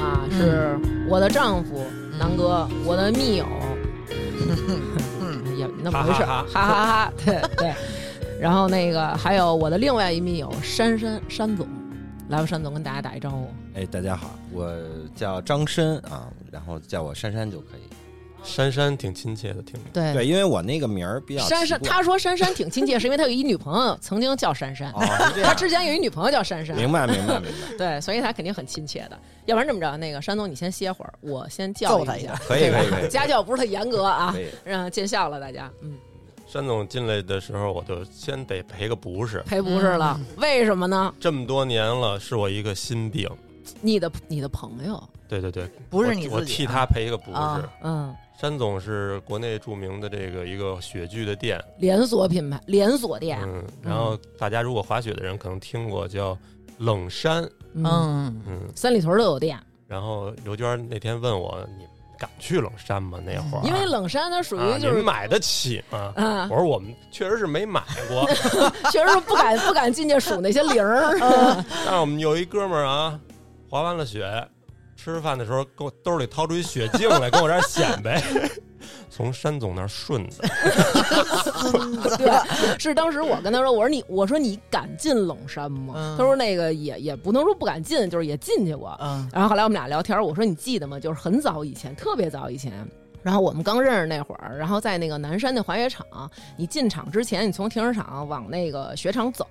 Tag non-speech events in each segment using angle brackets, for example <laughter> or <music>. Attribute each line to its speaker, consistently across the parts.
Speaker 1: 啊是我的丈夫南哥，我的密友，也那么回事儿，
Speaker 2: 哈
Speaker 1: 哈哈哈，对对。然后那个还有我的另外一密友珊珊珊总，来吧，珊总跟大家打一招呼。
Speaker 3: 哎，大家好，我叫张申啊，然后叫我珊珊就可以。
Speaker 2: 珊珊挺亲切的，听着。
Speaker 1: 对，
Speaker 3: 对，因为我那个名儿比较
Speaker 1: 珊珊，
Speaker 3: 奇怪
Speaker 1: 他说珊珊挺亲切， <laughs> 是因为他有一女朋友曾经叫珊珊，
Speaker 3: <laughs> 哦，是这
Speaker 1: 他
Speaker 3: 样，
Speaker 1: 之前有一女朋友叫珊珊，
Speaker 3: 明白明白明白，
Speaker 1: 对，所以他肯定很亲切的。要不然这么着，那个山东，你先歇会儿，我先教
Speaker 4: 揍他
Speaker 1: 育
Speaker 4: 一
Speaker 1: 下
Speaker 4: 下。
Speaker 3: 可以可以可以
Speaker 1: 家教不是特严格啊
Speaker 3: 可，以，
Speaker 1: 让见笑了大家。嗯，
Speaker 2: 山总进来的时候，我就先得赔个不是。
Speaker 1: 赔不是了，为什么呢？
Speaker 2: 这么多年了，是我一个心病。
Speaker 1: 你的你的朋友，
Speaker 2: 对对对，
Speaker 4: 不是你
Speaker 2: 我，我
Speaker 4: 自己
Speaker 2: 替
Speaker 4: 啊，
Speaker 2: 他赔个不是。
Speaker 4: 啊
Speaker 1: 嗯，
Speaker 2: 山总是国内著名的这个一个雪具的店，
Speaker 1: 连锁品牌，连锁店，
Speaker 2: 嗯，然后大家如果滑雪的人可能听过叫冷山，
Speaker 1: 嗯，
Speaker 4: 嗯，
Speaker 2: 嗯，
Speaker 1: 三里屯都有店，
Speaker 2: 然后刘娟那天问我，你敢去冷山吗？那会儿
Speaker 1: 因为冷山它属
Speaker 2: 啊
Speaker 1: 于就
Speaker 2: 你们
Speaker 1: 是。
Speaker 2: 买得起吗？
Speaker 1: 啊
Speaker 2: 我，说我们确实是没买过，
Speaker 1: 确实是不敢不敢进去数那些零儿，
Speaker 2: 但是我们有一哥们儿啊，滑完了雪，吃饭的时候给我兜里掏出一雪镜来，跟我这儿
Speaker 1: <laughs>
Speaker 2: 显摆，从山总那儿顺的，
Speaker 1: <laughs> <laughs> 对，是当时我跟他说，我说你，我说你敢进冷山吗？
Speaker 4: 嗯
Speaker 1: 他说那个也也不能说不敢进，就是也进去过，
Speaker 4: 嗯，
Speaker 1: 然后后来我们俩聊天，我说你记得吗？就是很早以前，特别早以前。然后我们刚认识那会儿，然后在那个南山的滑雪场，你进场之前，你从停车场往那个雪场走，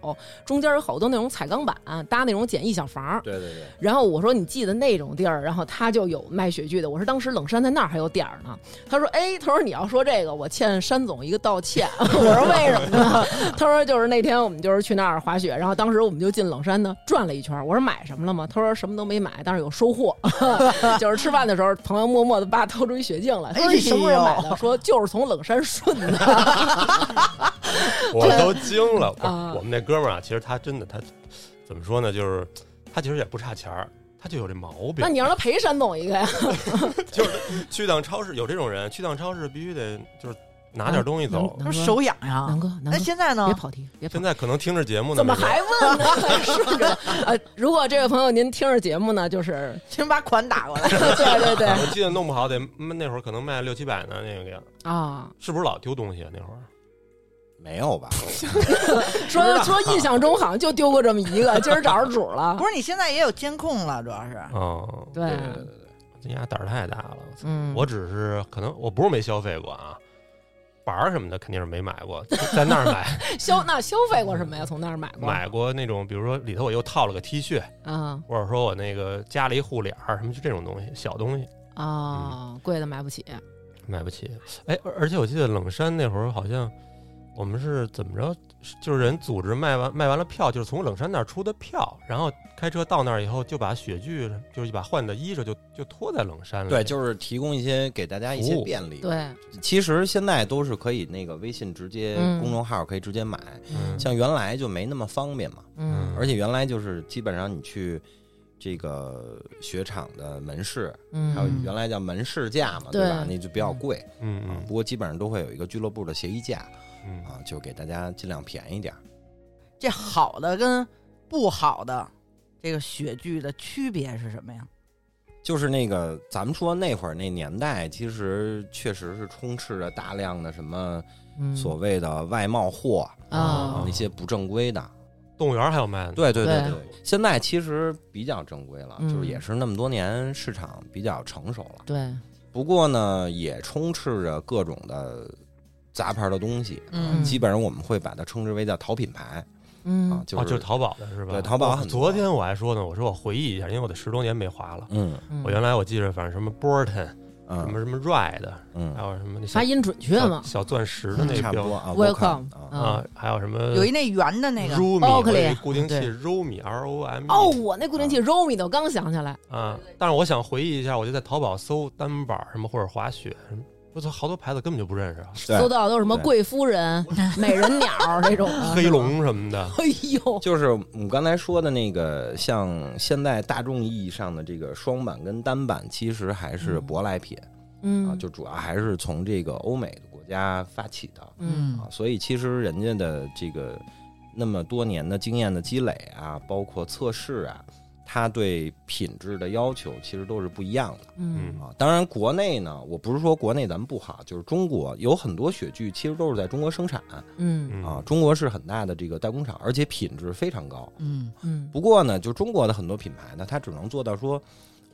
Speaker 1: 中间有好多那种彩钢板搭那种简易小房。
Speaker 3: 对对对，
Speaker 1: 然后我说你记得那种地儿，然后他就有卖雪具的。我说当时冷山在那儿还有点儿呢。他说哎，他说你要说这个，我欠山总一个道歉。 <laughs> 我
Speaker 4: 嗯
Speaker 1: 说为什么
Speaker 4: <laughs>
Speaker 1: 呢？他说就是那天我们就是去那儿滑雪，然后当时我们就进冷山呢转了一圈。我说买什么了吗？他说什么都没买，但是有收
Speaker 4: <laughs>
Speaker 1: 获。就是吃饭的时候，朋友默默的爸掏出一雪镜来，他说
Speaker 4: 哎呦
Speaker 1: 你什么时候买
Speaker 4: <laughs>
Speaker 1: 的？说就是从冷山顺的。
Speaker 2: 我都惊了。不是
Speaker 1: 啊
Speaker 2: 我们那哥们儿啊，其实他真的他怎么说呢？就是他其实也不差钱儿，他就有这毛病
Speaker 1: <laughs> 那。你让他赔山总一个呀？
Speaker 2: <laughs> 就是去趟超市有这种人，去趟超市必须得就是拿点东西走。
Speaker 1: 嗯
Speaker 4: 他手痒啊哎呀
Speaker 1: 南。哥，南
Speaker 4: 那
Speaker 1: 哥，
Speaker 4: 现在呢
Speaker 1: 别？跑题，别跑
Speaker 2: 现。在可能听着节目呢，
Speaker 1: 怎么
Speaker 2: 没准
Speaker 1: 还
Speaker 4: <laughs>
Speaker 1: 问呢？ <laughs> 是的，呃，如果这位朋友您听着节目呢，就是 <laughs>
Speaker 4: 先把款打过来。 <laughs>
Speaker 1: 对对对
Speaker 2: 啊我记得弄不好得那会儿可能卖六七百呢，那个样
Speaker 1: 啊，
Speaker 2: 是不是老丢东西啊？那会儿
Speaker 3: 没有吧？
Speaker 1: 说说印象中好像就丢过这么一个，今儿找着主了
Speaker 4: 不。是，你现在也有监控了，主要是
Speaker 2: 哦，
Speaker 1: 对，
Speaker 3: 对对对对，
Speaker 2: 这家胆儿太大了，我操！
Speaker 1: 嗯，
Speaker 2: 我只是可能我不是没消费过啊，板儿什么的肯定是没买过，就在那儿买
Speaker 1: 消那消费过什么呀？从那儿买过
Speaker 2: 买过那种，比如说里头我又套了个 T 恤，
Speaker 1: 啊
Speaker 2: 或者说我那个加了一护脸儿什么，就这种东西，小东西嗯
Speaker 1: 啊，贵的买不起。
Speaker 2: 买不起。哎，而而且我记得冷山那会儿好像我们是怎么着，就是人组织卖完卖完了票，就是从冷山那儿出的票，然后开车到那儿以后就把雪具，就是把换的衣裳就就脱在冷山里。
Speaker 3: 对，就是提供一些给大家一些
Speaker 2: 服务
Speaker 3: 便利。，
Speaker 1: 对，
Speaker 3: 其实现在都是可以那个微信直接
Speaker 1: 嗯
Speaker 3: 公众号可以直接买，
Speaker 2: 嗯
Speaker 3: 像原来就没那么方便嘛。
Speaker 1: 嗯
Speaker 3: 而且原来就是基本上你去这个雪场的门市，还有
Speaker 1: 嗯，
Speaker 3: 原来叫门市价嘛，
Speaker 1: 对
Speaker 3: 对吧？那就比较贵
Speaker 2: 嗯
Speaker 3: 啊。
Speaker 2: 嗯
Speaker 3: 不过基本上都会有一个俱乐部的协议价
Speaker 2: 嗯，
Speaker 3: 啊，就给大家尽量便宜点儿。
Speaker 4: 这好的跟不好的这个雪具的区别是什么呀？
Speaker 3: 就是那个咱们说那会儿那年代，其实确实是充斥着大量的什么
Speaker 1: 嗯
Speaker 3: 所谓的外贸货
Speaker 1: 啊
Speaker 3: 那些不正规的。
Speaker 2: 动物园儿还有卖的。
Speaker 3: 嗯对对对
Speaker 1: 对
Speaker 3: 对，现在其实比较正规了，
Speaker 1: 嗯
Speaker 3: 就是也是那么多年市场比较成熟了。
Speaker 1: 对，
Speaker 3: 不过呢，也充斥着各种的杂牌的东西。
Speaker 1: 嗯
Speaker 3: 基本上我们会把它称之为叫淘品牌啊，
Speaker 1: 嗯
Speaker 3: 就
Speaker 2: 啊，
Speaker 3: 是、
Speaker 2: 就是淘宝的是吧？
Speaker 3: 对淘宝
Speaker 2: 我
Speaker 3: 很多
Speaker 2: 昨天我还说呢，我说我回忆一下，因为我得十多年没滑了。
Speaker 3: 嗯
Speaker 1: 嗯
Speaker 2: 我原来我记着，反正什么 Burton，什
Speaker 3: 嗯
Speaker 2: 么什么 Ride，还
Speaker 3: 嗯，
Speaker 2: 有什么那小
Speaker 1: 发音准确
Speaker 2: 小
Speaker 1: 吗
Speaker 2: 小钻石的那
Speaker 3: 差不
Speaker 2: 标
Speaker 3: 多啊
Speaker 1: Welcome，
Speaker 3: 啊，
Speaker 1: 嗯
Speaker 2: 啊，还有什么
Speaker 4: 有一那圆的那个，
Speaker 2: Roomy，
Speaker 1: Oakley
Speaker 2: 我有一固定器
Speaker 4: 对
Speaker 2: Roomy R O M E，
Speaker 1: 哦，我那固定器 Romy 的，我刚想起来，
Speaker 2: 啊，但是我想回忆一下，我就在淘宝搜单板儿什么或者滑雪什么，我操，好多牌子根本就不认识啊，
Speaker 1: 搜
Speaker 3: 对，
Speaker 1: 到的都是什么
Speaker 3: 对
Speaker 1: 贵夫
Speaker 2: <laughs>
Speaker 1: 人、美人鸟这种的
Speaker 2: 黑。龙什么的，
Speaker 1: <laughs> 哎呦，
Speaker 3: 就是我们刚才说的那个，像现在大众意义上的这个双板跟单板，其实还是舶来品、啊，
Speaker 1: 嗯，
Speaker 3: 就主要还是从这个欧美的国家发起的
Speaker 1: 嗯
Speaker 3: 啊，所以其实人家的这个那么多年的经验的积累啊，包括测试啊，它对品质的要求其实都是不一样的
Speaker 4: 嗯
Speaker 2: 嗯
Speaker 3: 啊。当然，国内呢，我不是说国内咱们不好，就是中国有很多雪具其实都是在中国生产
Speaker 1: 嗯
Speaker 2: 嗯
Speaker 3: 啊，中国是很大的这个代工厂，而且品质非常高。
Speaker 4: 嗯
Speaker 1: 嗯
Speaker 3: 不过呢，就中国的很多品牌呢，它只能做到说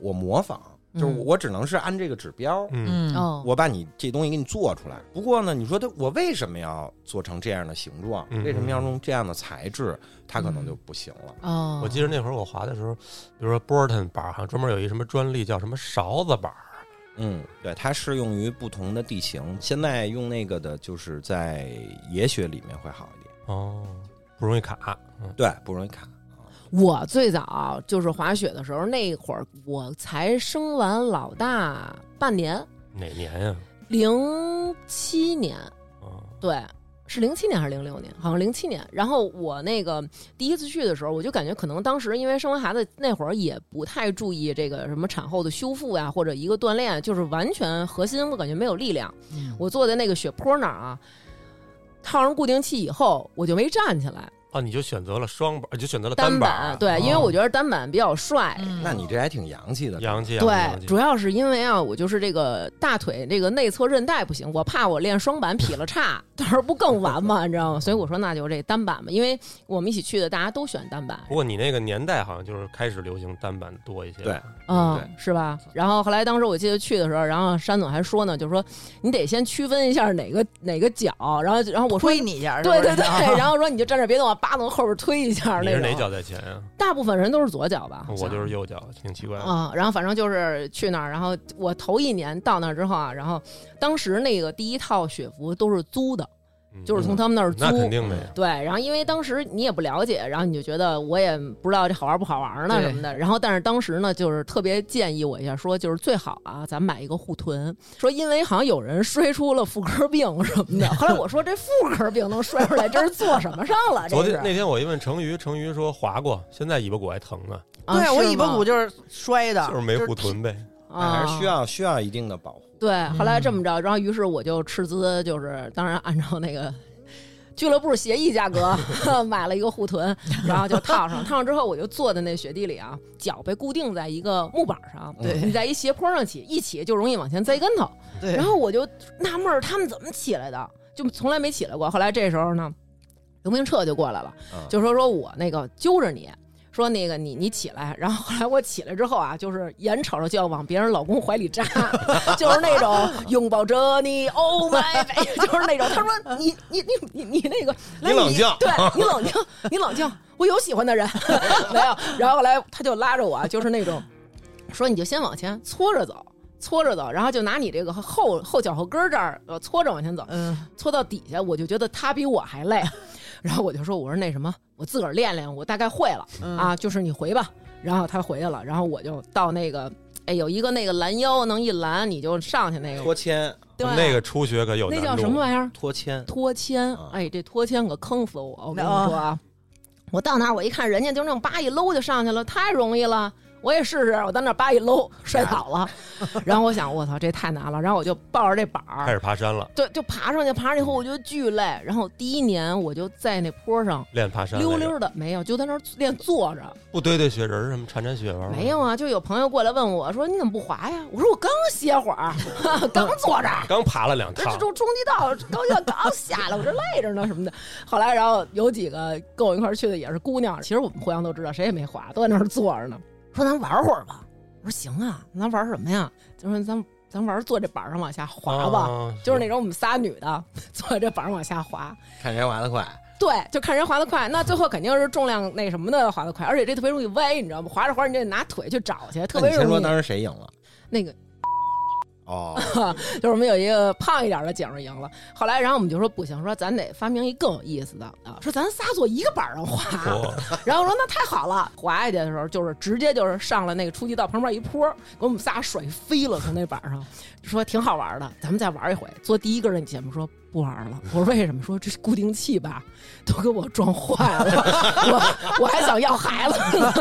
Speaker 3: 我模仿，就是
Speaker 1: 嗯
Speaker 3: 我只能是按这个指标，
Speaker 2: 嗯
Speaker 4: 嗯
Speaker 1: 哦，
Speaker 3: 我把你这东西给你做出来。不过呢，你说它我为什么要做成这样的形状？
Speaker 2: 嗯
Speaker 3: 为什么要用这样的材质？它可能就不行了。
Speaker 1: 哦，
Speaker 2: 我记得那会儿我滑的时候，比如说 Burton 板儿，好像专门有一什么专利叫什么勺子板儿，
Speaker 3: 嗯，对，它适用于不同的地形。现在用那个的，就是在野雪里面会好一点，
Speaker 2: 哦，不容易卡，嗯
Speaker 3: 对，不容易卡。
Speaker 1: 我最早就是滑雪的时候，那会儿我才生完老大半年，
Speaker 2: 哪年呀、
Speaker 1: 零七年，
Speaker 2: 哦
Speaker 1: 对，是零七年还是零六年？好像零七年。然后我那个第一次去的时候，我就感觉可能当时因为生完孩子那会儿也不太注意这个什么产后的修复呀，或者一个锻炼，就是完全核心我感觉没有力量。
Speaker 4: 嗯
Speaker 1: 我坐在那个雪坡那儿啊，套上固定器以后，我就没站起来。
Speaker 2: 啊，你就选择了双板，就选择了
Speaker 1: 单
Speaker 2: 板
Speaker 1: 板
Speaker 2: 儿，
Speaker 1: 对，因为
Speaker 2: 哦
Speaker 1: 我觉得单板比较帅，
Speaker 4: 哎
Speaker 3: 那你这还挺洋气的，
Speaker 2: 洋气，洋气
Speaker 1: 对，主要是因为啊，我就是这个大腿这个内侧韧带不行，我怕我练双板劈了叉， <laughs> 到时候不更完吗？你知道吗？所以我说那就这单板吧，因为我们一起去的大家都选单板，
Speaker 2: 不过你那个年代好像就是开始流行单板多一些，
Speaker 3: 对，
Speaker 1: 嗯
Speaker 3: 对，
Speaker 1: 是吧？然后后来当时我记得去的时候，然后山总还说呢，就说你得先区分一下哪个哪个脚，然后然后我说
Speaker 4: 推。你一下，是吧
Speaker 1: 对对对， <laughs> 然后说你就站这儿别动啊，叭从后边推一下
Speaker 2: 你
Speaker 1: 那
Speaker 2: 是
Speaker 1: 种。
Speaker 2: 哪脚在前啊？
Speaker 1: 大部分人都是左脚吧？好
Speaker 2: 我
Speaker 1: 像
Speaker 2: 就是右脚，挺奇怪的。
Speaker 1: 啊、然后反正就是去那儿，然后我头一年到那儿之后啊，然后当时那个第一套雪服都是租的，
Speaker 2: 嗯
Speaker 1: 就是从他们那儿租。
Speaker 2: 那肯定的呀，
Speaker 1: 对，然后因为当时你也不了解，然后你就觉得我也不知道这好玩不好玩呢
Speaker 4: 对
Speaker 1: 什么的。然后但是当时呢，就是特别建议我一下，说就是最好啊，咱买一个护臀，说因为好像有人摔出了妇科病什么的。后来我说这妇科病能摔出来，这是做什么上了？这
Speaker 2: <laughs> 昨
Speaker 1: 是
Speaker 2: 天那天我一问成瑜，成瑜说划过，现在尾巴骨还疼呢，
Speaker 1: 啊
Speaker 4: <laughs> 对我
Speaker 1: 是
Speaker 4: 尾巴
Speaker 1: 吗
Speaker 4: 骨就是摔的，
Speaker 2: 就是没护
Speaker 4: 踢，
Speaker 2: 臀呗。
Speaker 1: 啊，
Speaker 3: 还是需要需要一定的保护。
Speaker 1: 对，后来
Speaker 4: 嗯
Speaker 1: 这么着，然后于是我就斥资，就是当然按照那个俱乐部协议价格 <laughs> 买了一个护臀，然后就套上，套上之后我就坐在那雪地里啊，脚被固定在一个木板上，
Speaker 4: 对
Speaker 1: 你在一斜坡上起，一起就容易往前栽跟头。
Speaker 4: 对，
Speaker 1: 然后我就纳闷儿，他们怎么起来的？就从来没起来过。后来这时候呢，刘明彻就过来了，
Speaker 3: 嗯
Speaker 1: 就说说我那个揪着你。说那个你你起来，然后后来我起来之后啊，就是眼瞅着就要往别人老公怀里扎， <laughs> 就是那种拥抱着你，Oh my baby，就是 <laughs> 那种。他说你你你你你那个，来
Speaker 2: 你冷静
Speaker 1: 对你冷静，你冷静，我有喜欢的人， <laughs> 没有。然后后来他就拉着我啊，就是那种说你就先往前搓着走，搓着走，然后就拿你这个后后脚后跟儿这儿呃搓着往前走，
Speaker 4: 嗯，
Speaker 1: 搓到底下，我就觉得他比我还累， <laughs> 然后我就说我说那什么，我自个儿练练，我大概会了
Speaker 4: 嗯
Speaker 1: 啊，就是你回吧。然后他回去了，然后我就到那个，哎，有一个那个拦腰能一拦你就上去那个，
Speaker 3: 脱铅，
Speaker 1: <laughs> 对，啊
Speaker 2: 那个初学可有难
Speaker 1: 那
Speaker 2: 度，
Speaker 1: 叫什么玩意儿？
Speaker 3: 脱铅，
Speaker 1: 脱铅
Speaker 3: 啊，
Speaker 1: 哎，这脱铅可坑死我！我跟你说啊，我到那儿我一看，人家就那种叭一搂就上去了，太容易了。我也试试，我到那儿叭一搂，摔倒了。然后我想，我操，这太难了。然后我就抱着这板
Speaker 2: 开
Speaker 1: 儿，
Speaker 2: <laughs> 始爬山了，
Speaker 1: 对，就爬上去。爬上去以后，我觉得巨累。然后第一年我就在那坡上
Speaker 2: 练爬山来着，
Speaker 1: 溜溜的，没有，就在那儿练坐着。
Speaker 2: 不堆堆雪人儿什么铲铲雪玩玩。
Speaker 1: 没有，啊，就有朋友过来问我说：“你怎么不滑呀？”我说：“我刚歇会儿， <laughs> 刚坐这儿。”
Speaker 2: 刚爬了两
Speaker 1: 这
Speaker 2: 趟，
Speaker 1: 中中级道高兴 <laughs> 刚下来，我这累着呢什么的。后来，然后有几个跟我一块儿去的也是姑娘，其实我们互相都知道，谁也没滑，都在那儿坐着呢。说咱玩会儿吧，我说行啊，咱玩什么呀？就说咱咱玩坐这板上往下滑吧，
Speaker 2: 啊
Speaker 1: 就是那种我们仨女的 <laughs> 坐这板上往下滑。
Speaker 3: 看谁滑得快。
Speaker 1: 对，就看人滑得快，那最后肯定是重量那什么的滑得快，而且这特别容易歪，你知道吗？滑着滑着你得拿腿去找去，特
Speaker 3: 那
Speaker 1: 别
Speaker 3: 你先
Speaker 1: 容
Speaker 3: 说
Speaker 1: 易。
Speaker 3: 当时谁赢了？
Speaker 1: 那个
Speaker 3: 哦，
Speaker 1: 就是我们有一个胖一点的姐们儿赢了，后来然后我们就说不行，说咱得发明一更有意思的啊，说咱仨坐一个板儿上滑，
Speaker 2: 哦
Speaker 1: 然后说那太好了，滑下去的时候就是直接就是上了那个初级道旁边一坡，给我们仨甩飞了从那板儿上，说挺好玩的，咱们再玩一回。坐第一个人，姐们说不玩了，我说为什么？说这固定器吧都给我撞坏了，我我还想要孩子呢，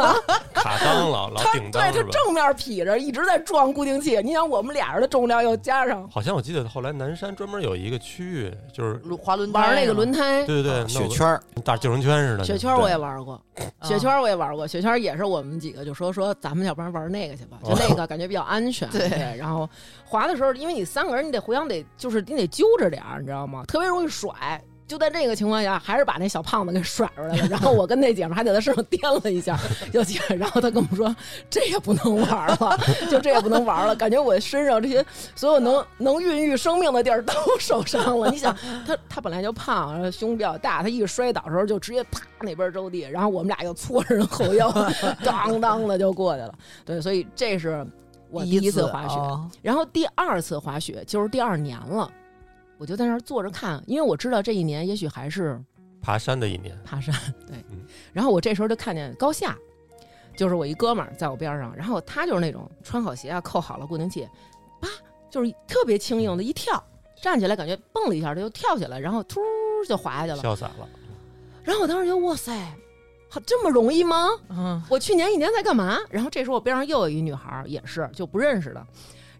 Speaker 2: 卡裆老老
Speaker 1: 他
Speaker 2: 顶裆
Speaker 1: 对
Speaker 2: 是
Speaker 1: 他
Speaker 2: 吧？
Speaker 1: 正面劈着，一直在撞固定器。你想，我们俩人的重量又加上
Speaker 2: 好像我记得后来南山专门有一个区域，就是
Speaker 4: 轮滑轮
Speaker 1: 玩那个
Speaker 4: 胎
Speaker 1: 轮胎
Speaker 2: 对对
Speaker 1: 啊
Speaker 2: 对，
Speaker 3: 啊雪
Speaker 2: 弄个
Speaker 3: 圈儿，
Speaker 2: 大救生圈似的，
Speaker 1: 雪圈，我也玩过，
Speaker 4: 嘛
Speaker 1: 雪圈我也玩过，雪圈也是我们几个就说说咱们要不然玩那个去吧，就那个感觉比较安全。
Speaker 4: 对
Speaker 1: 然后滑的时候，因为你三个人，你得互相得就是你得揪着点儿，你知道吗？特别容易甩。就在这个情况下，还是把那小胖子给甩出来了。然后我跟那姐们儿还在他身上颠了一下，就姐，然后他跟我们说这也不能玩了，就这也不能玩了。感觉我身上这些所有能能孕育生命的地儿都受伤 <laughs> 了。你想，他他本来就胖，然后胸比较大，他一摔倒的时候就直接啪那边着地，然后我们俩又搓着人后 <laughs> 腰，当当的就过去了。对，所以这是我第
Speaker 4: 第
Speaker 1: 一次滑雪。
Speaker 4: 哦
Speaker 1: 然后第二次滑雪就是第二年了，我就在那儿坐着看，因为我知道这一年也许还是
Speaker 2: 爬山的一年，
Speaker 1: 爬山，对
Speaker 2: 嗯。
Speaker 1: 然后我这时候就看见高夏，就是我一哥们儿在我边上，然后他就是那种穿好鞋啊，扣好了固定器，啪，就是特别轻盈的一跳，站起来感觉蹦了一下，他就跳起来，然后突就滑下去了。
Speaker 2: 潇洒了。
Speaker 1: 然后我当时就哇塞，好这么容易吗？
Speaker 4: 嗯，
Speaker 1: 我去年一年在干嘛？然后这时候我边上又有一女孩儿，也是就不认识的，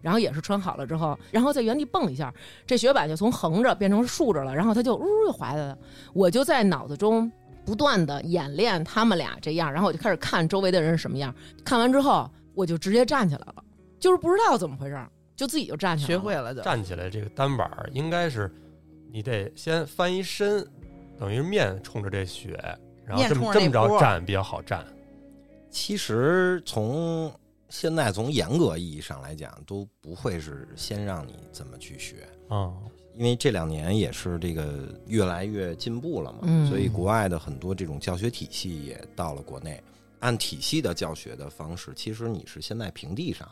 Speaker 1: 然后也是穿好了之后，然后在原地蹦一下，这雪板就从横着变成竖着了，然后她就呜又滑下来了。我就在脑子中不断的演练他们俩这样，然后我就开始看周围的人是什么样。看完之后，我就直接站起来了，就是不知道怎么回事儿，就自己就站起来了。
Speaker 4: 学会了就
Speaker 2: 站起来这个单板儿应该是你得先翻一身，等于是面冲着这雪，然后
Speaker 4: 面
Speaker 2: 这么
Speaker 4: 冲着
Speaker 2: 这
Speaker 4: 那
Speaker 2: 么着
Speaker 4: 坡
Speaker 2: 站比较好站。
Speaker 3: 其实从现在从严格意义上来讲，都不会是先让你怎么去学，
Speaker 2: 哦，
Speaker 3: 因为这两年也是这个越来越进步了嘛，
Speaker 1: 嗯
Speaker 3: 所以国外的很多这种教学体系也到了国内。按体系的教学的方式，其实你是先在平地上，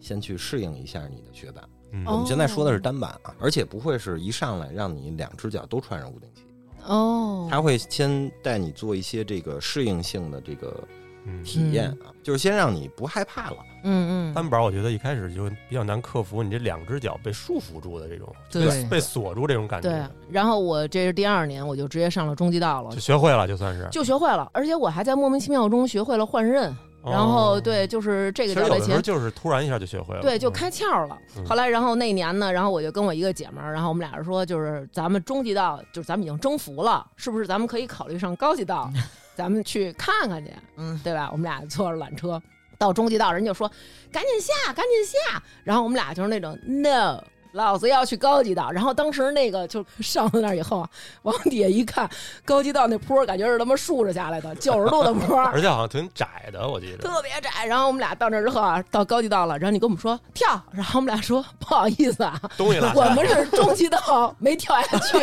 Speaker 3: 先去适应一下你的学板。
Speaker 2: 嗯，
Speaker 1: 哦
Speaker 3: 我们现在说的是单板啊，而且不会是一上来让你两只脚都穿上固定器，
Speaker 1: 哦，
Speaker 3: 它会先带你做一些这个适应性的这个
Speaker 2: 嗯
Speaker 3: 体验啊，就是先让你不害怕了。
Speaker 1: 嗯嗯，
Speaker 2: 单板儿我觉得一开始就比较难克服你这两只脚被束缚住的这种，
Speaker 1: 对
Speaker 2: 被锁住这种感
Speaker 1: 对
Speaker 2: 觉，。
Speaker 1: 然后我这是第二年，我就直接上了中级道了
Speaker 2: 就，学会了，就算是。
Speaker 1: 就学会了，而且我还在莫名其妙中学会了换刃，然后
Speaker 2: 哦，
Speaker 1: 对，就是这
Speaker 2: 其
Speaker 1: 个
Speaker 2: 实
Speaker 1: 脚
Speaker 2: 有
Speaker 1: 在
Speaker 2: 的时候
Speaker 1: 前，
Speaker 2: 就是突然一下就学会了，
Speaker 1: 对，就
Speaker 2: 嗯
Speaker 1: 开窍了。
Speaker 2: 嗯
Speaker 1: 后来，然后那年呢，然后我就跟我一个姐们儿，然后我们俩人说，就是咱们中级道，就是咱们已经征服了，是不是？咱们可以考虑上高级
Speaker 2: <laughs>
Speaker 1: 道，咱们去看看去，
Speaker 4: 嗯，
Speaker 1: 对吧？我们俩坐着缆车到中级道，人就说赶紧下，赶紧下。然后我们俩就是那种 no。老子要去高级道，然后当时那个就上到那儿以后啊，往底下一看，高级道那坡儿感觉是他妈竖着下来的，九十度的坡儿，
Speaker 2: 而且好像挺窄的，我记得。
Speaker 1: 特别窄。然后我们俩到那儿之后啊，到高级道了，然后你跟我们说跳， <laughs> 然后我们俩说不好意思啊，
Speaker 2: 东西拉
Speaker 1: 我
Speaker 2: 下来
Speaker 1: 们是中级道没跳下 <laughs> 去，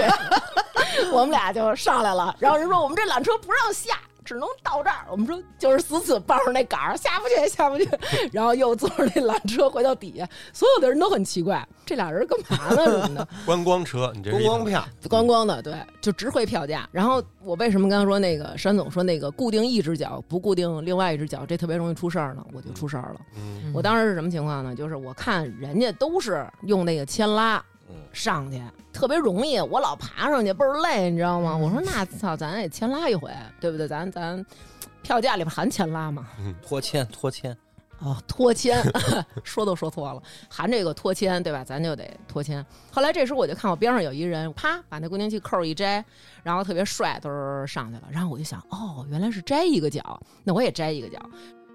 Speaker 1: 我们俩就上来了。然后人说我们这缆车不让下。只能到这儿，我们说就是死死抱着那杆儿下不去， <laughs> 下不去，然后又坐着那缆车回到底下，所有的人都很奇怪，这俩人干嘛呢什么的，
Speaker 2: 观光车，你这是
Speaker 3: 观
Speaker 2: 一
Speaker 3: 光票，
Speaker 1: <laughs> 光光的，对，就只会票价。然后我为什么刚刚说那个山总说那个固定一只脚不固定另外一只脚，这特别容易出事儿呢？我就出事儿了。
Speaker 2: 嗯，
Speaker 4: 嗯
Speaker 1: 我当时是什么情况呢？就是我看人家都是用那个牵拉
Speaker 3: 嗯，
Speaker 1: 上去，特别容易，我老爬上去倍儿累，你知道吗？
Speaker 4: 嗯
Speaker 1: 我说那操，咱也牵拉一回，对不对？咱咱票价里边含牵拉嘛？
Speaker 3: 拖欠拖欠，
Speaker 1: 哦，拖牵， <laughs> 说都说错了，含这个拖牵，对吧？咱就得拖牵。后来这时候我就看我边上有一人，啪把那固定器扣一摘，然后特别帅，嘚儿上去了。然后我就想，哦，原来是摘一个脚，那我也摘一个脚。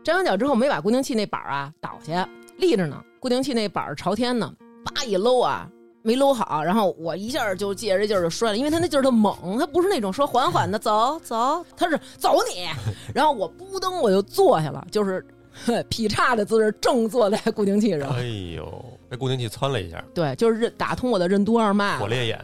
Speaker 1: 摘完脚之后，没把固定器那板儿啊倒下，立着呢，固定器那板儿朝天呢，叭一搂啊。没搂好，然后我一下就借着这劲儿就摔了，因为他那劲儿特猛，他不是那种说缓缓的走走，他是走你，然后我扑腾我就坐下了，就是呵劈叉的姿势正坐在固定器上，
Speaker 2: 哎呦，被固定器窜了一下，
Speaker 1: 对，就是任打通我的任督二
Speaker 3: 啊
Speaker 1: 脉了
Speaker 2: 火，烈眼，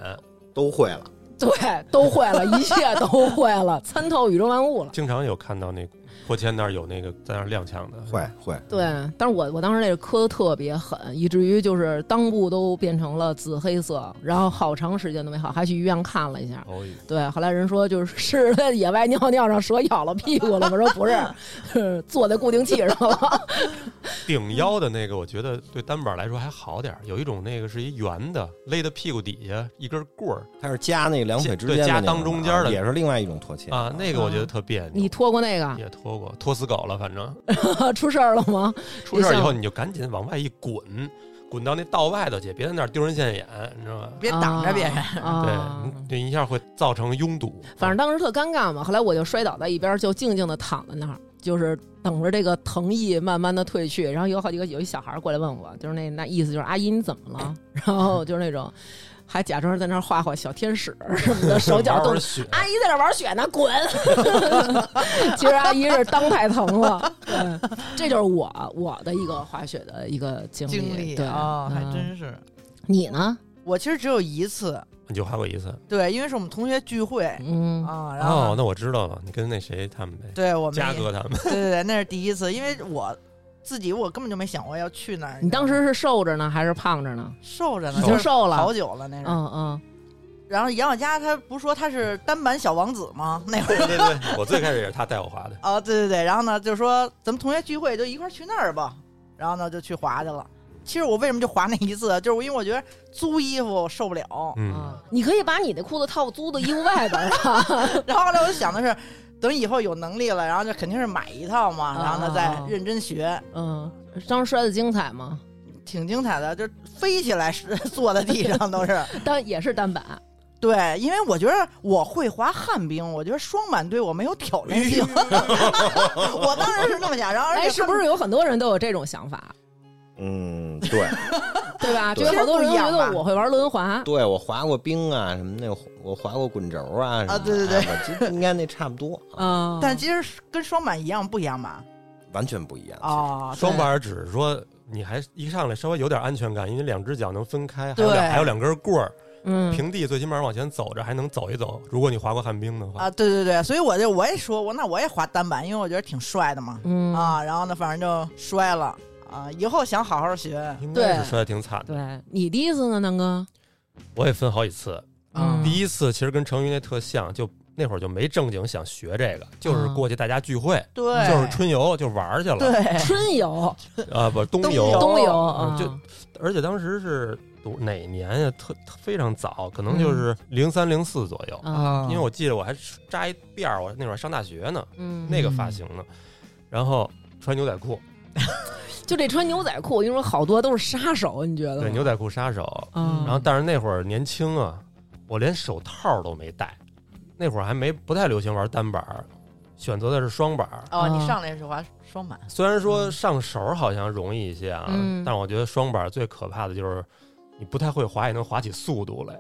Speaker 3: 都会了。
Speaker 1: 对，都会了，一切都会了，参透宇宙万物了。
Speaker 2: 经常有看到那破签那儿有那个在那儿踉跄的，
Speaker 3: 会会，
Speaker 1: 对，但是我我当时那个磕的特别狠，以至于就是裆部都变成了紫黑色，然后好长时间都没好，还去医院看了一下。
Speaker 2: 哦，
Speaker 1: 对，后来人说就是是在野外尿尿让蛇咬了屁股了，我说不是，是 <laughs> 坐在固定器上了。 <laughs>
Speaker 2: 顶腰的那个，我觉得对单板来说还好点儿，有一种那个是一圆的，勒到屁股底下一根棍儿
Speaker 3: 它是夹那两腿之间的
Speaker 2: 对夹
Speaker 3: 那种啊
Speaker 2: 裆中间的
Speaker 3: 也是另外一种拖欠
Speaker 2: 啊啊，那个我觉得特别扭，
Speaker 1: 嗯你脱过那个？ <laughs>
Speaker 2: 也脱说过，拖死狗了，反正
Speaker 1: 出事儿了吗？
Speaker 2: 出事儿以后
Speaker 1: 像
Speaker 2: 你就赶紧往外一滚，滚到那道外头去，别在那儿丢人现眼，你知道吧？
Speaker 4: 别挡着别人。
Speaker 1: 啊
Speaker 2: 对，你你一下会造成拥堵。嗯
Speaker 1: 反
Speaker 4: 嗯
Speaker 1: 正当时特尴尬嘛，后来我就摔倒在一边儿，就静静的躺在那儿，就是等着这个疼意慢慢的退去。然后有好几个有一小孩儿过来问我，就是那那意思就是阿姨你怎么了？ <laughs> 然后就是那种还假装在那儿画画小天使什么的，手脚
Speaker 2: 玩
Speaker 1: 动
Speaker 2: 会儿。雪，
Speaker 1: 阿姨在这玩雪呢，滚！ <laughs> 其实阿姨是当太疼了，对，这就是我我的一个滑雪的一个经历。
Speaker 4: 经历
Speaker 1: 对，
Speaker 4: 啊、还
Speaker 1: 嗯
Speaker 4: 真是。
Speaker 1: 你呢？
Speaker 4: 我其实只有一次，
Speaker 1: 啊
Speaker 2: 你就滑过一次。
Speaker 4: 对，因为是我们同学聚会
Speaker 1: 嗯
Speaker 4: 啊，然后、
Speaker 2: 哦，那我知道了，你跟那谁他们呗，
Speaker 4: 对我们
Speaker 2: 嘉
Speaker 4: 也
Speaker 2: 哥他们。
Speaker 4: 对对对，那是第一次，因为我自己我根本就没想过要去那儿。
Speaker 1: 你当
Speaker 4: 知道吗
Speaker 1: 时是瘦着呢还是胖着呢？
Speaker 4: 瘦着呢，
Speaker 1: 已
Speaker 4: 就
Speaker 1: 经
Speaker 4: 是
Speaker 1: 瘦了
Speaker 4: 好，久了那是。
Speaker 1: 嗯嗯。
Speaker 4: 然后杨小佳他不是说他是单板小王子吗？ <laughs> 那会儿
Speaker 2: 对对对，我最开始也是他带我
Speaker 1: 哦
Speaker 2: 滑的。
Speaker 4: 啊，对对对，然后呢就说咱们同学聚会就一块儿去那儿吧，然后呢就去滑去了。其实我为什么就滑那一次，啊就是因为我觉得租衣服我受不了，
Speaker 2: 嗯，
Speaker 1: 啊，你可以把你的裤子套租的衣服外边儿 <laughs> 啊，
Speaker 4: 然后呢，我就想的是，等以后有能力了，然后就肯定是买一套嘛，
Speaker 1: 啊
Speaker 4: 然后呢再认真学，
Speaker 1: 嗯，当时摔的精彩吗？
Speaker 4: 挺精彩的，就是飞起来是 <laughs> 坐在地上都是。
Speaker 1: 但也是单板，
Speaker 4: 对，因为我觉得我会滑旱冰，我觉得双板对我没有挑战性，我当时是那么想。然后而且
Speaker 1: 哎，是不是有很多人都有这种想法，
Speaker 3: 嗯， <laughs> 对，
Speaker 1: 对吧？
Speaker 3: 对
Speaker 1: 觉得好多人
Speaker 4: 其实
Speaker 1: 觉
Speaker 4: 不一样吧
Speaker 1: 得我会玩轮滑，
Speaker 3: 对我滑过冰啊，什么那我滑过滚轴啊，什么的
Speaker 4: 啊对对对
Speaker 3: 哎我觉得应该那差不多，
Speaker 1: 嗯，
Speaker 4: 但其实跟双板一样不一样吧？
Speaker 3: 完全不一样。
Speaker 4: 哦，对
Speaker 2: 双板儿只是说你还一上来稍微有点安全感，因为两只脚能分开，还
Speaker 4: 对
Speaker 2: 有两还有两根棍儿，
Speaker 1: 嗯，
Speaker 2: 平地最起码往前走着还能走一走。如果你滑过旱冰的话，
Speaker 4: 啊，对对对，所以我就我也说我那我也滑单板，因为我觉得挺帅的嘛。
Speaker 1: 嗯，
Speaker 4: 啊，然后呢，反正就摔了啊，以后想好好学。
Speaker 2: 应该
Speaker 1: 对
Speaker 2: 是摔得挺惨的。
Speaker 1: 对你第一次呢，南哥，
Speaker 2: 我也分好几次，
Speaker 1: 嗯
Speaker 2: 第一次其实跟成瑜那特像，就那会儿就没正经想学这个，就是
Speaker 1: 嗯
Speaker 2: 过去大家聚会，
Speaker 4: 对，
Speaker 2: 就是春游就玩儿去了，
Speaker 4: 对，
Speaker 1: 春游、
Speaker 4: 哦
Speaker 2: 啊不冬
Speaker 4: 冬
Speaker 2: 游
Speaker 4: 游，
Speaker 1: 冬游
Speaker 2: 嗯
Speaker 1: 啊，
Speaker 2: 就而且当时是读哪年呀？特特非常早，可能就是零三零四左右，
Speaker 1: 嗯啊，
Speaker 2: 因为我记得我还扎一辫儿，我那会儿上大学呢，
Speaker 1: 嗯
Speaker 2: 那个发型呢，然后穿牛仔裤，
Speaker 1: 就这穿牛仔裤，因为好多都是杀手，你觉得吗？
Speaker 2: 对牛仔裤杀手，
Speaker 1: 嗯，
Speaker 2: 然后但是那会儿年轻啊，我连手套都没戴，那会儿还没不太流行玩单板儿，选择的是双板儿。
Speaker 4: 哦，你
Speaker 1: 啊
Speaker 4: 上来是滑双板，
Speaker 2: 虽然说上手好像容易一些啊，
Speaker 1: 嗯
Speaker 2: 但我觉得双板儿最可怕的就是你不太会滑，也能滑起速度来。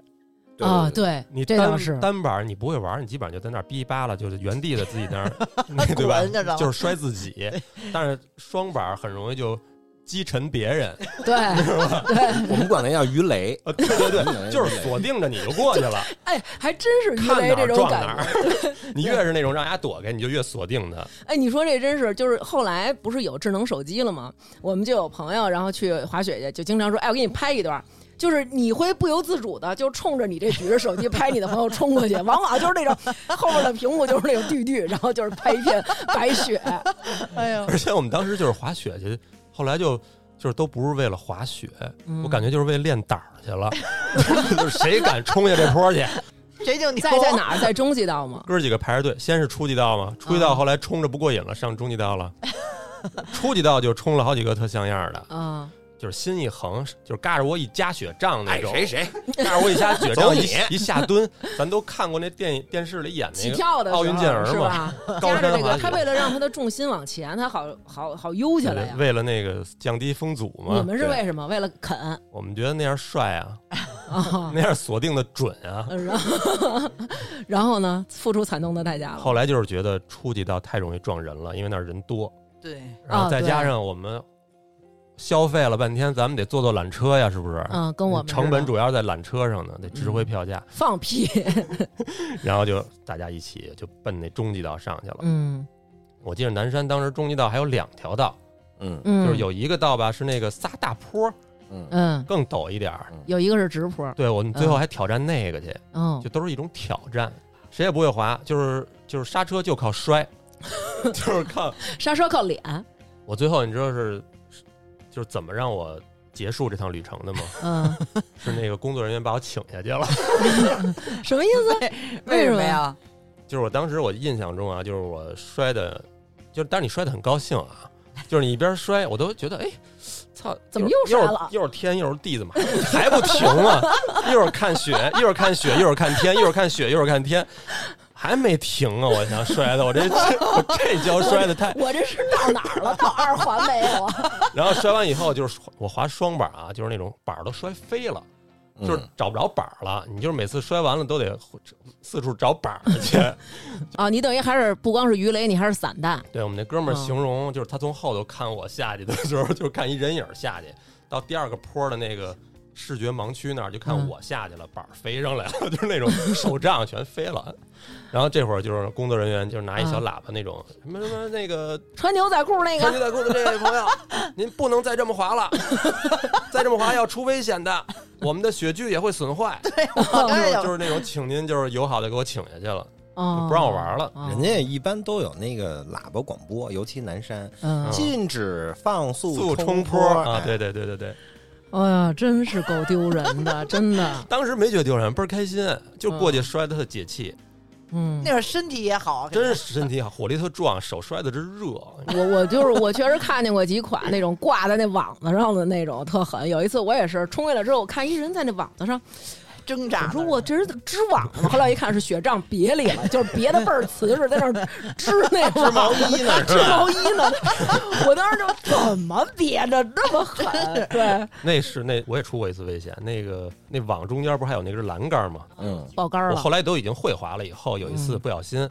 Speaker 3: 对
Speaker 1: 啊，
Speaker 3: 对
Speaker 1: 对，
Speaker 2: 你
Speaker 1: 这
Speaker 2: 单
Speaker 1: 倒是
Speaker 2: 单板儿你不会玩儿，你基本上就在那儿哔吧了，就是原地的自己
Speaker 1: <laughs>
Speaker 2: 那儿，那 <laughs> 对吧
Speaker 4: 滚着
Speaker 1: 啊
Speaker 4: 呢？
Speaker 2: 就是摔自己。但是双板儿很容易就击沉别人， <laughs>
Speaker 1: 对，
Speaker 3: 对，嗯我们管那叫鱼雷，
Speaker 2: 呃对对
Speaker 3: 我们管那 <laughs>
Speaker 2: 对，
Speaker 3: 叫
Speaker 2: 就是
Speaker 3: 鱼雷
Speaker 2: 锁定着你就过去了，
Speaker 1: 哎，还真是鱼
Speaker 2: 看
Speaker 1: 雷
Speaker 2: 哪
Speaker 1: 这
Speaker 2: 儿
Speaker 1: 种
Speaker 2: 撞
Speaker 1: 感
Speaker 2: 哪
Speaker 1: 觉。
Speaker 2: 儿。 <laughs> 你越是那种让人家躲开，你就越锁定他。
Speaker 1: 哎，你说这真是，就是后来不是有智能手机了吗？我们就有朋友，然后去滑雪去，就经常说，哎，我给你拍一段。就是你会不由自主的就冲着你这举着手机拍你的朋友冲过去，往往就是那种后面的屏幕就是那种绿绿，然后就是拍一片白雪。
Speaker 4: 哎呦，
Speaker 2: 而且我们当时就是滑雪去，后来就就是都不是为了滑雪，
Speaker 1: 嗯
Speaker 2: 我感觉就是为练胆儿去
Speaker 1: <laughs>
Speaker 2: 了， <laughs> 就是谁敢冲下这坡去，
Speaker 4: 谁就你
Speaker 1: 在
Speaker 2: <laughs>
Speaker 1: 在？哪儿？在中级道吗？
Speaker 2: 哥儿几个排着队，先是初级道嘛，初级
Speaker 3: 嗯
Speaker 2: 道后来冲着不过瘾了，上中级道了。初级道就冲了好几个特像样儿的，
Speaker 1: 啊，
Speaker 2: 就是心一横，就是嘎着我一夹雪仗那
Speaker 3: 爱
Speaker 2: 种，
Speaker 3: 哎谁谁，
Speaker 2: 嘎着我一夹雪
Speaker 3: 走
Speaker 2: 仗
Speaker 3: 你
Speaker 2: 一一下蹲，咱都看过那电影电视里演
Speaker 1: 起
Speaker 2: 那个
Speaker 1: 跳的时候
Speaker 2: 奥运健儿嘛
Speaker 1: 是吧？
Speaker 2: 高
Speaker 1: 夹着
Speaker 2: 山
Speaker 1: 这
Speaker 2: 滑
Speaker 1: 个，
Speaker 2: 雪
Speaker 1: 他，为了让他的重心往前，他好好好悠起来呀。
Speaker 2: 为了那个降低风阻
Speaker 1: 你
Speaker 2: 嘛，
Speaker 1: 们是
Speaker 3: 对
Speaker 1: 为什么？为了啃 <laughs> 啊
Speaker 2: 我们觉得那样帅啊，那样锁定的准啊。
Speaker 1: 然后然后呢，付出惨痛的代价了。
Speaker 2: 后来就是觉得初级道太容易撞人了，因为那儿人多，
Speaker 4: 对，
Speaker 2: 然后
Speaker 1: 啊
Speaker 2: 再
Speaker 1: 对
Speaker 2: 加上我们消费了半天，咱们得坐坐缆车呀，是不是？
Speaker 1: 嗯，跟我们嗯
Speaker 2: 成
Speaker 1: 似
Speaker 2: 本
Speaker 1: 的
Speaker 2: 主要在缆车上呢，得值回票价，
Speaker 1: 放
Speaker 2: <laughs>
Speaker 1: 屁，
Speaker 2: 然后就大家一起就奔那中级道上去了。
Speaker 1: 嗯
Speaker 2: 我记得南山当时中级道还有两条道，
Speaker 3: 嗯
Speaker 1: 嗯，
Speaker 2: 就是有一个道吧是那个仨大坡，
Speaker 3: 嗯，
Speaker 1: 嗯，
Speaker 2: 更陡一点儿。
Speaker 1: 有一个是直坡，
Speaker 2: 对我们最后还挑战那个去，
Speaker 1: 嗯
Speaker 2: 就都是一种挑战，谁也不会滑，就是就是刹车就靠摔，就是靠
Speaker 1: 刹车靠脸，
Speaker 2: 我最后你知道是就是怎么让我结束这趟旅程的吗？ <laughs>
Speaker 1: 嗯，
Speaker 2: 是那个工作人员把我请下去了。
Speaker 1: 什么意思？为
Speaker 4: 为
Speaker 1: 什
Speaker 4: 什
Speaker 1: 么
Speaker 4: 么呀？
Speaker 2: 就是我当时我印象中啊，就是我摔的就是但是你摔得很高兴啊，就是你一边摔，我都觉得哎，操，
Speaker 1: 怎么
Speaker 2: 又
Speaker 1: 又摔
Speaker 2: 是
Speaker 1: 了
Speaker 2: 又是天又是地，怎么还不还不停啊？一会儿看雪，一会儿看雪，一会儿看天，一会儿看雪，一会儿看天。还没停啊！我想摔的，我这我这跤摔的太
Speaker 1: 我这是到哪儿了？到二环没有啊？
Speaker 2: 然后摔完以后就是我滑双板啊，就是那种板儿都摔飞了，
Speaker 3: 嗯
Speaker 2: 就是找不着板儿了。你就是每次摔完了都得四处找板儿去。
Speaker 1: <laughs> 啊，你等于还是不光是鱼雷，你还是散弹。
Speaker 2: 对我们那哥们儿
Speaker 1: 嗯
Speaker 2: 形容，就是他从后头看我下去的时候， <laughs> 就是看一人影儿下去，到第二个坡的那个视觉盲区那儿就看
Speaker 1: 嗯
Speaker 2: 我下去了，板儿飞上来了， <laughs> 就是那种手杖全飞了。然后这会儿就是工作人员就是拿一小
Speaker 1: 嗯
Speaker 2: 喇叭那种什么什么那个
Speaker 1: 穿牛仔裤那
Speaker 2: 穿
Speaker 1: 个
Speaker 2: 牛仔裤的这位朋友，您不能再这么滑了， <laughs> 再这么滑要出危险的，我们的雪具也会损坏。
Speaker 1: 哦
Speaker 4: 我刚 <laughs> 才
Speaker 2: 就是
Speaker 4: 想
Speaker 2: 就是那种，请您就是友好的给我请下去了，
Speaker 1: 哦
Speaker 2: 就不让我玩了。
Speaker 1: 哦
Speaker 3: 人家一般都有那个喇叭广播，尤其南山，
Speaker 1: 嗯，
Speaker 3: 禁止放
Speaker 2: 速
Speaker 3: 速
Speaker 2: 冲
Speaker 3: 坡
Speaker 2: 坡
Speaker 3: 哎
Speaker 2: 啊，对对对对对，
Speaker 1: 哎呀，真是够丢人的，真的。
Speaker 2: 当时没觉得丢人，倍儿开心，就过去摔的特解气，
Speaker 1: 嗯
Speaker 4: 那，会儿身体也
Speaker 1: 哎
Speaker 4: 好，
Speaker 2: 真是身体好，火力特壮，手摔的直热。
Speaker 1: 我我就是我确实看见过几款那种挂在那网子上的那种特狠。有一次我也是冲下来之后，我看一人在那网子上，
Speaker 4: 挣扎
Speaker 1: 我
Speaker 4: 呢。
Speaker 1: 说我这是织网吗？后来一看是雪杖别里了，就是别的倍儿瓷实，在那儿织那个
Speaker 3: 毛衣呢
Speaker 1: <laughs> 织毛衣呢。 <laughs> 我当时就怎么别的那么狠？对，
Speaker 2: 那是那我也出过一次危险，那个那网中间不是还有那根栏杆吗？
Speaker 3: 嗯，
Speaker 1: 爆杆
Speaker 2: 我
Speaker 1: 了嗯
Speaker 2: 后。来都已经会滑了，以后有一次不小心，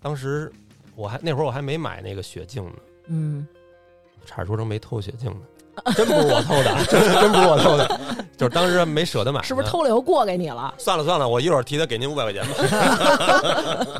Speaker 2: 当时我还那会儿我还没买那个雪镜呢，
Speaker 1: 嗯，
Speaker 2: 差点说成没偷雪
Speaker 1: <laughs>
Speaker 2: 镜呢，真不是我偷的，真真不是我偷的，就是当时还没舍得买呢，
Speaker 1: 是不是偷了又过给你了？
Speaker 2: 算了算了，我一会儿提他给您五百块钱吧。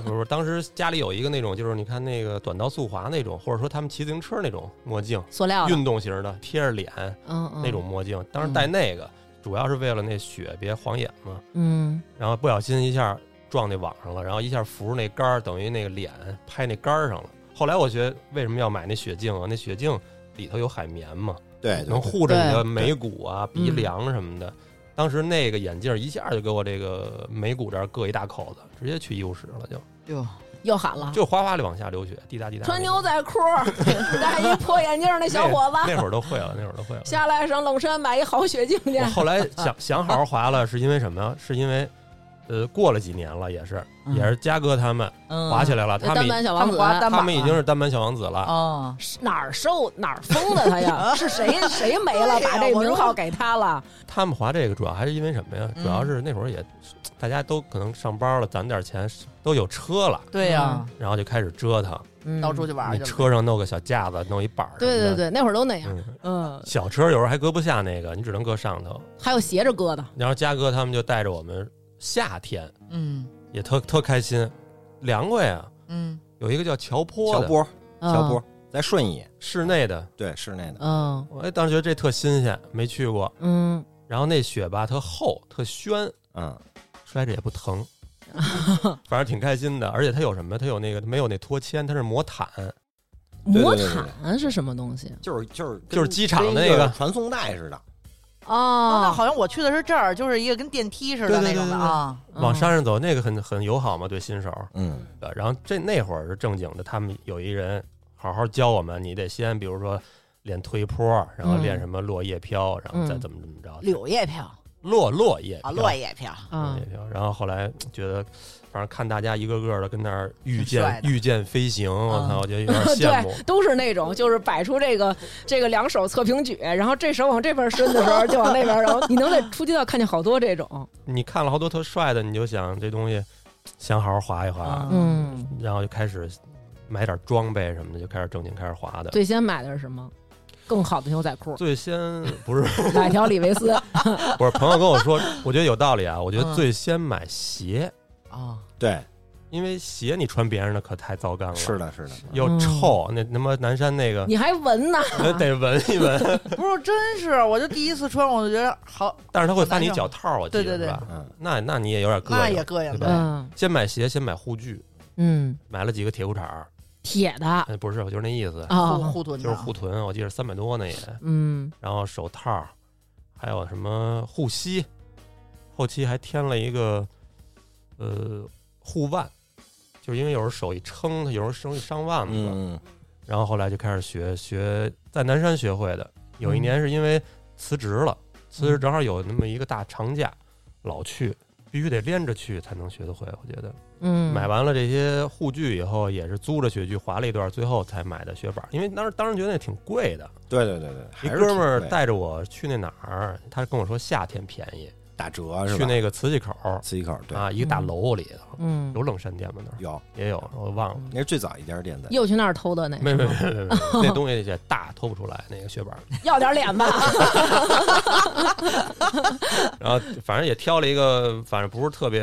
Speaker 2: 不是，当时家里有一个那种，就是你看那个短道速滑那种，或者说他们骑自行车那种墨镜，
Speaker 1: 塑料的，
Speaker 2: 运动型的，贴着脸
Speaker 1: 嗯啊嗯，
Speaker 2: 那种，墨镜。当时戴那个，主要是为了那雪别晃眼嘛。
Speaker 1: 嗯
Speaker 2: 然后不小心一下撞那网上了，然后一下扶着那杆儿，等于那个脸拍那杆儿上了。后来我觉得为什么要买那雪镜啊？那雪镜里头有海绵嘛，
Speaker 3: 对，对
Speaker 2: 能护着你
Speaker 1: 对嗯
Speaker 2: 的眉骨啊、
Speaker 1: 对
Speaker 2: 鼻梁什么的。当时那个眼镜一下就给我这个眉骨这儿割一大口子，直接去医务室了，
Speaker 1: 啊
Speaker 2: 就
Speaker 4: 哟，
Speaker 1: 又喊了，
Speaker 2: 就哗哗的往下流血，滴答滴答。
Speaker 1: 穿
Speaker 2: 那
Speaker 1: 牛
Speaker 2: 种
Speaker 1: 仔裤，
Speaker 2: <laughs>
Speaker 1: <laughs> 戴一破眼镜儿那小伙子，
Speaker 2: 那会儿都会了，那会儿都会
Speaker 1: <laughs>
Speaker 2: 了。
Speaker 1: 下来上冷山买一好雪镜去
Speaker 2: 我。后来想想好好滑了，是因为什么呀？是因为呃，过了几年了，也是
Speaker 4: 嗯
Speaker 2: 也是嘉哥他们滑
Speaker 1: 嗯
Speaker 4: 滑
Speaker 2: 起来了，他们
Speaker 1: 单
Speaker 2: 已
Speaker 1: 板小
Speaker 4: 他
Speaker 1: 王
Speaker 4: 们
Speaker 1: 子
Speaker 4: 滑单板
Speaker 2: 他们已经是单板小王子了。
Speaker 4: 哦，
Speaker 1: 是哪儿受哪儿疯的他呀？是谁谁没
Speaker 2: 哎
Speaker 1: 了，
Speaker 4: 对呀
Speaker 1: 把这名号给他了？
Speaker 2: 他们滑这个主要还是因为什么呀？主
Speaker 1: 嗯
Speaker 2: 要是那会儿也大家都可能上班了，攒点钱，都有车了。
Speaker 4: 对呀，
Speaker 2: 然后就开始折腾，
Speaker 1: 嗯
Speaker 4: 到处去玩
Speaker 2: 你
Speaker 4: 去了。
Speaker 2: 车上弄个小架子，弄一板儿。
Speaker 1: 对对，对，那会儿都那样。
Speaker 2: 嗯，
Speaker 1: 嗯，
Speaker 2: 小车有时候还搁不下那个，你只能搁上头。
Speaker 1: 还有斜着搁的，
Speaker 2: 然后嘉哥他们就带着我们，夏天
Speaker 4: 嗯
Speaker 2: 也特特开心，凉快呀。
Speaker 4: 嗯，
Speaker 2: 有一个叫乔坡
Speaker 3: 小
Speaker 2: 的，
Speaker 3: 波
Speaker 1: 嗯
Speaker 3: 小波，在顺义，
Speaker 2: 室内的，
Speaker 3: 对室内的，
Speaker 1: 嗯
Speaker 2: 我当时觉得这特新鲜，没去过。
Speaker 1: 嗯，
Speaker 2: 然后那雪吧特厚特宣，
Speaker 3: 嗯，
Speaker 2: 摔着也不
Speaker 1: <laughs>
Speaker 2: 疼，反正挺开心的。而且它有什么？它有那个没有那拖铅，它是磨毯，
Speaker 1: 哦
Speaker 3: 对对
Speaker 1: 魔
Speaker 3: 对对
Speaker 1: 毯是什么东西？
Speaker 3: 就是就是跟
Speaker 2: 就是机场
Speaker 3: 跟
Speaker 2: 那个
Speaker 3: 传送带似的，
Speaker 4: 哦，那
Speaker 1: 哦，
Speaker 4: 好像我去的是这儿，就是一个跟电梯似的那种的啊。
Speaker 2: 往山上走，那个很很友好嘛，对新手。
Speaker 3: 嗯，
Speaker 2: 呃然后这那会儿是正经的，他们有一人好好教我们，你得先比如说练推坡，然后练什么落叶飘，然后再
Speaker 1: 嗯
Speaker 2: 怎么怎么着，
Speaker 4: 柳叶飘
Speaker 2: 落落叶
Speaker 4: 啊，
Speaker 2: 飘
Speaker 4: 落叶飘，
Speaker 2: 落
Speaker 1: 啊
Speaker 2: 叶，飘。然后后来觉得，反正看大家一个个的跟那儿御
Speaker 4: 挺帅
Speaker 2: 剑
Speaker 4: 的
Speaker 2: 御剑飞行，我
Speaker 4: 嗯
Speaker 2: 操，我觉得有点羡慕。
Speaker 1: 对，都是那种就是摆出这个这个两手侧平举，然后这手往这边伸的时候就往那边，然后你能在出街道看见好多这种，
Speaker 2: 你看了好多特帅的，你就想这东西想好好滑一滑，
Speaker 4: 嗯
Speaker 1: 嗯，
Speaker 2: 然后就开始买点装备什么的，就开始正经开始滑的。
Speaker 1: 最先买的是什么？更好的牛仔裤，
Speaker 2: 最先不是
Speaker 1: 买条李维斯，
Speaker 2: <laughs> 不是朋友跟我说，我觉得有道理啊。我觉得
Speaker 4: 嗯
Speaker 2: 最先买鞋，
Speaker 4: 啊，
Speaker 1: 哦
Speaker 3: 对，
Speaker 2: 因为鞋你穿别人的可太糟糕了，
Speaker 3: 是的，是的，
Speaker 2: 又臭，
Speaker 4: 嗯
Speaker 2: 那他妈南山那个
Speaker 1: 你还闻呢？
Speaker 2: 得 <laughs> 得闻
Speaker 4: <laughs>
Speaker 2: 一闻，
Speaker 4: <laughs> 不是，真是，我就第一次穿，我就觉得好，
Speaker 2: 但是他会发你脚套，我记
Speaker 4: 对
Speaker 2: 得
Speaker 4: 对
Speaker 2: 是吧？
Speaker 3: 嗯，
Speaker 2: 那那你也有点膈应。
Speaker 4: 那也膈应
Speaker 2: 对
Speaker 4: 的。
Speaker 1: 嗯
Speaker 2: 先买鞋，先买护具，
Speaker 1: 嗯，
Speaker 2: 买了几个铁裤衩儿，
Speaker 1: 铁的啊
Speaker 2: 哎不是，我就是那意思，
Speaker 4: 护啊护臀的
Speaker 2: 就是护臀，我记得三百多呢也。
Speaker 1: 嗯
Speaker 2: 然后手套，还有什么护膝，后期还添了一个呃护腕，就是因为有时候手一撑，它有时候容易伤腕子。
Speaker 3: 嗯，
Speaker 2: 然后后来就开始学学在南山学会的。有一年是因为辞职了，辞职正好有那么一个大长假，老去必须得连着去才能学得会。我觉得
Speaker 1: 嗯，
Speaker 2: 买完了这些护具以后，也是租着雪具滑了一段，最后才买的雪板，因为当时当时觉得那挺贵的。
Speaker 3: 对对对对，
Speaker 2: 一
Speaker 3: 还是
Speaker 2: 哥们儿
Speaker 3: 挺贵
Speaker 2: 带着我去那哪儿，他跟我说夏天便宜，
Speaker 3: 打折是吧？
Speaker 2: 去那个瓷器口儿
Speaker 3: 磁器口对
Speaker 2: 啊，一个大楼里头，
Speaker 1: 嗯，
Speaker 2: 有冷山店吗？那儿
Speaker 3: 有，
Speaker 2: 也有，我忘了。
Speaker 3: 那是最早一家店的，
Speaker 1: 又去那儿偷的那，
Speaker 2: 没没没没没，那东西也大，脱不出来那个雪板儿。
Speaker 1: 要点脸吧？
Speaker 2: 然后反正也挑了一个，反正不是特别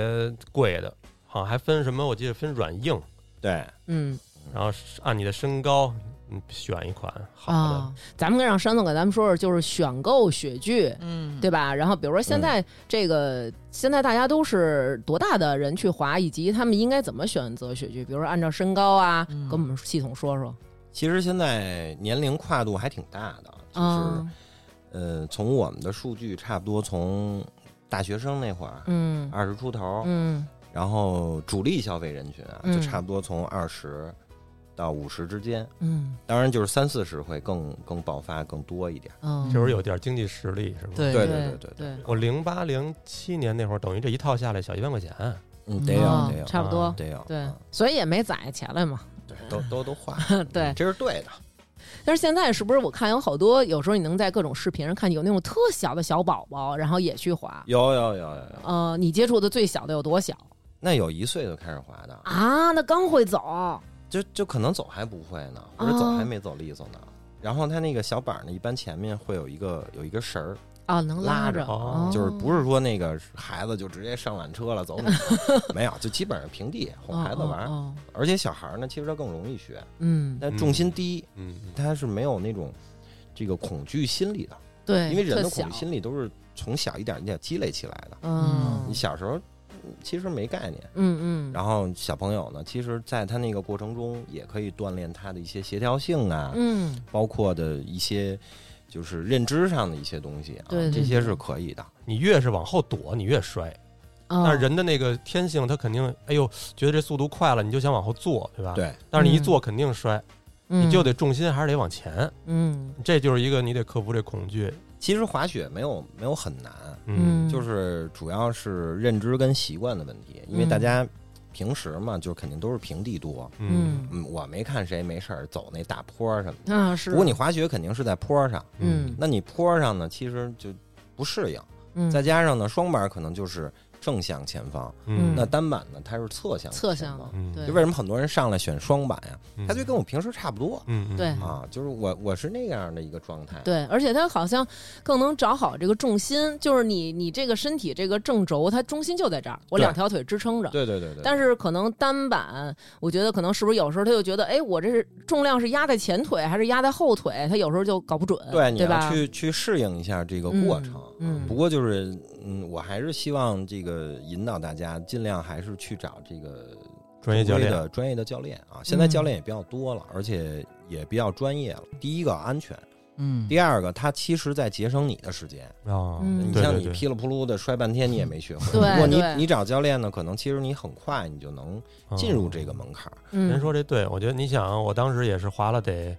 Speaker 2: 贵的，好像还分什么，我记得分软硬，
Speaker 3: 对，
Speaker 1: 嗯
Speaker 2: 然后是按你的身高，嗯，选一款好的。
Speaker 1: 啊，咱们让山总给咱们说说，就是选购雪具。
Speaker 4: 嗯，
Speaker 1: 对吧？然后比如说现在这个，现在大家都是多大的人去滑，以及他们应该怎么选择雪具？比如说按照身高啊，
Speaker 4: 嗯
Speaker 1: 跟我们系统说说。
Speaker 3: 其实现在年龄跨度还挺大的，就是
Speaker 1: 啊，
Speaker 3: 呃，从我们的数据差不多从大学生那会儿
Speaker 1: 嗯
Speaker 3: 二十出头，
Speaker 1: 嗯
Speaker 3: 然后主力消费人群啊，
Speaker 1: 嗯
Speaker 3: 就差不多从二十到五十之间，
Speaker 1: 嗯
Speaker 3: 当然就是三四十会更更爆发更多一点。
Speaker 1: 嗯，
Speaker 2: 就是有点经济实力，是吧？
Speaker 4: 对
Speaker 3: 对
Speaker 1: 对
Speaker 3: 对
Speaker 1: 对，
Speaker 2: 我零八零七年那会儿，等于这一套下来小一万块钱，
Speaker 3: 嗯，得有
Speaker 1: 啊
Speaker 3: 得有，
Speaker 1: 差不多。
Speaker 3: 得有，
Speaker 1: 对
Speaker 3: 嗯，
Speaker 1: 所以也没攒下钱来嘛。，
Speaker 3: 对， <laughs> 都都都花
Speaker 1: 对
Speaker 3: 嗯这是对的。
Speaker 1: 但是现在是不是我看有好多，有时候你能在各种视频上看有那种特小的小宝宝，然后也去滑。
Speaker 3: 有有有有有，
Speaker 1: 呃，你接触的最小的有多小
Speaker 3: 那有一岁就开始滑的，
Speaker 1: 啊？那刚会走，
Speaker 3: 就就可能走还不会呢，或者走
Speaker 1: 哦
Speaker 3: 还没走利索呢。然后他那个小板儿呢，一般前面会有一个有一个绳儿，
Speaker 1: 啊，能拉
Speaker 3: 拉
Speaker 1: 着，
Speaker 3: 着
Speaker 2: 哦
Speaker 3: 就是不是说那个孩子就直接上缆车了走你， <laughs> 没有，就基本上平地哄孩子玩
Speaker 1: 哦
Speaker 3: 儿。
Speaker 1: 哦哦
Speaker 3: 而且小孩儿呢，其实他更容易学，
Speaker 1: 嗯，
Speaker 3: 但重心低，
Speaker 2: 嗯，
Speaker 3: 他是没有那种这个恐惧心理的，
Speaker 1: 对，
Speaker 3: 因为人
Speaker 1: 特
Speaker 3: 的
Speaker 1: 小
Speaker 3: 恐惧心理都是从小一点一点积累起来的。
Speaker 1: 嗯
Speaker 3: 你小时候嗯其实没概念，
Speaker 1: 嗯嗯，
Speaker 3: 然后小朋友呢，其实在他那个过程中也可以锻炼他的一些协调性啊，
Speaker 1: 嗯
Speaker 3: 包括的一些就是认知上的一些东西啊，
Speaker 1: 对对
Speaker 3: 这些是可以的。
Speaker 2: 你越是往后躲，你越摔。
Speaker 1: 啊
Speaker 2: 那人的那个天性，他肯定，哎呦，觉得这速度快了，你就想往后坐，对吧？。
Speaker 3: 对，
Speaker 2: 但是你一坐肯定摔，你就得重心还是得往前，
Speaker 1: 嗯
Speaker 2: 这就是一个你得克服这恐惧。
Speaker 3: 其实滑雪没有没有很难，
Speaker 1: 嗯，
Speaker 3: 就是主要是认知跟习惯的问题，因为
Speaker 1: 嗯
Speaker 3: 大家平时嘛，就肯定都是平地多。
Speaker 2: 嗯
Speaker 1: 嗯
Speaker 3: 嗯，我没看谁没事儿走那大坡儿什么的。
Speaker 1: 啊是，
Speaker 3: 不过你滑雪肯定是在坡儿上，
Speaker 1: 嗯
Speaker 3: 那你坡儿上呢，其实就不适应。
Speaker 1: 嗯
Speaker 3: 再加上呢，双板可能就是正向前方，
Speaker 1: 嗯
Speaker 3: 那单板呢它是侧向
Speaker 1: 侧
Speaker 3: 前
Speaker 1: 向
Speaker 3: 方。
Speaker 2: 嗯
Speaker 1: 对
Speaker 3: 就为什么很多人上来选双板呀？
Speaker 2: 嗯
Speaker 3: 他就跟我平时差不多
Speaker 2: 嗯嗯
Speaker 1: 对
Speaker 2: 嗯
Speaker 3: 啊，就是我我是那样的一个状态。
Speaker 1: 对，而且他好像更能找好这个重心，就是你你这个身体这个正轴，它中心就在这儿，我
Speaker 3: 对
Speaker 1: 两条腿支撑着。
Speaker 3: 对对对对。
Speaker 1: 但是可能单板，我觉得可能是不是有时候他就觉得，哎，我这是重量是压在前腿还是压在后腿，他有时候就搞不准，
Speaker 3: 对，
Speaker 1: 对
Speaker 3: 你要
Speaker 1: 吧？
Speaker 3: 去去适应一下这个过程。啊
Speaker 1: 嗯嗯
Speaker 3: 不过就是，嗯，我还是希望这个引导大家尽量还是去找这个
Speaker 2: 专业教
Speaker 3: 正规
Speaker 2: 练，
Speaker 3: 的专业的教练啊。现在
Speaker 1: 嗯
Speaker 3: 教练也比较多了，而且也比较专业了。第一个安全，
Speaker 4: 嗯，
Speaker 3: 第二个它其实在节省你的时间。
Speaker 2: 啊，
Speaker 1: 嗯
Speaker 3: 你
Speaker 2: 对
Speaker 3: 像
Speaker 2: 对
Speaker 3: 你
Speaker 2: 对
Speaker 3: 噼里扑噜的摔半天，你也没学会。
Speaker 1: 对
Speaker 3: 如果
Speaker 1: 对
Speaker 3: 你你找教练呢，可能其实你很快你就能
Speaker 2: 啊
Speaker 3: 进入这个门槛儿。
Speaker 1: 嗯，
Speaker 2: 您说这对，我觉得你想，我当时也是滑了得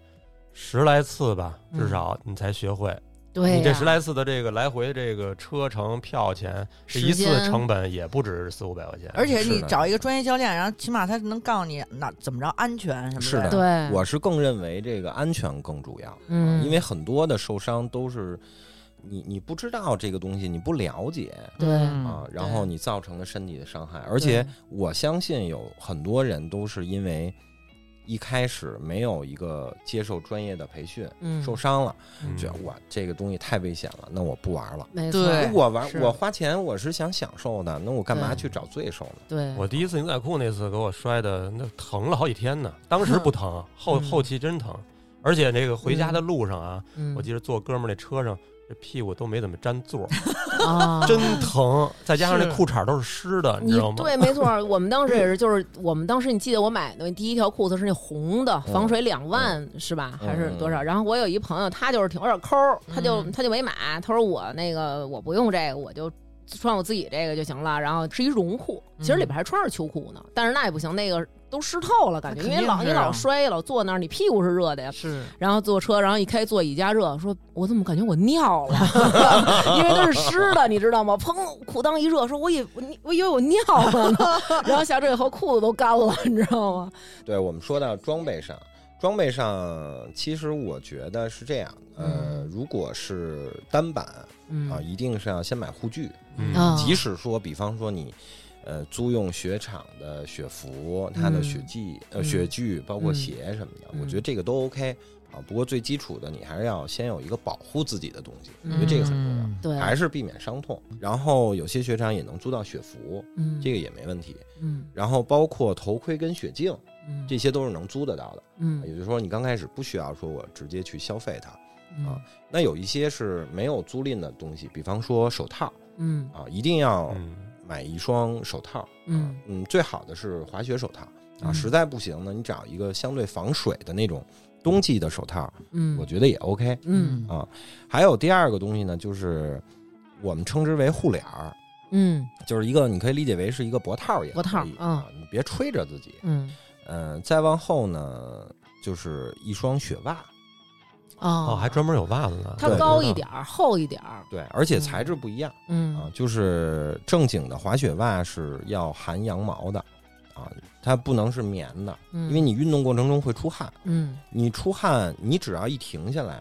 Speaker 2: 十来次吧，
Speaker 1: 嗯
Speaker 2: 至少你才学会。
Speaker 1: 对呀、
Speaker 2: 你这十来次的这个来回这个车程、票钱，这
Speaker 1: 时
Speaker 2: 一次
Speaker 1: 间
Speaker 2: 成本也不止四五百块钱。
Speaker 4: 而且
Speaker 3: 是
Speaker 4: 你
Speaker 3: 的
Speaker 4: 找一个专业教练，然后起码他能告诉你哪怎么着安全什
Speaker 3: 是
Speaker 4: 么
Speaker 3: 的
Speaker 4: 的。
Speaker 2: 哦
Speaker 1: 对，
Speaker 3: 我是更认为这个安全更主要。
Speaker 1: 嗯，
Speaker 3: 因为很多的受伤都是你你不知道这个东西，你不了解
Speaker 1: 对
Speaker 3: 啊，然
Speaker 1: 嗯对
Speaker 3: 后你造成了身体的伤害。而且
Speaker 1: 对
Speaker 3: 我相信有很多人都是因为一开始没有一个接受专业的培训，
Speaker 1: 嗯
Speaker 3: 受伤了，
Speaker 2: 嗯
Speaker 3: 觉得哇这个东西太危险了，那我不玩了。
Speaker 1: 没错，
Speaker 4: 对
Speaker 3: 如果玩
Speaker 4: 是
Speaker 3: 我花钱，我是想享受的，那我干嘛
Speaker 1: 哎对
Speaker 3: 去找罪受呢？
Speaker 1: 对，
Speaker 2: 我第一次牛仔裤那次给我摔的，那疼了好几天呢。当时不疼，后
Speaker 1: 嗯
Speaker 2: 后期真疼。而且那个回家的路上啊，
Speaker 1: 嗯
Speaker 2: 我记得坐哥们儿那车上，这屁股都没怎么沾座，
Speaker 1: <laughs>
Speaker 3: <laughs>
Speaker 1: 啊，
Speaker 2: 真疼。再加上那
Speaker 4: 是
Speaker 2: 裤衩都是湿的，你
Speaker 1: 你
Speaker 2: 知道吗？
Speaker 1: 对，没错儿，我们当时也
Speaker 4: <laughs>
Speaker 1: 是，就是我们当时，你记得我买的第一条裤子是那红的，
Speaker 4: 嗯
Speaker 1: 防水两万、是吧？还是多少？然后我有一朋友，他就是挺有点抠儿，他就、
Speaker 4: 嗯
Speaker 1: 他就没买，他说我那个我不用这个，我就。穿我自己这个就行了，然后是一绒裤，其实里边还穿着秋裤呢，但是那也不行，那个都湿透了，感觉，
Speaker 4: 嗯那肯
Speaker 1: 因为
Speaker 4: 定
Speaker 1: 老
Speaker 4: 是
Speaker 1: 你
Speaker 4: 啊
Speaker 1: 老摔，老坐那儿，你屁股是热的呀。
Speaker 4: 是
Speaker 1: 然后坐车，然后一开座椅加热，说我怎么感觉我尿了， <laughs> 因为都是湿的，你知道吗？砰，裤裆一热，说我以我你我以为我尿了呢， <laughs> 然后下车以后裤子都干了，你知道吗？
Speaker 3: 对我们说到装备上，装备上其实我觉得是这样，呃，如果是单板
Speaker 1: 嗯
Speaker 3: 啊，一定是要先买护具，
Speaker 2: 嗯
Speaker 1: 啊
Speaker 3: 即使说，比方说你。呃，租用雪场的雪服，它的
Speaker 1: 嗯
Speaker 3: 雪具、呃
Speaker 1: 嗯
Speaker 3: 雪具，包括
Speaker 1: 嗯
Speaker 3: 鞋什么的，我
Speaker 1: 嗯
Speaker 3: 觉得这个都 OK 啊。不过最基础的，你还是要先有一个保护自己的东西，我觉得这个很重要。
Speaker 1: 嗯对，
Speaker 3: 还是避免伤痛。然后有些雪场也能租到雪服，
Speaker 1: 嗯
Speaker 3: 这个也没问题。
Speaker 1: 嗯
Speaker 3: 然后包括头盔跟雪镜，
Speaker 1: 嗯
Speaker 3: 这些都是能租得到的。
Speaker 1: 嗯
Speaker 3: 也就是说，你刚开始不需要说我直接去消费它。
Speaker 1: 嗯
Speaker 3: 那有一些是没有租赁的东西，比方说手套
Speaker 1: 嗯
Speaker 3: 啊，一定要
Speaker 1: 哦
Speaker 2: 嗯
Speaker 3: 买一双手套。啊
Speaker 1: 嗯
Speaker 3: 嗯，最好的是滑雪手套啊，
Speaker 1: 嗯
Speaker 3: 实在不行呢，你找一个相对防水的那种冬季的手套，
Speaker 1: 嗯，
Speaker 3: 我觉得也 OK。
Speaker 1: 嗯
Speaker 3: 啊还有第二个东西呢，就是我们称之为护脸儿。
Speaker 1: 嗯
Speaker 3: 就是一个你可以理解为是一个脖套儿也可
Speaker 1: 脖
Speaker 3: 以
Speaker 1: 套儿
Speaker 3: 啊，你别吹着自己。
Speaker 1: 嗯
Speaker 3: 嗯、再往后呢，就是一双雪袜，
Speaker 1: 哦
Speaker 2: 哦，还专门有袜子呢，
Speaker 1: 它
Speaker 3: 对
Speaker 1: 高一点儿，厚一点儿，
Speaker 3: 对，而且材质不一样、啊
Speaker 1: 嗯，
Speaker 3: 就是正经的滑雪袜是要含羊毛的啊，它不能是棉的，
Speaker 1: 嗯，
Speaker 3: 因为你运动过程中会出汗，
Speaker 1: 嗯
Speaker 3: 你出汗，你只要一停下来，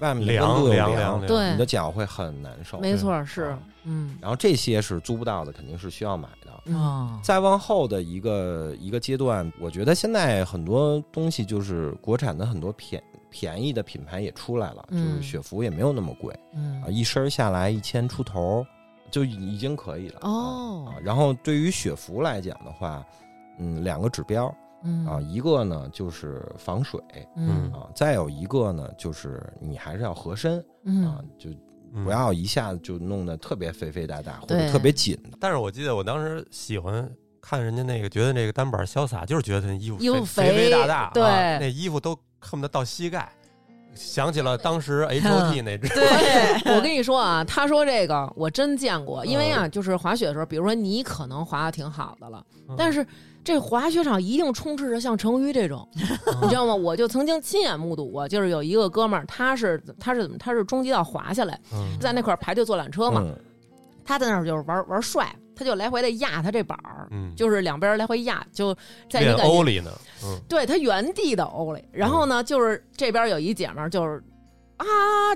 Speaker 3: 外面的温
Speaker 2: 凉
Speaker 3: 度又
Speaker 2: 凉凉，凉
Speaker 1: 对
Speaker 3: 你的脚会很难受。
Speaker 1: 没错儿是嗯
Speaker 3: 然后这些是租不到的，肯定是需要买的。
Speaker 1: 啊
Speaker 4: 啊，
Speaker 3: 再往后的一个一个阶段，我觉得现在很多东西就是国产的很多便便宜的品牌也出来了，就
Speaker 1: 嗯
Speaker 3: 是雪服也没有那么贵
Speaker 1: 嗯
Speaker 3: 啊，一身儿下来一千出头儿就已经可以了啊
Speaker 1: 哦
Speaker 3: 啊然后对于雪服来讲的话，嗯，两个指标
Speaker 1: 嗯
Speaker 3: 啊，一个呢就是防水
Speaker 1: 嗯
Speaker 3: 啊，再有一个呢就是你还是要合身啊
Speaker 1: 嗯，
Speaker 3: 就
Speaker 2: 嗯
Speaker 3: 不要一下子就弄得特别肥肥大大或者
Speaker 1: 对
Speaker 3: 特别紧的。
Speaker 2: 但是我记得我当时喜欢看人家那个，觉得那个单板潇洒，就是觉得那衣服
Speaker 1: 衣服
Speaker 2: 肥
Speaker 1: 肥
Speaker 2: 大大，
Speaker 1: 对
Speaker 2: 啊那衣服都恨不得到膝盖。想起了当
Speaker 1: <laughs>
Speaker 2: 时 H O T <laughs> 那只，
Speaker 1: 对， <laughs> 我跟你说啊，他说这个我真见过，
Speaker 2: 嗯
Speaker 1: 因为啊，就是滑雪的时候，比如说你可能滑的挺好的了，
Speaker 2: 嗯
Speaker 1: 但是这滑雪场一定充斥着像成瑜这
Speaker 2: 嗯
Speaker 1: 种，你知道吗？我就曾经亲眼目睹过，就是有一个哥们儿，他是他是怎么，他是中级道滑下来，
Speaker 2: 嗯
Speaker 1: 在那块儿排队坐缆车嘛，
Speaker 3: 嗯
Speaker 1: 他在那儿就是玩玩帅，他就来回的压他这板儿，
Speaker 2: 嗯，
Speaker 1: 就是两边儿来回压，就在你
Speaker 2: 练
Speaker 1: 感觉
Speaker 2: 欧里呢，嗯，
Speaker 1: 对他原地的欧里，然后呢，就是这边有一姐们儿，就是啊，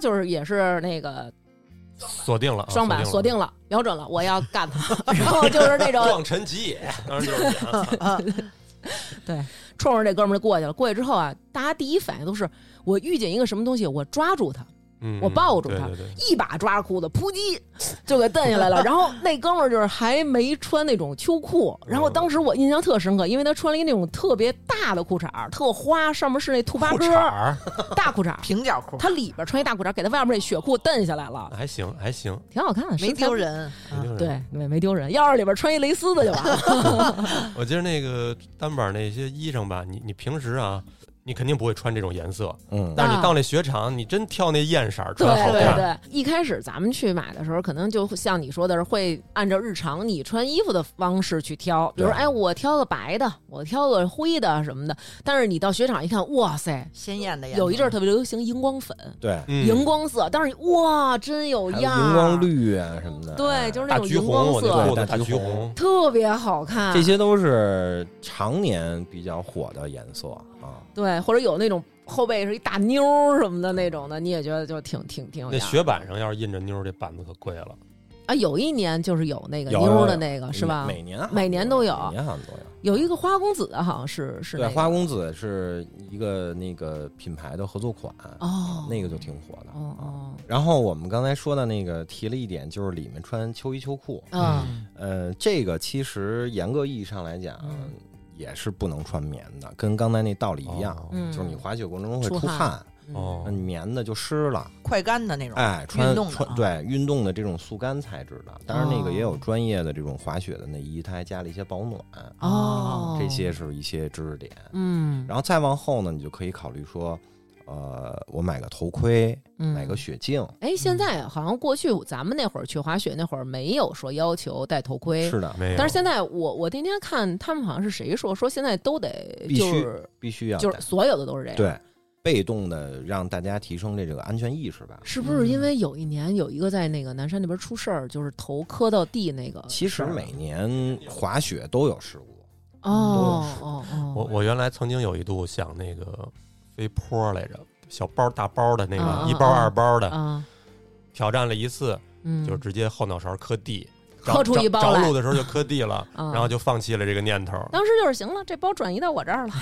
Speaker 1: 就是也是那个
Speaker 2: 锁定了啊
Speaker 1: 双板锁定
Speaker 2: 了，
Speaker 1: 了，瞄准了，我要干
Speaker 2: <laughs>
Speaker 1: 他，然后就是那种
Speaker 2: 撞陈吉野，当时就是啊
Speaker 4: 嗯
Speaker 2: 操
Speaker 1: 冲着这哥们儿就过去了。过去之后啊，大家第一反应都是我遇见一个什么东西，我抓住他，
Speaker 2: <laughs> 嗯
Speaker 1: 我抱住他
Speaker 2: 对对对
Speaker 1: 一把抓裤子，扑叽就给蹬下来
Speaker 2: <laughs>
Speaker 1: 了。然后那哥们儿就是还没穿那种秋裤，然后当时我印象特深刻，因为他穿了一那种特别大的裤衩儿，特花，上面是那兔八
Speaker 2: 裤
Speaker 1: 哥
Speaker 2: 衩儿
Speaker 1: 大裤衩儿。
Speaker 4: 平角裤
Speaker 1: 他里边穿一大裤衩，给他外面这雪裤蹬下来了，
Speaker 2: 还行还行，
Speaker 1: 挺好看的，
Speaker 4: 没
Speaker 1: 身材
Speaker 4: 丢人，啊
Speaker 2: 肯定是。
Speaker 1: 啊对对，没丢人。要是里边穿一蕾丝的就完了。
Speaker 2: 我记得那个单板那些衣裳吧，你你平时啊，你肯定不会穿这种颜色，
Speaker 3: 嗯，
Speaker 2: 但是你到那雪场，你真挑那艳色儿
Speaker 1: 啊对
Speaker 2: 穿好
Speaker 1: 对
Speaker 2: 看，
Speaker 1: 对，一开始咱们去买的时候，可能就像你说的是，会按照日常你穿衣服的方式去挑，比如
Speaker 3: 对
Speaker 1: 哎，我挑个白的，我挑个灰的什么的。但是你到雪场一看，哇塞，
Speaker 4: 鲜艳的颜色，
Speaker 1: 有一阵儿特别流行荧光粉、
Speaker 3: 对，
Speaker 2: 嗯
Speaker 1: 荧光色，当时哇，真有
Speaker 3: 还有
Speaker 1: 样儿，
Speaker 3: 荧光绿啊什么的，
Speaker 1: 对，
Speaker 3: 哎
Speaker 1: 就是那
Speaker 2: 大
Speaker 1: 种
Speaker 2: 橘
Speaker 1: 荧
Speaker 2: 红，
Speaker 1: 光
Speaker 2: 我那
Speaker 1: 色，
Speaker 2: 裤子
Speaker 3: 对
Speaker 2: 大橘
Speaker 3: 大橘
Speaker 2: 红
Speaker 3: 红，
Speaker 1: 特别好看。
Speaker 3: 这些都是常年比较火的颜色啊。
Speaker 1: 对，或者有那种后背是一大妞儿什么的那种的，你也觉得就挺挺挺有
Speaker 2: 那
Speaker 1: 样儿
Speaker 2: 雪板上要是印着妞儿，这板子可贵了。
Speaker 1: 啊。有一年就是有那个
Speaker 3: 有嗯
Speaker 1: 妞儿的
Speaker 3: 有
Speaker 1: 那个是吧？
Speaker 3: 每年好像
Speaker 1: 每年都有
Speaker 3: 每年好像都有。
Speaker 1: 有一个花公子啊好像是是
Speaker 3: 对，
Speaker 1: 那个
Speaker 3: 花公子是一个那个品牌的合作款，
Speaker 1: 哦，
Speaker 3: 那个就挺火的。
Speaker 1: 哦哦
Speaker 3: 然后我们刚才说的那个提了一点，就是里面穿秋衣秋裤，
Speaker 4: 啊
Speaker 1: 嗯
Speaker 3: 呃，这个其实严格意义上来讲。
Speaker 1: 嗯
Speaker 3: 也是不能穿棉的，跟刚才那道理一样，
Speaker 2: 哦
Speaker 1: 嗯
Speaker 3: 就是你滑雪过程中会
Speaker 1: 出
Speaker 3: 出
Speaker 1: 汗
Speaker 3: 汗，
Speaker 1: 嗯
Speaker 2: 哦
Speaker 3: 那，棉的就湿了，
Speaker 4: 快干的那种，
Speaker 3: 哎，穿
Speaker 4: 运动的啊
Speaker 3: 穿对运动的这种速干材质的，当然那个也有专业的这种滑雪的内衣，它还加了一些保暖，
Speaker 1: 哦
Speaker 3: 啊这些是一些知识点。
Speaker 1: 嗯
Speaker 3: 然后再往后呢，你就可以考虑说，呃，我买个头盔，
Speaker 1: 嗯
Speaker 3: 买个雪镜，
Speaker 1: 哎，现在好像过去咱们那会儿去滑雪那会儿没有说要求戴头盔，
Speaker 3: 是的，
Speaker 2: 没有。
Speaker 1: 但是现在我我那天看他们好像是谁说说现在都得
Speaker 3: 必
Speaker 1: 就
Speaker 3: 须
Speaker 1: 是
Speaker 3: 必须要
Speaker 1: 就
Speaker 3: 戴
Speaker 1: 是所有的都是这样，，
Speaker 3: 对，被动的让大家提升这这个安全意识吧。
Speaker 1: 是不是因为有一年有一个在那个南山那边出事儿，就是头磕到地那个
Speaker 3: 其
Speaker 1: 事
Speaker 3: 实
Speaker 1: 儿啊
Speaker 3: 每年滑雪都有事故，
Speaker 1: 哦哦哦，
Speaker 2: 我我原来曾经有一度想那个飞坡来着，小包大包的那
Speaker 1: 啊啊
Speaker 2: 个一包
Speaker 1: 啊
Speaker 2: 二包的，
Speaker 1: 啊
Speaker 2: 挑战了一次，
Speaker 1: 嗯
Speaker 2: 就直接后脑勺磕地，
Speaker 1: 磕
Speaker 2: 着
Speaker 1: 出一包
Speaker 2: 着
Speaker 1: 来
Speaker 2: 着陆的时候就磕地了，
Speaker 1: 啊
Speaker 2: <laughs> 然后就放弃了这个念头。
Speaker 1: 当时就是行了，这包转移到我这儿 <laughs> 了，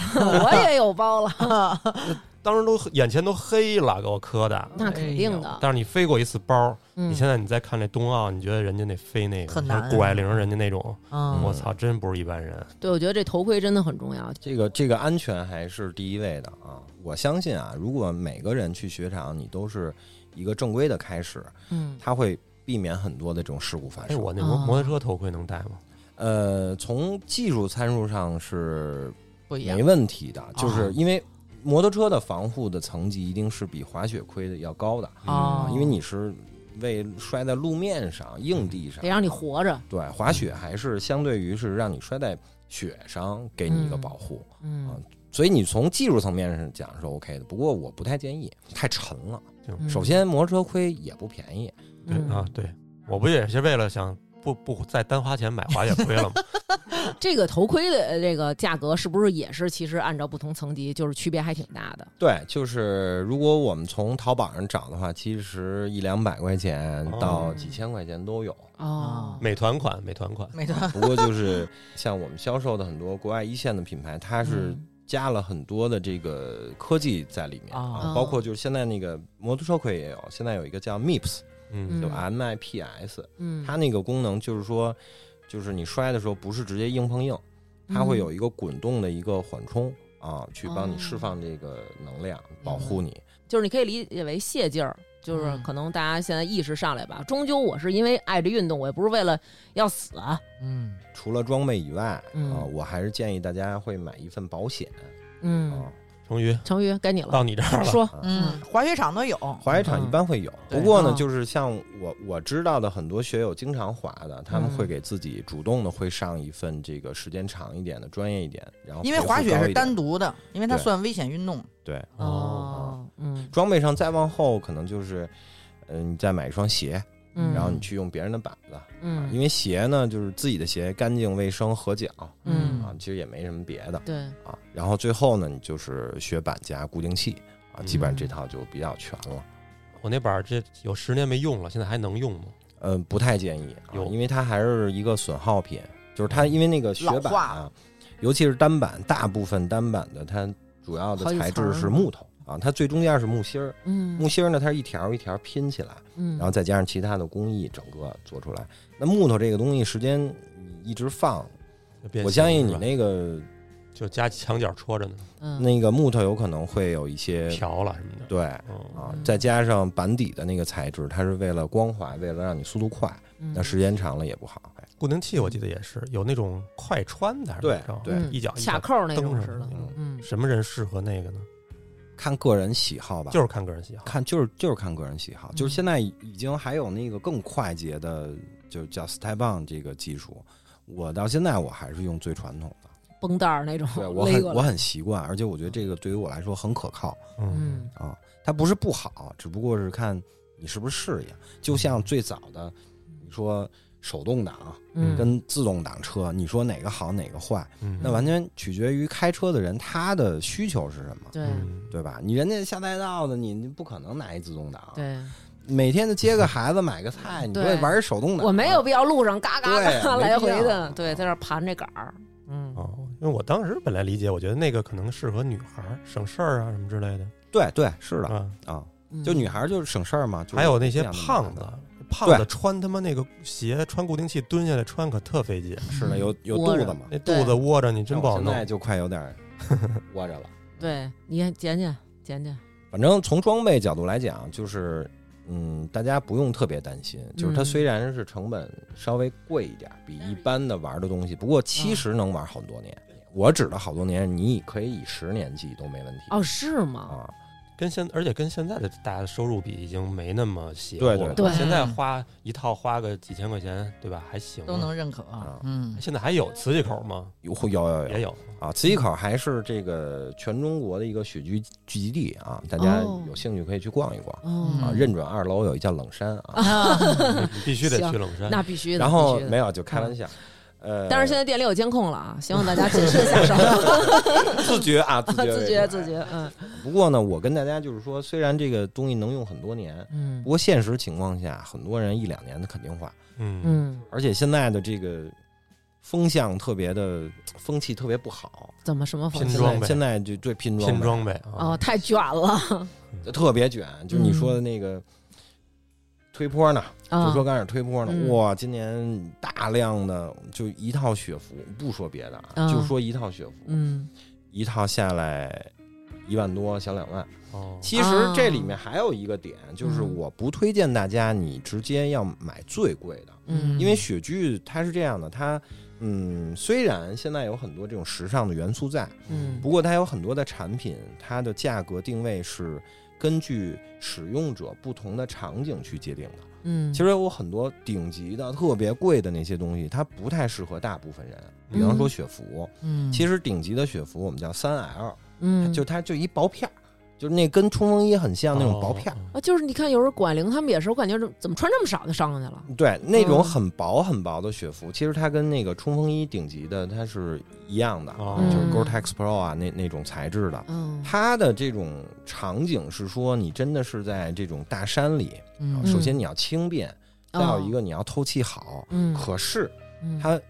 Speaker 1: 我也有包了， <laughs>
Speaker 2: 当时都眼前都黑了，给我磕的。
Speaker 1: 那
Speaker 3: 哎
Speaker 1: 肯定的。
Speaker 2: 但是你飞过一次包，
Speaker 1: 嗯
Speaker 2: 你现在你再看那冬奥，你觉得人家那飞那个
Speaker 4: 很难啊
Speaker 2: 像谷爱凌人家那种，
Speaker 4: 嗯
Speaker 2: 我操，真不是一般人。
Speaker 1: 对，我觉得这头盔真的很重要。
Speaker 3: 这个这个安全还是第一位的啊！我相信啊，如果每个人去雪场，你都是一个正规的开始，
Speaker 1: 嗯，
Speaker 3: 它会避免很多的这种事故发
Speaker 2: 哎，
Speaker 3: 生。
Speaker 2: 我那摩
Speaker 1: 啊
Speaker 2: 摩托车头盔能戴吗？
Speaker 3: 呃，从技术参数上是
Speaker 4: 不一样
Speaker 3: 没，问题的，就是因为摩托车的防护的层级一定是比滑雪盔的要高的，
Speaker 1: 哦
Speaker 3: 因为你是为摔在路面上、硬地上
Speaker 1: 得，让你活着。
Speaker 3: 对，滑雪还是相对于是让你摔在雪上，给你一个保护。
Speaker 1: 嗯
Speaker 3: 啊所以你从技术层面上讲是 OK 的，不过我不太建议，太沉了。
Speaker 1: 嗯
Speaker 3: 首先，摩托车盔也不便宜，
Speaker 2: 对
Speaker 1: 嗯
Speaker 2: 啊，对，我不也是为了想不不再单花钱买滑雪盔了吗？
Speaker 1: 这个头盔的呃这个价格是不是也是其实按照不同层级就是区别还挺大的？
Speaker 3: 对，就是如果我们从淘宝上找的话，其实一两百块钱
Speaker 2: 哦
Speaker 3: 到几千块钱都有。
Speaker 1: 哦，
Speaker 2: 美团款，美团款。
Speaker 4: 没错，
Speaker 3: 不过就是像我们销售的很多国外一线的品牌，它是
Speaker 1: 嗯
Speaker 3: 加了很多的这个科技在里面
Speaker 1: 哦
Speaker 3: 啊，包括就是现在那个摩托车盔也有，现在有一个叫 MIPS，
Speaker 2: 嗯，
Speaker 3: 就
Speaker 1: 嗯
Speaker 3: M I P S，
Speaker 1: 嗯，
Speaker 3: 它那个功能就是说，就是你摔的时候不是直接硬碰硬，
Speaker 1: 嗯
Speaker 3: 它会
Speaker 4: 嗯
Speaker 3: 有一个滚动的一个缓冲啊，去帮你释
Speaker 4: 哦
Speaker 3: 放这个能量，保护你。
Speaker 1: 就是你可以理解为泄劲儿，就是
Speaker 4: 嗯
Speaker 1: 可能大家现在意识上来吧。终究我是因为爱这运动，我也不是为了要死啊。
Speaker 4: 嗯，
Speaker 3: 除了装备以外啊，
Speaker 1: 嗯
Speaker 3: 我还是建议大家会买一份保险
Speaker 1: 嗯
Speaker 3: 啊，。
Speaker 2: 成宇
Speaker 1: 成宇该你了，
Speaker 2: 到你这儿了，
Speaker 1: 嗯说，
Speaker 4: 嗯，滑雪场都有，
Speaker 3: 滑雪场一般会有，
Speaker 4: 嗯
Speaker 3: 不过
Speaker 1: 对嗯
Speaker 3: 呢，就是像我我知道的很多学友经常滑的，他们
Speaker 1: 嗯
Speaker 3: 会给自己主动的会上一份这个时间长一点的、专业一点，然后
Speaker 4: 因为
Speaker 3: 赔付
Speaker 4: 滑雪
Speaker 3: 高一
Speaker 4: 是
Speaker 3: 点
Speaker 4: 单独的，因为它
Speaker 3: 对嗯
Speaker 4: 算危险运动。
Speaker 3: 对
Speaker 1: 哦，嗯
Speaker 3: 装备上再往后可能就是，呃，你再买一双鞋，
Speaker 1: 嗯，
Speaker 3: 然后你去用别人的板子，
Speaker 1: 嗯，
Speaker 3: 因为鞋呢，就是自己的鞋干净卫生合脚啊，
Speaker 1: 嗯
Speaker 3: 其实也没什么别的
Speaker 1: 对，
Speaker 3: 啊。然后最后呢，你就是雪板加固定器啊，
Speaker 2: 嗯
Speaker 3: 基本上这套就比较全了。
Speaker 2: 我那板儿这有十年没用了，现在还能用吗？
Speaker 3: 嗯、不太建议、啊
Speaker 2: 有，
Speaker 3: 因为它还是一个损耗品，就是它因为那个雪
Speaker 4: 老
Speaker 3: 板
Speaker 4: 化
Speaker 3: 啊，尤其是单板，大部分单板的它主
Speaker 1: 好
Speaker 3: 要
Speaker 1: 几
Speaker 3: 的材
Speaker 1: 层
Speaker 3: 质是木头啊，它最中间是木芯儿，
Speaker 1: 嗯
Speaker 3: 木芯儿呢它是一条一条拼起来。
Speaker 1: 嗯，
Speaker 3: 然后再加上其他的工艺，整个做出来。那木头这个东西，时间你一直放，
Speaker 2: 就变
Speaker 3: 我相信
Speaker 2: 形
Speaker 3: 你
Speaker 2: 是吧
Speaker 3: 那个
Speaker 2: 就加墙角戳着呢，
Speaker 1: 嗯
Speaker 3: 那个木头有可能会有一些
Speaker 2: 瓢了什么的。
Speaker 3: 对
Speaker 2: 嗯，
Speaker 3: 啊
Speaker 1: 嗯，
Speaker 3: 再加上板底的那个材质，它是为了光滑，为了让你速度快，
Speaker 1: 嗯
Speaker 3: 那时间长了也不好。哎
Speaker 2: 固定器我记得也是有那种快穿的，还是
Speaker 3: 对
Speaker 2: 怎么着
Speaker 3: 对
Speaker 1: 嗯
Speaker 2: 一脚一
Speaker 1: 卡
Speaker 2: 脚。
Speaker 1: 扣那
Speaker 2: 蹬
Speaker 1: 种
Speaker 2: 上
Speaker 1: 似的
Speaker 2: 去，
Speaker 3: 嗯
Speaker 1: 嗯
Speaker 2: 什么人适合那个呢？
Speaker 3: 看个人喜好吧，
Speaker 2: 就是看个人喜好。
Speaker 3: 啊看就是就是看个人喜好，就是
Speaker 1: 嗯
Speaker 3: 现在已经还有那个更快捷的，就叫 step on 这个技术。我到现在我还是用最传统
Speaker 1: <laughs>
Speaker 3: 的，
Speaker 1: 绷带儿那种
Speaker 3: 对我
Speaker 1: 勒
Speaker 3: 很
Speaker 1: 过
Speaker 3: 我
Speaker 1: 来，
Speaker 3: 很习惯，而且我觉得这个对于我来说很可靠。
Speaker 2: 嗯，
Speaker 1: 嗯
Speaker 3: 啊，它不是不好，只不过是看你是不是适应。就像最早的，你说手动挡
Speaker 1: 嗯，
Speaker 3: 跟自动挡车，你说哪个好哪个坏，
Speaker 2: 嗯
Speaker 3: 那完全取决于开车的人他的需求是什么，
Speaker 1: 对
Speaker 2: 嗯
Speaker 3: 对吧？你人家下赛道的，你你不可能拿一自动挡，
Speaker 1: 对，
Speaker 3: 每天的接个孩子买个菜，你不
Speaker 1: 对
Speaker 3: 会玩一手动挡，
Speaker 1: 我没有。必要路上嘎嘎
Speaker 3: 嗯对
Speaker 1: 嘎
Speaker 3: 没
Speaker 1: 来
Speaker 3: 必
Speaker 1: 回
Speaker 3: 要
Speaker 1: 的，对，在那儿盘这杆儿，嗯
Speaker 2: 哦，因为我当时本来理解，我觉得那个可能适合女孩儿，省事儿啊什么之类的
Speaker 3: 对对，是的
Speaker 2: 啊。
Speaker 3: 啊，
Speaker 1: 嗯
Speaker 3: 就女孩就是省事儿嘛。就是
Speaker 2: 还有那
Speaker 3: 这
Speaker 2: 些
Speaker 3: 样的
Speaker 2: 胖
Speaker 3: 麻
Speaker 2: 子
Speaker 3: 烦，，
Speaker 2: 胖子穿他妈那个鞋，穿固定器蹲下来穿可特费劲，
Speaker 3: 是的，有有
Speaker 1: 窝
Speaker 3: 肚
Speaker 1: 着
Speaker 3: 子嘛，
Speaker 2: 那肚子窝着你真
Speaker 3: 啊像
Speaker 2: 不
Speaker 3: 我
Speaker 2: 好
Speaker 3: 现
Speaker 2: 弄
Speaker 3: 在。就快有点
Speaker 2: <laughs>
Speaker 3: 儿窝着了。
Speaker 1: 对，你看捡捡捡捡，
Speaker 3: 反正从装备角度来讲，就是嗯，大家不用特别担心，就是它
Speaker 1: 嗯
Speaker 3: 虽然是成本稍微贵一点，比一般的玩的东西，不过其实能玩好多年。我指的好多年，你可以以十年计都没问题
Speaker 1: 哦哦，是吗？
Speaker 3: 啊。
Speaker 2: 跟现而且跟现在的大家的收入比，已经没那么邪乎
Speaker 3: 对
Speaker 2: 了。
Speaker 3: 对
Speaker 1: 对
Speaker 2: 现在花一套花个几千块钱，对吧？还行啊，
Speaker 4: 都能认可
Speaker 3: 啊。
Speaker 4: 嗯， <laughs>
Speaker 2: 现在还有瓷器口吗？
Speaker 3: 有有有 <laughs>
Speaker 2: 也有，
Speaker 3: 啊，慈禧口还是这个全中国的一个雪具聚集地啊，大家
Speaker 1: 哦
Speaker 3: 有兴趣可以去逛一逛、啊。
Speaker 1: 哦，
Speaker 3: 认准二楼有一叫冷山
Speaker 1: <laughs>
Speaker 3: 啊，
Speaker 2: 嗯你必须得
Speaker 1: 行
Speaker 2: 去冷
Speaker 1: <laughs>
Speaker 2: 山。
Speaker 1: 那必须的。
Speaker 3: 然后
Speaker 1: 必须的
Speaker 3: 没有就开玩笑，
Speaker 1: 嗯
Speaker 3: 呃，
Speaker 1: 但是现在店里有监控了啊，希望大家谨慎下
Speaker 3: <laughs>
Speaker 1: 手，
Speaker 3: 在自觉啊，自
Speaker 1: <laughs>
Speaker 3: 觉
Speaker 1: 自
Speaker 3: 为
Speaker 1: 觉
Speaker 3: 主
Speaker 1: 自。觉。嗯
Speaker 3: 不过呢，我跟大家就是说，虽然这个东西能用很多年，
Speaker 1: 嗯
Speaker 3: 不过现实情况下，很多人一两年他肯定坏，
Speaker 2: 嗯，
Speaker 1: 嗯，
Speaker 3: 而且现在的这个风向特别的风气特别不好，
Speaker 1: 怎么什么方
Speaker 2: 拼
Speaker 1: 式？
Speaker 3: 现
Speaker 2: 装
Speaker 3: 在
Speaker 2: 呗
Speaker 3: 现在就对拼装
Speaker 2: 拼
Speaker 3: 呗
Speaker 2: 装呗啊
Speaker 1: 哦，，太卷
Speaker 3: <laughs>
Speaker 1: 了
Speaker 3: 特别卷，就是你
Speaker 1: 嗯
Speaker 3: 说的那个推坡呢，就
Speaker 1: 啊
Speaker 3: 说！刚开始推坡呢，
Speaker 1: 嗯
Speaker 3: 哇，今年大量的就一套雪服，不说别的啊，
Speaker 1: 嗯
Speaker 3: 就说一套雪服，
Speaker 1: 嗯，
Speaker 3: 一套下来一万多，小两万。
Speaker 2: 哦
Speaker 3: 其实这里面还有一个点，就是
Speaker 1: 啊嗯
Speaker 3: 我不推荐大家你直接要买最贵的，
Speaker 1: 嗯
Speaker 3: 因为雪具它是这样的，它嗯，虽然现在有很多这种时尚的元素在，
Speaker 1: 嗯
Speaker 3: 不过它有很多的产品，它的价格定位是根据使用者不同的场景去界定的。
Speaker 1: 嗯，
Speaker 3: 其实有很多顶级的、特别贵的那些东西，它不太适合大部分人。比
Speaker 1: 嗯
Speaker 3: 方说雪服，
Speaker 4: 嗯，
Speaker 3: 其实顶级的雪服我们叫三 L，、
Speaker 1: 嗯
Speaker 3: 就它就一薄片儿，就是那跟冲锋衣很像那种薄片儿。
Speaker 2: 哦
Speaker 1: 啊，就是你看，有时候管凌他们也是，我感觉怎么怎么穿这么少就上去了？
Speaker 3: 对，那种
Speaker 1: 嗯
Speaker 3: 很薄很薄的雪服，其实它跟那个冲锋衣顶级的它是一样的，
Speaker 2: 哦
Speaker 3: 就是
Speaker 1: 嗯
Speaker 3: Gore-Tex Pro 啊那那种材质的。
Speaker 1: 嗯，
Speaker 3: 它的这种场景是说，你真的是在这种大山里，啊
Speaker 4: 嗯
Speaker 3: 首先你要轻便，再有一
Speaker 1: 个，
Speaker 3: 个你要透气好。
Speaker 1: 哦嗯，
Speaker 3: 可是
Speaker 1: 嗯
Speaker 3: 它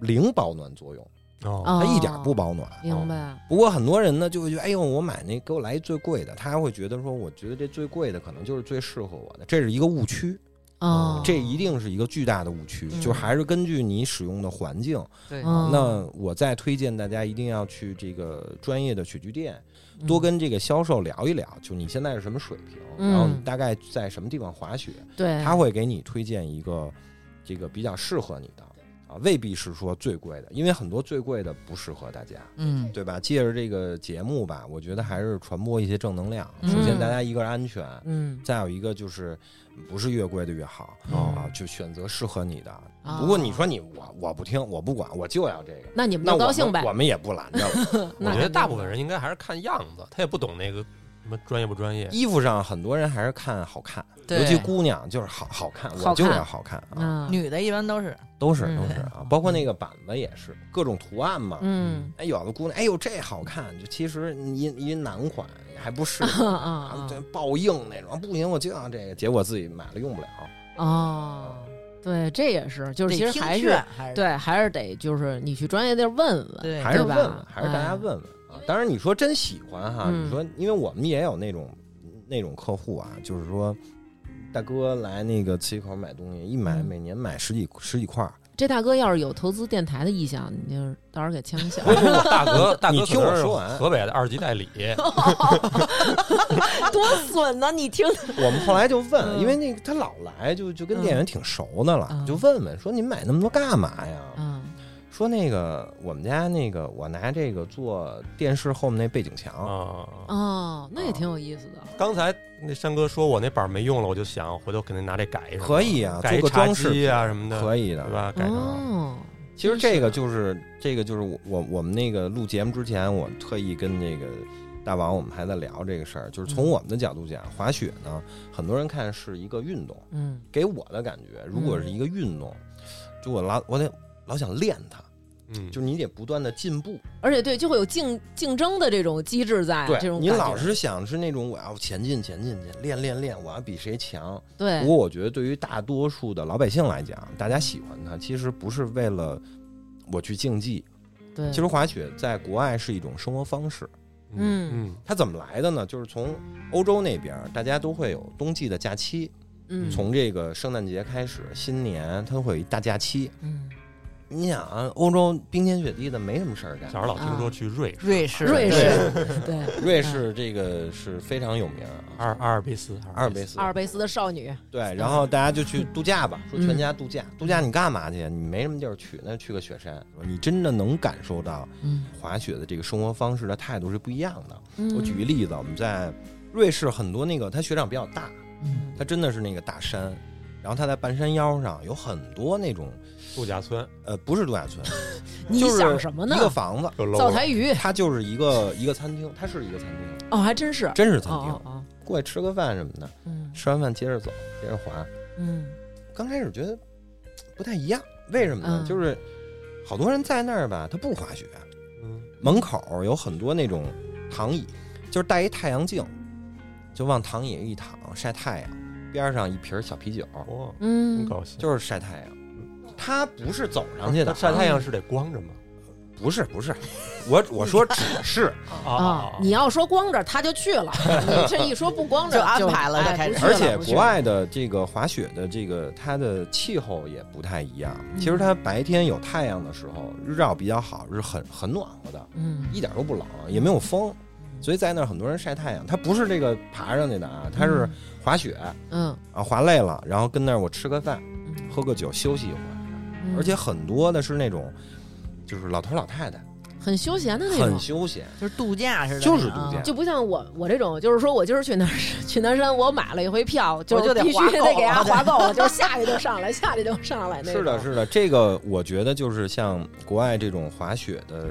Speaker 3: 零保暖作用，
Speaker 2: 哦，
Speaker 1: 哦
Speaker 3: 它一点儿不保暖。
Speaker 1: 明白，
Speaker 3: 不过很多人呢就会觉得，哎呦，我买那给我来一最贵的，他还会觉得说，我觉得这最贵的可能就是最适合我的，这是一个误区，
Speaker 1: 哦，
Speaker 3: 这一定是一个巨大的误区，
Speaker 1: 嗯
Speaker 3: 就是还是根据你使用的环境。
Speaker 4: 对，
Speaker 1: 嗯
Speaker 3: 那我再推荐大家一定要去这个专业的雪具店，多跟这个销售聊一聊，就你现在是什么水平，
Speaker 1: 嗯哎
Speaker 3: 然后你大概在什么地方滑雪，
Speaker 1: 对，
Speaker 3: 他会给你推荐一个这个比较适合你的啊，未必是说最贵的，因为很多最贵的不适合大家，
Speaker 4: 嗯
Speaker 3: 对吧？借着这个节目吧，我觉得还是传播一些正能量。
Speaker 4: 嗯
Speaker 3: 首先，大家一个是安全，
Speaker 1: 嗯，
Speaker 3: 再有一个就是不是越贵的越好
Speaker 1: 哦
Speaker 3: 啊，就选择适合你的。
Speaker 1: 哦
Speaker 3: 不过你说你我我不听，我不管，我就要这个。
Speaker 1: 那你们
Speaker 3: 那
Speaker 1: 就
Speaker 3: 我
Speaker 1: 高
Speaker 3: 们
Speaker 1: 兴呗
Speaker 3: 我，们也不拦着
Speaker 1: <laughs>
Speaker 3: 了。
Speaker 2: 我
Speaker 1: 那肯
Speaker 2: 觉得
Speaker 1: 定
Speaker 2: 大部分人应该还是看样子，他也不懂那个什么专业不专业。
Speaker 1: <laughs>
Speaker 3: 衣服上很多人还是看好看，
Speaker 4: 对
Speaker 3: 尤其姑娘就是好好看，
Speaker 1: 好
Speaker 3: 我
Speaker 1: 看
Speaker 3: 就是要好看啊，
Speaker 1: 嗯，
Speaker 4: 女的一般都是
Speaker 3: 都是
Speaker 1: 嗯
Speaker 3: 都是啊，包括那个板子也是各种图案嘛。
Speaker 1: 嗯，
Speaker 3: 哎，有的姑娘，哎呦这好看，就其实一一男款还不是。
Speaker 1: 嗯 <laughs>
Speaker 3: 啊，
Speaker 1: 啊
Speaker 3: 对，爆硬那种，不行，我就要这个，结果自己买了用不了。
Speaker 1: 啊，哦，对，这也是，就是
Speaker 4: 得
Speaker 1: 其实
Speaker 4: 听
Speaker 1: 还是
Speaker 4: 劝还是
Speaker 1: 对，还是得就是你去专业地儿问问，
Speaker 4: 对，
Speaker 3: 还是
Speaker 1: 哎对
Speaker 3: 问
Speaker 1: 吧
Speaker 3: 问，还是大家
Speaker 1: 哎
Speaker 3: 问问啊。当然，你说真喜欢哈，
Speaker 1: 嗯
Speaker 3: 你说，因为我们也有那种那种客户啊，就是说，大哥来那个七口买东西，一买
Speaker 1: 嗯
Speaker 3: 每年买十几十几块儿。
Speaker 1: 这大哥要是有投资电台的意向，你就到时候给签
Speaker 3: <laughs>
Speaker 1: 个下
Speaker 2: 不。是不是大哥，大哥
Speaker 3: 你听
Speaker 2: 可能
Speaker 3: 我
Speaker 2: 是
Speaker 3: 说完
Speaker 2: 河北的二级
Speaker 1: <laughs>
Speaker 2: 代理，
Speaker 1: 多损呢、你听，
Speaker 3: 我们后来就问，
Speaker 1: 嗯
Speaker 3: 因为那个他老来，就就跟
Speaker 1: 嗯
Speaker 3: 店员挺熟的了
Speaker 1: 嗯，
Speaker 3: 就问问说你买那么多干嘛呀？
Speaker 1: 嗯，
Speaker 3: 说那个我们家那个我拿这个做电视后面那背景墙，
Speaker 2: 啊。
Speaker 1: 哦，那也挺有意思的，
Speaker 2: 刚才那山哥说我那板儿没用了，我就想回头给他拿这改一下，
Speaker 3: 可以啊，
Speaker 2: 改
Speaker 3: 做
Speaker 2: 一
Speaker 3: 个
Speaker 2: 茶
Speaker 3: 装饰
Speaker 2: 几啊什么的，
Speaker 3: 可以的嗯
Speaker 2: 对。吧？改成
Speaker 1: 哦，
Speaker 3: 其实这个就是这个就是我我我们那个录节目之前，我特意跟那个大王我们还在聊这个事儿，就
Speaker 1: 嗯
Speaker 3: 是从我们的角度讲，滑雪呢，很多人看是一个运动，
Speaker 1: 嗯，
Speaker 3: 给我的感觉，如果是一个运动，就我老我得老想练它，
Speaker 2: 嗯，
Speaker 3: 就是你得不断的进步，
Speaker 1: 而且对，就会有竞竞争的这种机制在，哎这
Speaker 3: 对
Speaker 1: 种
Speaker 3: 你
Speaker 1: 感觉
Speaker 3: 老是想是那种我要前进前进去练练练，我要比谁强。不
Speaker 1: 对
Speaker 3: 过我觉得对于大多数的老百姓来讲，大家喜欢它其实不是为了我去竞技，
Speaker 1: 对，
Speaker 3: 其实滑雪在国外是一种生活方式。
Speaker 2: 嗯
Speaker 3: 它怎么来的呢？就是从欧洲那边儿，大家都会有冬季的假期，
Speaker 1: 嗯
Speaker 3: 从这个圣诞节开始，新年它会有一大假期。
Speaker 1: 嗯
Speaker 3: 你想啊，欧洲冰天雪地的没什么事儿
Speaker 2: 小时
Speaker 3: 干。
Speaker 2: 候老听说去瑞士、
Speaker 4: 瑞士
Speaker 1: 瑞
Speaker 4: 对
Speaker 1: 士 <laughs> 对
Speaker 3: <laughs>
Speaker 1: 嗯
Speaker 3: 瑞士这个是非常有名啊，
Speaker 2: 阿尔阿尔卑斯、
Speaker 3: 阿尔卑斯
Speaker 1: 阿尔卑斯的少女，
Speaker 3: 对，然后大家就去度假吧，说全家度假，度假你干嘛去？你没什么地儿去，那去个雪山。你真的能感受到
Speaker 4: 嗯
Speaker 3: 滑雪的这个生活方式的态度是不一样的。
Speaker 1: 嗯
Speaker 3: 我举一例子，我们在瑞士很多那个，它雪场比较大，
Speaker 4: 嗯
Speaker 3: 它真的是那个大山，然后它在半山腰上有很多那种，
Speaker 2: 度假村
Speaker 3: 呃，不是度假村，
Speaker 1: 你
Speaker 3: 就是
Speaker 1: 想什么呢
Speaker 3: 一？个房子，
Speaker 2: 有 logo，
Speaker 1: 灶台鱼
Speaker 3: 它就是一个一个餐厅，它是一个餐厅，
Speaker 1: 哦，还真是。
Speaker 3: 真是餐厅，
Speaker 1: 哦哦哦，
Speaker 3: 过去吃个饭什么的，
Speaker 1: 嗯
Speaker 3: 吃完饭接着走，接着滑。
Speaker 1: 嗯
Speaker 3: 刚开始觉得嘖不太一样，为什么呢？
Speaker 1: 嗯
Speaker 3: 就是好多人在那儿吧，他不滑雪，
Speaker 2: 嗯，
Speaker 3: 门口有很多那种躺椅，就是戴一太阳镜，就往躺椅上一躺晒太阳，边上一瓶小啤酒，
Speaker 2: 哇，真
Speaker 1: 嗯，
Speaker 2: 高兴。
Speaker 3: 就是晒太阳。他不是走上去的，
Speaker 2: 晒太阳是得光着吗？
Speaker 3: <laughs> 不是不是，我我说只
Speaker 2: <laughs>
Speaker 3: 是，
Speaker 1: 啊，你要说光着他就去
Speaker 3: <laughs>
Speaker 1: 了，你这一说不光着
Speaker 4: 就安排了
Speaker 1: 哎
Speaker 4: 就开始
Speaker 1: 不去
Speaker 3: 而
Speaker 1: 了
Speaker 3: 且
Speaker 1: 不去
Speaker 3: 国外的这个滑雪的这个它的气候也不太一样。
Speaker 2: 嗯
Speaker 3: 其实它白天有太阳的时候，日照比较好，是很很暖和的，
Speaker 1: 嗯
Speaker 3: 一点都不冷，也没有风，
Speaker 2: 嗯
Speaker 3: 所以在那儿很多人晒太阳。它不是这个爬上去的啊，它是滑雪
Speaker 1: 嗯，
Speaker 3: 啊，滑累了，然后跟那儿我吃个饭，
Speaker 1: 嗯
Speaker 3: 喝个酒休息一会儿。
Speaker 1: 嗯
Speaker 3: 而且很多的是那种，就是老头老太太，
Speaker 1: 很休闲的那
Speaker 3: 很
Speaker 1: 种。
Speaker 3: 休闲，
Speaker 4: 就是度假似的，
Speaker 3: 就是
Speaker 4: 啊
Speaker 3: 度假
Speaker 1: 就不像我我这种，就是说我今儿 <laughs> 去南山，去南山，我买了一回票，就
Speaker 4: 我就得
Speaker 1: 必须
Speaker 4: 划够
Speaker 1: 得给
Speaker 4: 了
Speaker 1: 它划够
Speaker 4: <laughs>
Speaker 1: 了，就是下去就上来，下去就上来那种。
Speaker 3: 是的，是的，这个我觉得就是像国外这种滑雪的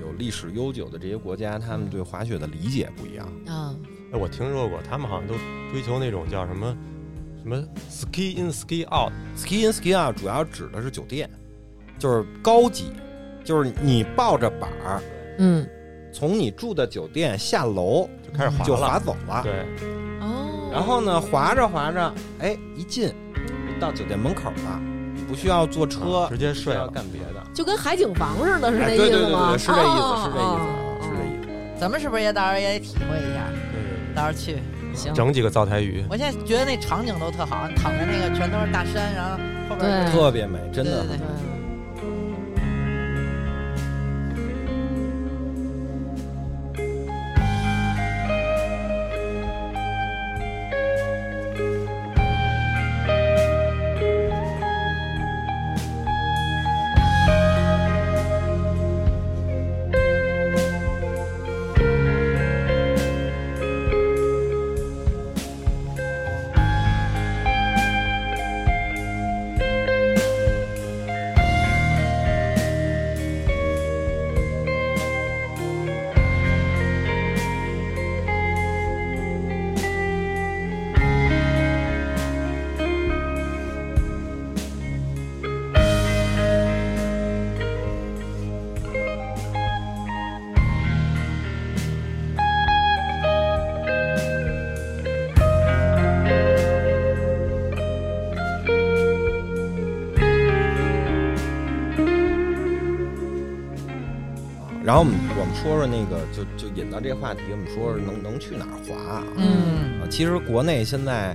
Speaker 3: 有历史悠久的这些国家，他们对滑雪的理解不一样。
Speaker 1: 啊，
Speaker 2: 哎，我听说过，他们好像都追求那种叫什么什么 ski in ski out，
Speaker 3: Ski in ski out 主要指的是酒店，就是高级，就是你抱着板儿
Speaker 1: 嗯，
Speaker 3: 从你住的酒店下楼
Speaker 2: 就开始
Speaker 3: 嗯
Speaker 2: 滑
Speaker 3: 就
Speaker 2: 了。
Speaker 3: 滑走了。
Speaker 2: 对，
Speaker 1: 哦，
Speaker 3: 然后呢，滑着滑着，哎，一进到酒店门口了，你不需要坐车，
Speaker 2: 啊直接睡
Speaker 3: 不需要
Speaker 2: 了
Speaker 3: 干别的。
Speaker 1: 就跟海景房似的，是那
Speaker 3: 哎，
Speaker 1: 意
Speaker 3: 对对
Speaker 1: 思
Speaker 3: 对
Speaker 1: 吗？
Speaker 3: 对，是这意思，
Speaker 1: 哦
Speaker 3: 是这意思，啊，是
Speaker 1: 哦
Speaker 3: 这
Speaker 1: 哦
Speaker 3: 意思。
Speaker 4: 咱们是不是也到时候也得体会一下？
Speaker 2: 对，
Speaker 4: 到时候去，
Speaker 1: 哦行，
Speaker 2: 整几个灶台鱼，
Speaker 4: 我现在觉得那场景都特好，躺在那个全都是大山，然后后边儿
Speaker 1: 对
Speaker 3: 特别美，真的
Speaker 4: 对对
Speaker 3: 很
Speaker 1: 嗯
Speaker 4: 对
Speaker 1: 对
Speaker 3: 然后我们我们说说那个，就就引到这个话题，我们说说能能去哪儿滑啊？
Speaker 4: 嗯，
Speaker 3: 啊其实国内现在，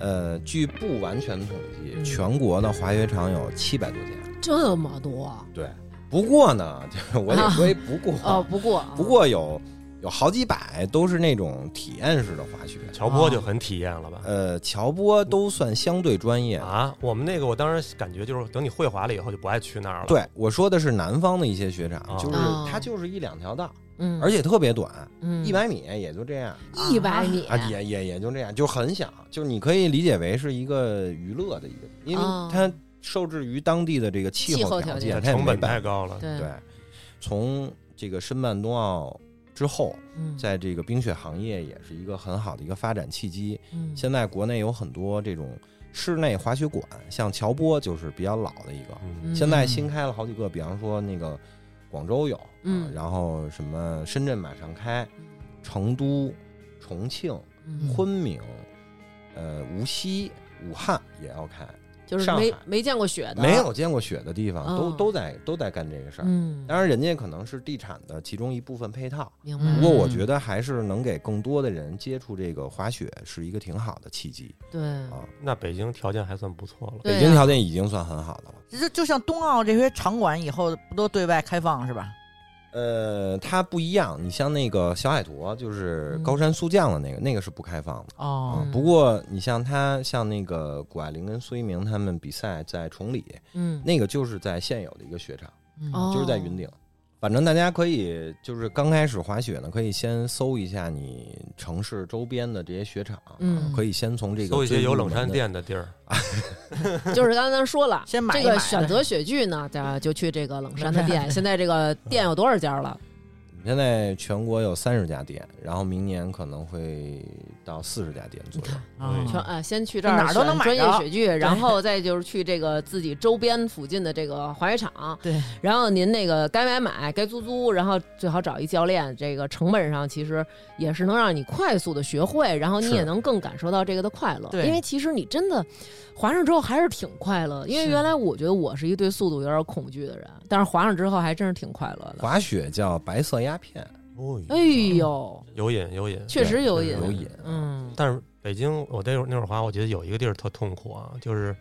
Speaker 3: 呃，据不完全统
Speaker 1: 嗯
Speaker 3: 计，全国的滑雪场有七百多家。
Speaker 1: 这么多
Speaker 3: 对，不过呢， <laughs> 就是我得说一不过，
Speaker 1: 哦，不过
Speaker 3: 不过有有好几百都是那种体验式的滑雪。
Speaker 2: 乔波就很体验了吧？
Speaker 3: 呃，乔波都算相对专业的。
Speaker 2: 啊，我们那个我当时感觉就是，等你会滑了以后就不爱去那儿了。，
Speaker 3: 对，我说的是南方的一些雪场，
Speaker 2: 啊
Speaker 3: 就是
Speaker 1: 哦
Speaker 3: 它就是一两条道，
Speaker 1: 嗯，
Speaker 3: 而且特别短，
Speaker 1: 嗯
Speaker 3: 一百米也就这样。
Speaker 1: 一百米
Speaker 3: 啊，也也也就这样，就很小，就是你可以理解为是一个娱乐的一个，因为
Speaker 1: 哦
Speaker 3: 它受制于当地的这个气
Speaker 1: 气候
Speaker 3: 候
Speaker 1: 条
Speaker 3: 件，
Speaker 1: 件
Speaker 3: 它也
Speaker 2: 成
Speaker 3: 没
Speaker 2: 本太
Speaker 3: 办
Speaker 2: 高了。
Speaker 1: 对
Speaker 3: 对，从这个申办冬奥之后，
Speaker 1: 嗯
Speaker 3: 在这个冰雪行业也是一个很好的一个发展契机。
Speaker 1: 嗯
Speaker 3: 现在国内有很多这种室内滑雪馆，像乔波就是比较老的一个，
Speaker 2: 嗯，
Speaker 1: 嗯
Speaker 3: 现在新开了好几个，比方说那个广州有，啊
Speaker 1: 嗯
Speaker 3: 然后什么深圳马上开，成都、重庆。
Speaker 1: 嗯
Speaker 3: 昆明、呃无锡、武汉也要开，
Speaker 1: 就是
Speaker 3: 上
Speaker 1: 没
Speaker 3: 海
Speaker 1: 没见过雪的，
Speaker 3: 没有见过雪的地方都
Speaker 1: 哦
Speaker 3: 都在都在干这个事儿。
Speaker 1: 嗯，
Speaker 3: 当然，人家可能是地产的其中一部分配套，
Speaker 1: 明白。
Speaker 3: 不过我
Speaker 1: 嗯
Speaker 3: 觉得还是能给更多的人接触这个滑雪是一个挺好的契机
Speaker 1: 对
Speaker 3: 啊。
Speaker 2: 那北京条件还算不错了。
Speaker 1: 嗯对
Speaker 3: 北京
Speaker 1: 啊
Speaker 3: 条件已经算很好的了。
Speaker 1: 嗯
Speaker 4: 就就像冬奥这些场馆以后不都对外开放是吧？
Speaker 3: 呃，它不一样，你像那个小海坨，就是
Speaker 1: 嗯
Speaker 3: 高山速降的那个，那个是不开放的
Speaker 4: 哦
Speaker 3: 啊
Speaker 1: 嗯。
Speaker 3: 不过你像他，像那个谷爱凌跟苏一鸣他们比赛在崇礼，
Speaker 1: 嗯，
Speaker 3: 那个就是在现有的一个雪场。
Speaker 4: 嗯
Speaker 1: 哦
Speaker 3: 就是在云顶，反正大家可以就是刚开始滑雪呢，可以先搜一下你城市周边的这些雪场，
Speaker 1: 嗯
Speaker 3: 可以先从这个
Speaker 2: 搜一些
Speaker 3: 最
Speaker 2: 有
Speaker 3: 入
Speaker 2: 冷
Speaker 3: 门
Speaker 2: 山
Speaker 3: 的
Speaker 2: 店的地儿，
Speaker 1: 就是刚才咱说了，
Speaker 4: 先买
Speaker 1: 这
Speaker 4: 一买
Speaker 1: 个选择雪具呢，大家就去这个冷山的
Speaker 4: <laughs>
Speaker 1: 店。现在这个店有多少家
Speaker 4: 嗯
Speaker 1: 了？
Speaker 3: 现在全国有三十家店，然后明年可能会到四十家店左右。
Speaker 4: 啊
Speaker 1: 全啊，先去这儿
Speaker 4: 哪儿都能
Speaker 1: 选
Speaker 4: 买
Speaker 1: 专业
Speaker 4: 着
Speaker 1: 雪具，然后再就是去这个自己周边附近的这个滑雪场。
Speaker 4: 对，
Speaker 1: 然后您那个该买买，该租租，然后最好找一教练。这个成本上其实也是能让你快速的学会，然后你
Speaker 3: 是
Speaker 1: 也能更感受到这个的快乐。
Speaker 4: 对
Speaker 1: 因为其实你真的滑上之后还是挺快乐。因为
Speaker 4: 是
Speaker 1: 原来我觉得我是一对速度有点恐惧的人，但是滑上之后还真是挺快乐的。
Speaker 3: 滑雪叫白色鸦片，
Speaker 1: 哎呦，
Speaker 2: 有瘾有瘾。
Speaker 1: 确实有
Speaker 3: 嗯对
Speaker 1: 瘾，
Speaker 3: 有瘾
Speaker 1: 嗯，
Speaker 2: 但是北京，我那会儿那会儿滑，我觉得有一个地儿特痛苦啊，就是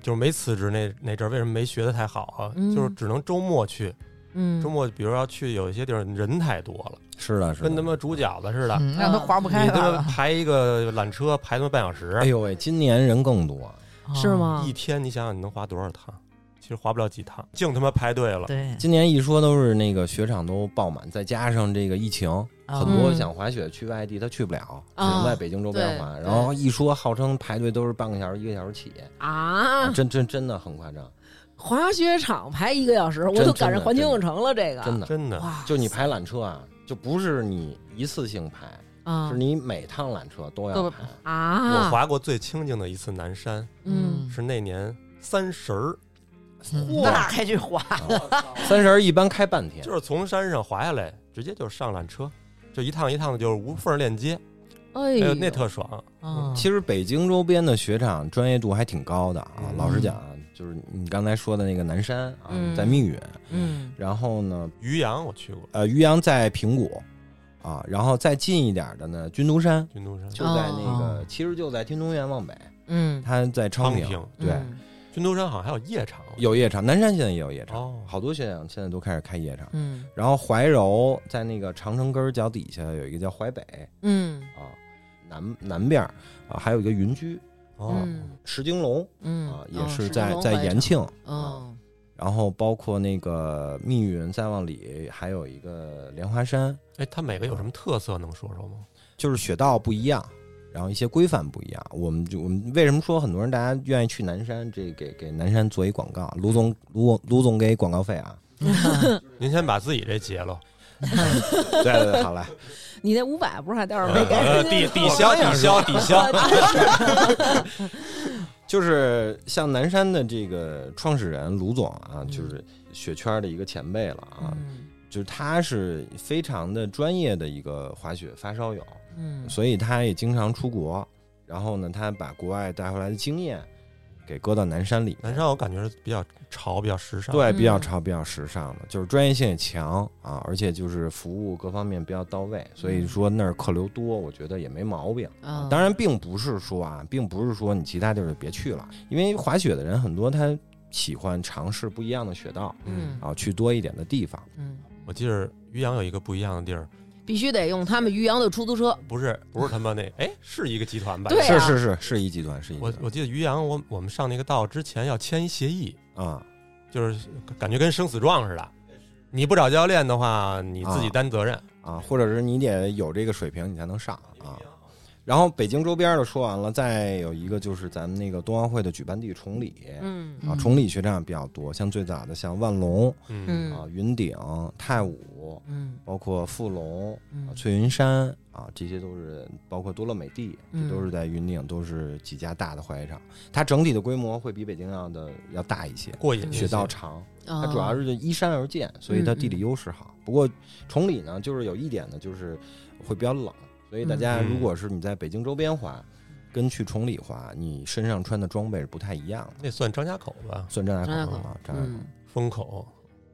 Speaker 2: 就是没辞职那那阵儿，为什么没学的太好啊？
Speaker 1: 嗯
Speaker 2: 就是只能周末去，
Speaker 1: 嗯，
Speaker 2: 周末比如要去有一些地儿人太多了，
Speaker 3: 是的，是的。
Speaker 2: 跟他妈煮饺子似的，
Speaker 4: 嗯让他划不开
Speaker 2: 你他妈
Speaker 4: 了，
Speaker 2: 排一个缆车排他妈半小时
Speaker 3: 哎，呦喂，今年人更多，
Speaker 1: 是？吗
Speaker 2: 一？天你想想你能滑多少趟？其实滑不了几趟，净他妈排队了。
Speaker 4: 对，
Speaker 3: 今年一说都是那个雪场都爆满，再加上这个疫情，
Speaker 4: 啊
Speaker 3: 很多想滑雪去外地他去不了，只能在北京周边滑。
Speaker 1: 啊对
Speaker 3: 然后一说号称排队都是半个小时、一个小时起，
Speaker 1: 啊，
Speaker 3: 真真真的很夸张，
Speaker 1: 滑雪场排一个小时，我
Speaker 3: 真
Speaker 1: 都赶
Speaker 3: 真
Speaker 1: 上
Speaker 3: 的
Speaker 1: 环球
Speaker 3: 真
Speaker 1: 影
Speaker 3: 的
Speaker 1: 城了。这个
Speaker 3: 真的。
Speaker 2: 真的，
Speaker 1: 哇，
Speaker 3: 就你排缆车啊，就不是你一次性排，
Speaker 1: 啊
Speaker 3: 是你每趟缆车都要
Speaker 4: 都
Speaker 3: 排。
Speaker 2: 我
Speaker 1: 啊，
Speaker 2: 滑过最清静的一次南山
Speaker 1: 嗯，
Speaker 2: 是那年三十儿，
Speaker 4: 嗯那还去滑？
Speaker 3: 三十儿一般开半天，
Speaker 2: 就是从山上滑下来，直接就上缆车，就一趟一趟的，就是无缝链接，
Speaker 3: 嗯
Speaker 1: 哎
Speaker 2: 哎
Speaker 1: 呦
Speaker 2: 呦，那特爽。
Speaker 4: 嗯
Speaker 3: 其实北京周边的雪场专业度还挺高的啊
Speaker 2: 嗯。
Speaker 3: 老实讲啊，就是你刚才说的那个南山啊，
Speaker 1: 嗯
Speaker 3: 在密云，
Speaker 1: 嗯
Speaker 3: 然后呢，
Speaker 2: 渔阳我去过，
Speaker 3: 呃，渔阳在平谷啊，然后再近一点的呢，军都山
Speaker 2: 军都山、
Speaker 3: 就在那
Speaker 4: 哦
Speaker 3: 个，其实就在天通苑往北，
Speaker 1: 嗯，
Speaker 3: 它在昌
Speaker 2: 昌
Speaker 3: 平，
Speaker 2: 平、
Speaker 3: 对，
Speaker 1: 嗯
Speaker 2: 军都山好像还有夜场，
Speaker 3: 有夜场，南山现在也有夜场，
Speaker 2: 哦，
Speaker 3: 好多雪场现在都开始开夜场。
Speaker 1: 嗯
Speaker 3: 然后怀柔在那个长城根儿脚底下有一个叫怀北
Speaker 1: 嗯
Speaker 3: 啊，南南边儿啊还有一个云居
Speaker 2: 哦，
Speaker 1: 嗯
Speaker 3: 石金龙
Speaker 1: 嗯
Speaker 3: 啊，
Speaker 1: 哦
Speaker 3: 也是
Speaker 1: 石
Speaker 3: 在
Speaker 1: 景龙
Speaker 3: 在
Speaker 1: 滑雪
Speaker 3: 延
Speaker 1: 场，
Speaker 3: 庆啊，
Speaker 1: 嗯
Speaker 3: 然后包括那个密云再往里还有一个莲花山，
Speaker 2: 哎，它每个有什么特色能说说吗？
Speaker 3: 就是雪道不一样。然后一些规范不一样，我们就我们为什么说很多人大家愿意去南山？这给给南山做一广告，卢总卢卢总给广告费啊！ <laughs>
Speaker 2: 您先把自己这结了，
Speaker 3: 对对对，好嘞，
Speaker 1: 你那五百不是还待会儿没给？
Speaker 2: 呃，抵抵消抵消抵消，
Speaker 3: 就是像南山的这个创始人卢总啊，就是雪圈的一个前辈了啊，
Speaker 1: 嗯
Speaker 3: 就是他是非常的专业的一个滑雪发烧友，
Speaker 1: 嗯
Speaker 3: 所以他也经常出国，然后呢，他把国外带回来的经验给搁到南山里面，
Speaker 2: 南山我感觉是比较潮、比较时尚，，
Speaker 3: 对，比较
Speaker 1: 嗯
Speaker 3: 潮、比较时尚的，就是专业性也强啊，而且就是服务各方面比较到位，所
Speaker 1: 嗯
Speaker 3: 以说那儿客流多，我觉得也没毛病。
Speaker 1: 啊
Speaker 3: 当然，并不是说啊，并不是说你其他地儿就别去了，因为滑雪的人很多，他喜欢尝试不一样的雪道
Speaker 1: 嗯
Speaker 3: 啊，去多一点的地方。
Speaker 1: 嗯，
Speaker 2: 我记得渔阳有一个不一样的地儿，
Speaker 1: 必须得用他们渔阳的出租车，
Speaker 2: 不是不是他妈那，哎，是一个集团吧？
Speaker 1: 对啊
Speaker 3: 是是是，是一集团，是一集
Speaker 2: 我我记得渔阳，我我们上那个道之前要签一协议，
Speaker 3: 团啊。
Speaker 2: 就是感觉跟生死状似的，你不找教练的话，你自己担责任。
Speaker 3: 啊，或者是你得有这个水平，你才能上啊。然后北京周边的说完了，再有一个就是咱们那个冬奥会的举办地崇礼，
Speaker 1: 嗯
Speaker 3: 啊，
Speaker 4: 嗯
Speaker 3: 崇礼雪场比较多，像最早的像万隆
Speaker 2: 嗯，
Speaker 1: 嗯
Speaker 3: 啊、云顶、太武，
Speaker 1: 嗯
Speaker 3: 包括富隆、啊
Speaker 1: 嗯，
Speaker 3: 翠云山啊，这些都是包括多乐美地，
Speaker 1: 嗯
Speaker 3: 这都是在云顶，都是几家大的滑雪场。它整体的规模会比北京要的要大一些，
Speaker 1: 嗯
Speaker 2: 过瘾。
Speaker 3: 雪道长，
Speaker 1: 它
Speaker 3: 它主要是就依山而建，所以它地
Speaker 1: 嗯
Speaker 3: 理优势好。不过崇礼呢，就是有一点呢，就是会比较冷，所以大家
Speaker 2: 嗯
Speaker 3: 如果是你在北京周边滑，跟去崇礼滑，你身上穿的装备是不太一样的。
Speaker 2: 那算张家口吧，
Speaker 3: 算张家
Speaker 1: 张家
Speaker 3: 口
Speaker 1: 口
Speaker 3: 啊，张家口。
Speaker 1: 嗯
Speaker 2: 风口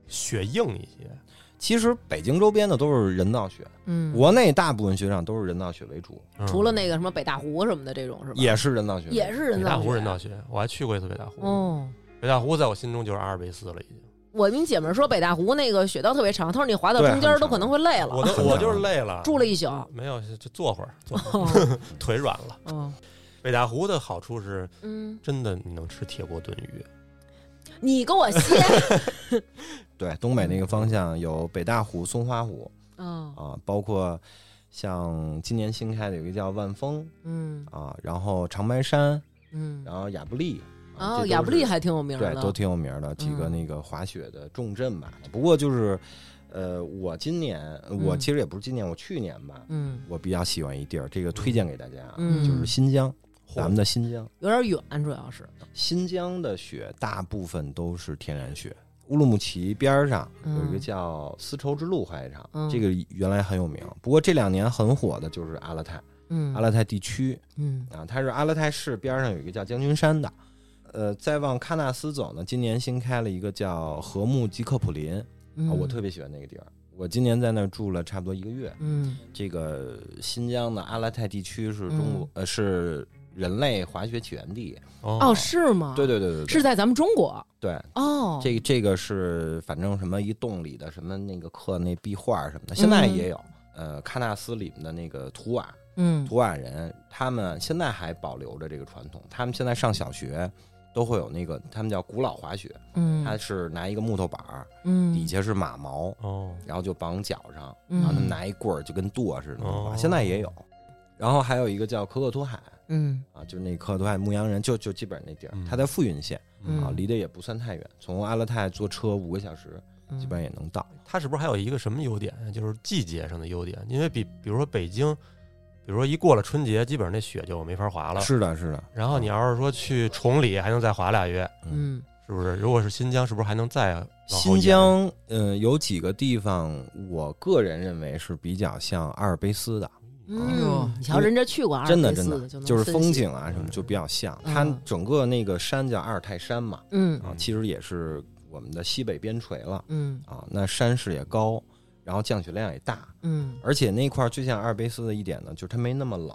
Speaker 2: 雪硬一些。
Speaker 3: 其实北京周边的都是人造雪，
Speaker 1: 嗯，
Speaker 3: 国内大部分雪场都是人造雪为主，
Speaker 2: 嗯
Speaker 1: 除了那个什么北大湖什么的这种是吧？
Speaker 3: 也是嗯人造雪为主，
Speaker 1: 也是人
Speaker 2: 北大
Speaker 1: 造
Speaker 2: 湖
Speaker 1: 雪
Speaker 2: 人造雪，我还去过一次北大湖。
Speaker 1: 哦。
Speaker 2: 北大湖在我心中就是阿尔卑斯了，已经。
Speaker 1: 我跟你姐们儿说，北大湖那个雪道特别长，她说你滑到
Speaker 3: 对
Speaker 1: 中间儿
Speaker 3: 很啊
Speaker 1: 都
Speaker 3: 长
Speaker 1: 可能会累
Speaker 2: 我
Speaker 1: 了，
Speaker 2: 都我就是累了，
Speaker 1: 住了
Speaker 3: <laughs>
Speaker 1: 一宿。
Speaker 2: 没有就坐会儿，坐会儿
Speaker 1: 哦
Speaker 2: 腿软了。
Speaker 1: 哦
Speaker 2: 北大湖的好处是
Speaker 1: 嗯，
Speaker 2: 真的，你能吃铁锅炖鱼，
Speaker 1: 你给我
Speaker 3: <laughs>
Speaker 1: 歇。
Speaker 3: 对，东北那个方向有北大湖、松花湖
Speaker 1: 嗯
Speaker 3: 啊，包括像今年新开的有一个叫万峰
Speaker 1: 嗯
Speaker 3: 啊，然后长白山，
Speaker 1: 嗯，
Speaker 3: 然后亚布力啊，
Speaker 1: 哦，
Speaker 3: 这
Speaker 1: 亚
Speaker 3: 都
Speaker 1: 布
Speaker 3: 是
Speaker 1: 力还挺有名
Speaker 3: 对
Speaker 1: 的，
Speaker 3: 都挺有名的几个
Speaker 1: 嗯
Speaker 3: 那个滑雪的重镇吧。不过就是，呃，我今年呃我
Speaker 1: 嗯
Speaker 3: 其实也不是今年，我去年吧，
Speaker 1: 嗯
Speaker 3: 我比较喜欢一地儿，这个推荐给大家啊，
Speaker 1: 嗯，
Speaker 3: 就是新疆，咱们的新疆。
Speaker 1: 有点远，主要是
Speaker 3: 新疆的雪大部分都是天然雪。乌鲁木齐边儿上有一个
Speaker 1: 嗯
Speaker 3: 叫丝绸之路滑雪场，
Speaker 1: 嗯
Speaker 3: 这个原来很有名，不过这两年很火的就是阿勒泰，
Speaker 1: 嗯
Speaker 3: 阿勒泰地区
Speaker 1: 嗯
Speaker 3: 啊，它是阿勒泰市边儿上有一个叫将军山的。呃，再往喀纳斯走呢，今年新开了一个叫禾木吉克普林啊，
Speaker 1: 嗯，
Speaker 3: 我特别喜欢那个地儿。我今年在那儿住了差不多一个月。
Speaker 1: 嗯
Speaker 3: 这个新疆的阿勒泰地区是中国、
Speaker 1: 嗯
Speaker 3: 呃是人类滑雪起源地。
Speaker 1: 哦是吗？
Speaker 3: 对对对对对，
Speaker 1: 是在咱们中国
Speaker 3: 对，
Speaker 1: 哦，
Speaker 3: 这这个是反正什么一洞里的什么那个刻那壁画什么
Speaker 1: 嗯
Speaker 3: 的，现在也有。呃，喀纳斯里面的那个图瓦
Speaker 1: 嗯
Speaker 3: 图瓦人，他们现在还保留着这个传统。他们现在上小学都会有那个，他们叫古老滑雪，
Speaker 1: 嗯
Speaker 3: 他是拿一个木头板儿，
Speaker 1: 嗯
Speaker 3: 底下是马毛，
Speaker 2: 哦，
Speaker 3: 然后就绑脚上，
Speaker 1: 嗯
Speaker 3: 然后他们拿一棍儿就跟舵似的那么滑，
Speaker 2: 哦
Speaker 3: 现在也有。然后还有一个叫可可托海
Speaker 1: 嗯
Speaker 3: 啊，就是那可可托海牧羊人，就就基本上那地儿
Speaker 2: 嗯，
Speaker 3: 他在富蕴县啊，
Speaker 1: 嗯
Speaker 3: 离得也不算太远，从阿勒泰坐车五个小时。
Speaker 1: 嗯
Speaker 3: 基本上也能到。
Speaker 2: 它是不是还有一个什么优点啊？就是季节上的优点，因为比比如说北京，比如说一过了春节，基本上那雪就没法滑了。
Speaker 3: 是的，是的，
Speaker 2: 然后你要是说去崇礼，还能再滑俩月，
Speaker 1: 嗯
Speaker 2: 是不是？如果是新疆，是不是还能再往后
Speaker 3: 新
Speaker 2: 延
Speaker 3: 疆，嗯、有几个地方，我个人认为是比较像阿尔卑斯的，哎
Speaker 1: 嗯
Speaker 4: 呦
Speaker 1: 你瞧人家去过阿尔
Speaker 3: 真的，
Speaker 1: 卑
Speaker 3: 真
Speaker 1: 斯
Speaker 3: 的，
Speaker 1: 就能
Speaker 3: 就是
Speaker 1: 分
Speaker 3: 风
Speaker 1: 析，
Speaker 3: 景啊什么
Speaker 2: 嗯
Speaker 3: 就比较像。
Speaker 1: 嗯
Speaker 3: 它整个那个山叫阿尔泰山嘛，
Speaker 1: 嗯
Speaker 3: 啊，
Speaker 2: 嗯
Speaker 3: 其实也是我们的西北边陲了
Speaker 1: 嗯
Speaker 3: 啊。那山势也高，然后降雪量也大，
Speaker 1: 嗯，
Speaker 3: 而且那块儿最像阿尔卑斯的一点呢，就是它没那么冷。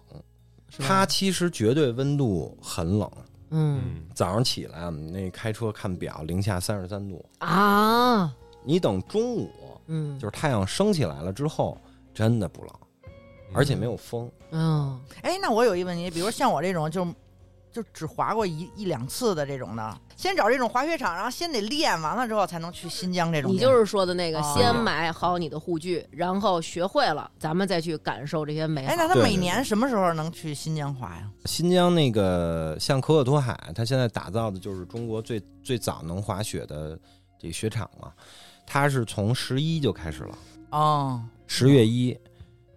Speaker 1: 是吧
Speaker 3: 它其实绝对温度很冷，
Speaker 1: 嗯
Speaker 2: 嗯，
Speaker 3: 早上起来我们那开车看表，零下三十三度。
Speaker 1: 啊
Speaker 3: 你等中午，
Speaker 1: 嗯
Speaker 3: 就是太阳升起来了之后，真的不冷，而且没有风。
Speaker 1: 嗯
Speaker 4: <laughs> 哎，那我有一问题，比如像我这种就就只滑过一一两次的这种的，先找这种滑雪场，然后先得练完了之后才能去新疆这种地
Speaker 1: 你
Speaker 4: 方。
Speaker 1: 就是说的那个，
Speaker 4: 哦
Speaker 1: 先买好你的护具，然后学会了，咱们再去感受这些美
Speaker 4: 哎，那
Speaker 1: 好。
Speaker 4: 他
Speaker 3: 对
Speaker 4: 每
Speaker 3: 对
Speaker 4: 年什么时候能去新疆滑呀？
Speaker 3: 新疆那个像可可托海，它现在打造的就是中国最最早能滑雪的这个雪场嘛，它是从十一就开始了，
Speaker 4: 哦，
Speaker 3: 十月一。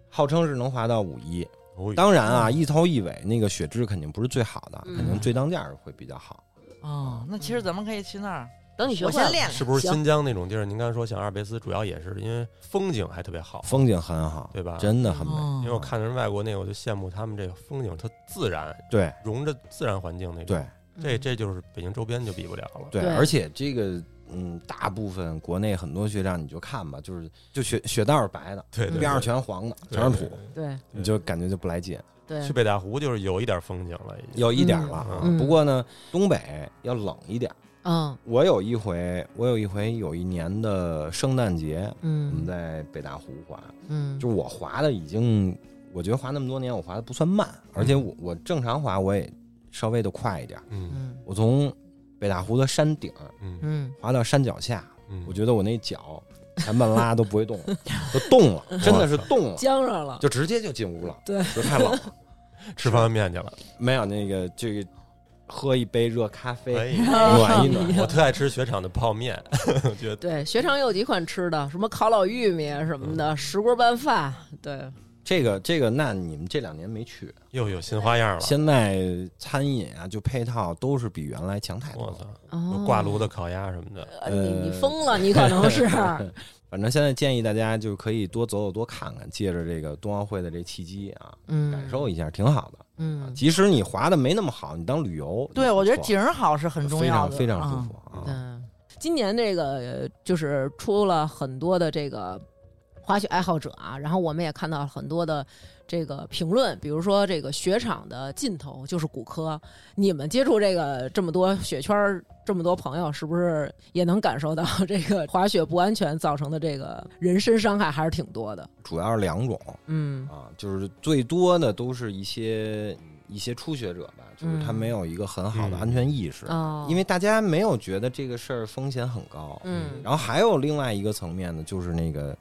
Speaker 3: 号称是能滑到五一，
Speaker 2: 哦
Speaker 3: 当然啊，一头一尾那个雪质肯定不是最好的，
Speaker 1: 嗯
Speaker 3: 肯定最当价会比较好。
Speaker 4: 哦，那其实咱们可以去那儿，
Speaker 1: 等你学
Speaker 4: 我
Speaker 1: 会
Speaker 4: 先
Speaker 1: 了，
Speaker 4: 练练。
Speaker 2: 是不是
Speaker 1: 行
Speaker 2: 新疆那种地儿？您刚才说像阿尔卑斯，主要也是因为风景还特别好，
Speaker 3: 风景很好，
Speaker 2: 对吧
Speaker 3: 真的很美。
Speaker 4: 哦
Speaker 2: 因为我看人外国那个，我就羡慕他们这个风景，它自然
Speaker 3: 对
Speaker 2: 融着自然环境那种。
Speaker 3: 对
Speaker 1: 嗯
Speaker 2: 这这就是北京周边就比不了了。
Speaker 3: 对，
Speaker 1: 对
Speaker 3: 而且这个嗯，大部分国内很多雪场你就看吧，就是就雪雪道是白的，
Speaker 2: 对对，
Speaker 3: 边上
Speaker 2: 对
Speaker 3: 全是黄的，
Speaker 2: 对
Speaker 3: 全是土，
Speaker 1: 嗯对
Speaker 3: 你就感觉就不来劲，
Speaker 1: 对
Speaker 2: 去，北大湖就是有一点风景了，已经。
Speaker 3: 有一点儿了啊。
Speaker 1: 嗯
Speaker 3: 不过呢，东北要冷一点儿。
Speaker 1: 嗯
Speaker 3: 我有一回，我有一回有一年的圣诞节，我们
Speaker 1: 嗯
Speaker 3: 在北大湖滑，
Speaker 1: 嗯，
Speaker 3: 就是我滑的已经，我觉得滑那么多年，我滑的不算慢，
Speaker 1: 嗯
Speaker 3: 而且我我正常滑我也稍微的快一点儿。
Speaker 2: 嗯
Speaker 1: 嗯
Speaker 3: 我从北大湖的山顶儿
Speaker 2: 嗯
Speaker 1: 嗯
Speaker 3: 滑到山脚下，
Speaker 2: 嗯，
Speaker 3: 我觉得我那脚前半拉都不会动
Speaker 1: <laughs>
Speaker 3: 了，都冻了，真的是冻了，
Speaker 1: 僵上了，
Speaker 3: 就直接就进屋了，
Speaker 1: 对，
Speaker 3: 就太冷了。
Speaker 2: 吃方便面去了。
Speaker 3: 没有那个这个，喝一杯热咖
Speaker 2: 哎
Speaker 3: 啡，
Speaker 1: <laughs>
Speaker 3: <laughs>
Speaker 2: 呀，
Speaker 3: 暖一
Speaker 4: 哎
Speaker 3: 暖。
Speaker 2: 我特爱吃雪场的泡面，我觉得
Speaker 1: 对，雪场有几款吃的，什么烤老玉米什么
Speaker 3: 嗯
Speaker 1: 的，石锅拌饭，对，
Speaker 3: 这个这个，那你们这两年没去，
Speaker 2: 又有新花样了。
Speaker 3: 现在餐饮啊，就配套都是比原来强太多
Speaker 2: 我
Speaker 3: 了。
Speaker 2: 操，有
Speaker 1: 哦
Speaker 2: 挂炉的烤鸭什么的，
Speaker 1: 呃你你
Speaker 3: 呃
Speaker 1: 疯了，你可能
Speaker 3: <laughs>
Speaker 1: 是，
Speaker 3: 反正现在建议大家就可以多走走、多看看，借着这个冬奥会的这契机啊，
Speaker 1: 嗯，
Speaker 3: 感受啊一下，挺好的。
Speaker 1: 嗯，
Speaker 3: 即使你滑的没那么好，你当旅游，
Speaker 4: 对，我觉得
Speaker 3: 不错
Speaker 4: 景儿好是很重
Speaker 3: 非
Speaker 4: 要
Speaker 3: 常
Speaker 4: 的，
Speaker 3: 非常舒
Speaker 4: 嗯
Speaker 3: 服啊。
Speaker 1: 嗯，今年这个呃就是出了很多的这个滑雪爱好者啊，然后我们也看到了很多的这个评论，比如说这个雪场的尽头就是骨科，你们接触这个这么多雪圈儿，这么多朋友，是不是也能感受到这个滑雪不安全造成的这个人身伤害还是挺多的？
Speaker 3: 主要是两种
Speaker 1: 嗯
Speaker 3: 啊，就是最多的都是一些一些初学者吧，就是他
Speaker 1: 嗯
Speaker 3: 没有一个很好的
Speaker 2: 嗯
Speaker 3: 安全意识，
Speaker 1: 哦，
Speaker 3: 因为大家没有觉得这个事儿风险很高。
Speaker 1: 嗯
Speaker 3: 然后还有另外一个层面呢，就是那个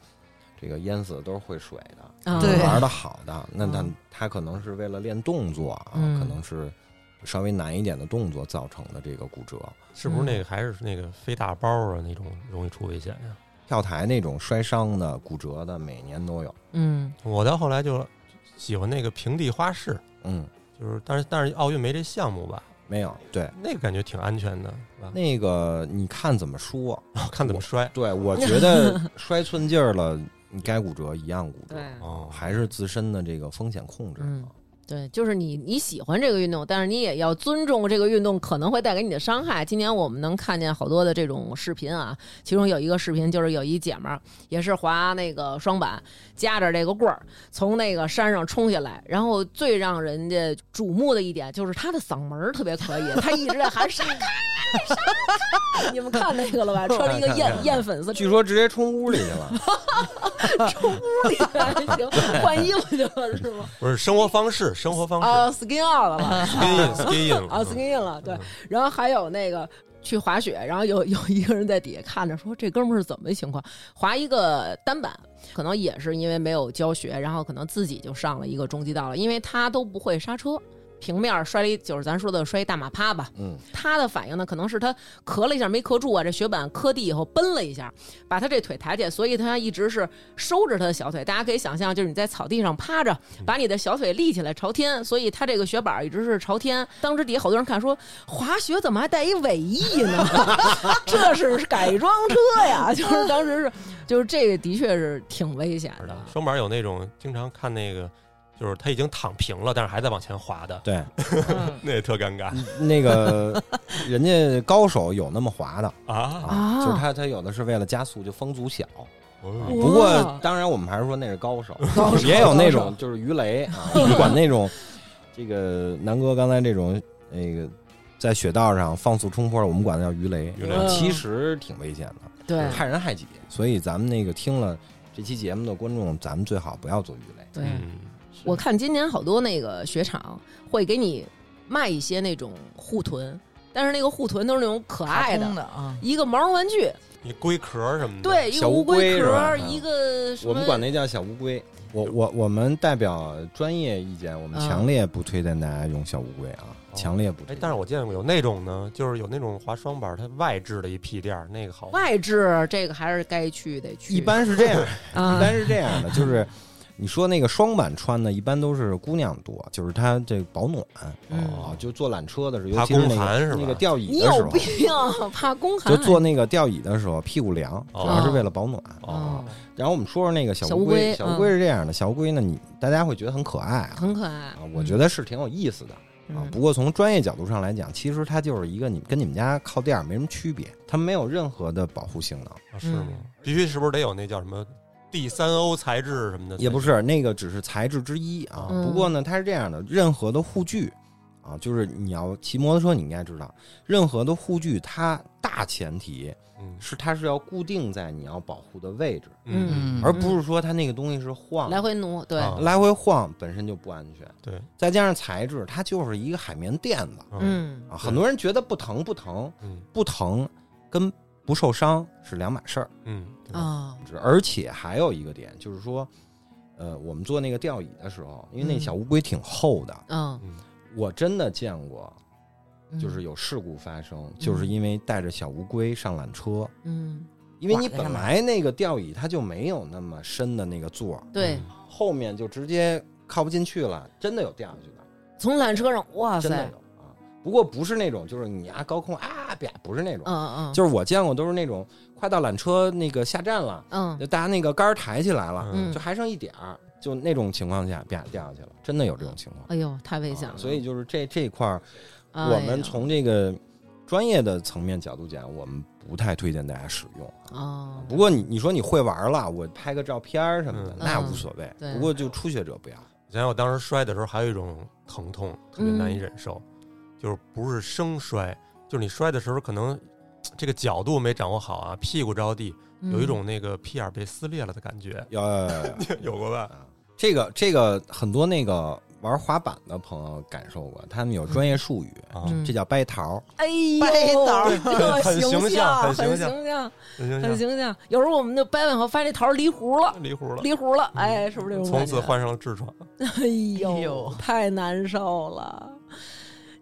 Speaker 3: 这个淹死的都是会水的，
Speaker 1: 啊
Speaker 4: 对
Speaker 3: 玩的好的，那他
Speaker 1: 嗯
Speaker 3: 他可能是为了练动作啊，
Speaker 1: 嗯
Speaker 3: 可能是稍微难一点的动作造成的这个骨折。
Speaker 2: 是不是那个还是那个飞大包啊那种容易出危险呀？
Speaker 3: 跳台那种摔伤的、骨折的，每年都有。
Speaker 1: 嗯
Speaker 2: 我到后来就喜欢那个平地花式，
Speaker 3: 嗯，
Speaker 2: 就是但是但是奥运没这项目吧，
Speaker 3: 没有，对
Speaker 2: 那个感觉挺安全的，是吧？
Speaker 3: 那个你看怎么说？
Speaker 2: 看怎么摔
Speaker 3: 对，我觉
Speaker 1: <laughs>
Speaker 3: 得摔寸劲儿了，你该骨折一样骨折，
Speaker 1: 对
Speaker 2: 哦，
Speaker 3: 还是自身的这个风险控制。
Speaker 1: 嗯对，就是你你喜欢这个运动，但是你也要尊重这个运动可能会带给你的伤害。今年我们能看见好多的这种视频啊，其中有一个视频就是有一姐们儿也是滑那个双板，夹着这个棍儿从那个山上冲下来，然后最让人家瞩目的一点就是她的嗓门儿特别可以，她一直在喊闪开闪开， <laughs> 你们看那个了吧？穿着一个
Speaker 3: 看看
Speaker 1: 艳
Speaker 3: 看
Speaker 1: 艳粉色 <laughs>
Speaker 3: 据说直接冲屋里去了，
Speaker 1: 里还行，换衣服去了是
Speaker 3: <laughs>
Speaker 1: 吗？
Speaker 2: 不是生活方式，生活方
Speaker 1: 啊
Speaker 2: 式
Speaker 1: ，skin out 了吧？
Speaker 2: ，skin in skin
Speaker 1: 啊
Speaker 2: in 嗯
Speaker 1: ，skin in 了，对
Speaker 2: 嗯。
Speaker 1: 然后还有那个去滑雪，然后有有 <laughs> 一个人在底下看着说：“这哥们儿是怎么一情况？滑一个单板，可能也是因为没有教学，然后可能自己就上了一个中级道了，因为他都不会刹车。”平面儿摔了一，就是咱说的摔一大马趴吧。
Speaker 3: 嗯，
Speaker 1: 他的反应呢，可能是他咳了一下没咳住啊，这雪板磕地以后崩了一下，把他这腿抬起来，所以他一直是收着他的小腿。大家可以想象，就是你在草地上趴着，把你的小腿立起来朝天，所以他这个雪板一直是朝天。当时底下好多人看说，滑雪怎么还带一尾翼呢？这是改装车呀！就是当时是，就是这个的确是挺危险
Speaker 2: 是
Speaker 1: 的
Speaker 2: 的。双板有那种经常看那个，就是他已经躺平了，但是还在往前滑的，
Speaker 3: 对，
Speaker 2: <laughs> 那也特尴尬
Speaker 1: <laughs>
Speaker 3: 那个人家高手有那么滑的
Speaker 2: 啊！
Speaker 3: 啊，
Speaker 1: 啊
Speaker 3: 就是他他有的是为了加速就风阻小，啊
Speaker 2: 哦
Speaker 3: 不过
Speaker 1: 哇
Speaker 3: 当然我们还是说那是高手，
Speaker 1: 高手
Speaker 3: 也有那
Speaker 1: 高
Speaker 3: 种就是鱼雷
Speaker 1: <laughs>
Speaker 3: 啊，我们管那种这个南哥刚才这种那个在雪道上放速冲坡，我们管它叫鱼雷啊
Speaker 2: 鱼雷，
Speaker 1: 嗯
Speaker 3: 其实挺危险的。
Speaker 1: 对
Speaker 3: 害人害己。所以咱们那个听了这期节目的观众，咱们最好不要做鱼雷。
Speaker 1: 对。
Speaker 2: 嗯，
Speaker 1: 我看今年好多那个雪场会给你卖一些那种护臀，但是那个护臀都是那种可爱
Speaker 4: 卡
Speaker 1: 的
Speaker 4: 通，的啊，
Speaker 1: 一个毛绒玩具，
Speaker 2: 你龟壳什么的，
Speaker 1: 对，一
Speaker 3: 嗯小
Speaker 1: 个
Speaker 3: 乌
Speaker 1: 乌
Speaker 3: 龟
Speaker 1: 龟
Speaker 3: 是
Speaker 1: 壳
Speaker 3: 吧啊
Speaker 1: 儿，一个什么，
Speaker 3: 我们管那叫小乌龟。我我我们代表专业意见，我们
Speaker 1: 嗯
Speaker 3: 强烈不推荐大家用小乌龟啊，
Speaker 2: 哦
Speaker 3: 强烈不推
Speaker 2: 哎
Speaker 3: 荐。，
Speaker 2: 但是我见过有那种呢，就是有那种滑双板，它外置的一屁垫儿，那个好。
Speaker 1: 外置，这个还是该去得去。
Speaker 3: 一
Speaker 2: 哎
Speaker 3: 般是这
Speaker 1: <laughs>
Speaker 3: 样，
Speaker 1: 啊
Speaker 3: 一般是这样的，就是你说那个双板穿的，一般都是姑娘多，就是它这保暖
Speaker 1: 嗯
Speaker 3: 啊，就坐缆车的时候，尤
Speaker 2: 怕
Speaker 3: 其是那
Speaker 2: 宫寒是
Speaker 3: 个
Speaker 2: 吧
Speaker 3: 那个吊椅
Speaker 1: 你
Speaker 3: 的时
Speaker 1: 有
Speaker 3: 候，
Speaker 1: 病， <laughs> 啊怕宫寒
Speaker 3: 就
Speaker 1: 还。
Speaker 3: 坐那个吊椅的时候屁股凉，主
Speaker 2: 哦
Speaker 3: 要是为了保暖。
Speaker 1: 哦
Speaker 2: 哦，，
Speaker 3: 然后我们说说那个
Speaker 1: 小
Speaker 3: 小
Speaker 1: 乌
Speaker 3: 乌龟，
Speaker 1: 龟嗯
Speaker 3: 小乌龟是这样的，小乌龟呢，你大家会觉得很可爱啊，
Speaker 1: 很可爱
Speaker 3: 啊，我觉得是挺有意思的啊
Speaker 1: 嗯。
Speaker 3: 不过从专业角度上来讲，其实它就是一个你跟你们家靠垫儿没什么区别，它没有任何的保护性能，
Speaker 2: 啊是吗？
Speaker 1: 嗯
Speaker 2: 必须是不是得有那叫什么 D 三 O 材质什么的？
Speaker 3: 也不是那个只是材质之一啊。
Speaker 1: 嗯
Speaker 3: 不过呢，它是这样的，任何的护具啊，就是你要骑摩托车，你应该知道，任何的护具它大前提
Speaker 2: 嗯
Speaker 3: 是它是要固定在你要保护的位置，
Speaker 2: 嗯，
Speaker 3: 而不是说它那个东西是晃
Speaker 1: 嗯来回挪，对，
Speaker 2: 啊
Speaker 3: 来回晃本身就不安全。
Speaker 2: 对，
Speaker 3: 再加上材质，它就是一个海绵垫子
Speaker 1: 嗯
Speaker 3: 啊。
Speaker 2: 对
Speaker 3: 很多人觉得不疼不疼
Speaker 2: 嗯
Speaker 3: 不疼，跟不受伤是两码事儿。
Speaker 2: 嗯对
Speaker 1: 啊，
Speaker 3: 而且还有一个点就是说，呃，我们做那个吊椅的时候，因为那
Speaker 1: 嗯
Speaker 3: 小乌龟挺厚的，
Speaker 1: 嗯，
Speaker 2: 嗯
Speaker 3: 我真的见过，
Speaker 1: 嗯
Speaker 3: 就是有事故发生，就是因为带着小乌龟上缆车。
Speaker 1: 嗯，
Speaker 3: 因为你
Speaker 4: 哇那干
Speaker 3: 本
Speaker 4: 嘛
Speaker 3: 来那个吊椅它就没有那么深的那个座儿，
Speaker 1: 对，
Speaker 3: 后面就直接靠不进去了，真的有掉下去的。
Speaker 1: 从缆车上，哇
Speaker 3: 真的
Speaker 1: 塞
Speaker 3: 有，啊。不过不是那种，就是你啊高空啊啪，不是那种，
Speaker 1: 嗯嗯，
Speaker 3: 就是我见过都是那种快到缆车那个下站了，
Speaker 1: 嗯
Speaker 3: 就大家那个杆儿抬起来了，
Speaker 1: 嗯
Speaker 3: 就还剩一点儿，就那种情况下啪掉下去了，真的有这种情况。
Speaker 1: 哎呦，太危险
Speaker 3: 啊
Speaker 1: 了。
Speaker 3: 所以就是这这块儿，
Speaker 1: 哎呦
Speaker 3: 我们从这个专业的层面角度讲，我们不太推荐大家使用。
Speaker 1: 哦，
Speaker 3: 不过你你说你会玩了，我拍个照片儿什么的，
Speaker 2: 嗯
Speaker 3: 那无所谓。
Speaker 1: 对
Speaker 3: 不过就初学者不要。
Speaker 2: 以前我当时摔的时候，还有一种疼痛特别难
Speaker 1: 嗯
Speaker 2: 以忍受，就是不是生摔，就是你摔的时候可能这个角度没掌握好啊，屁股着地，
Speaker 1: 嗯
Speaker 2: 有一种那个屁眼被撕裂了的感觉，
Speaker 3: 要
Speaker 2: <laughs> 有过吧？
Speaker 3: 这个这个很多那个玩滑板的朋友感受过，他们有专业术语，
Speaker 2: 啊，
Speaker 1: 嗯
Speaker 3: 这叫掰桃儿。
Speaker 1: 哎呦，
Speaker 4: 掰枣儿
Speaker 1: 这
Speaker 2: 很
Speaker 1: 形
Speaker 2: 形象很
Speaker 1: 很
Speaker 2: 形象
Speaker 1: 象，
Speaker 2: 那行
Speaker 1: 很
Speaker 2: 行，
Speaker 1: 形象。有时候我们就掰完以后，发现这桃儿离核了，
Speaker 2: <laughs> 离乎了，
Speaker 1: 离核了，
Speaker 2: 嗯
Speaker 1: 哎，是不是这种
Speaker 2: 从
Speaker 1: 感
Speaker 2: 此
Speaker 1: 觉？
Speaker 2: 患上了痔疮。
Speaker 1: 哎呦，
Speaker 4: 哎呦
Speaker 1: 太难受了。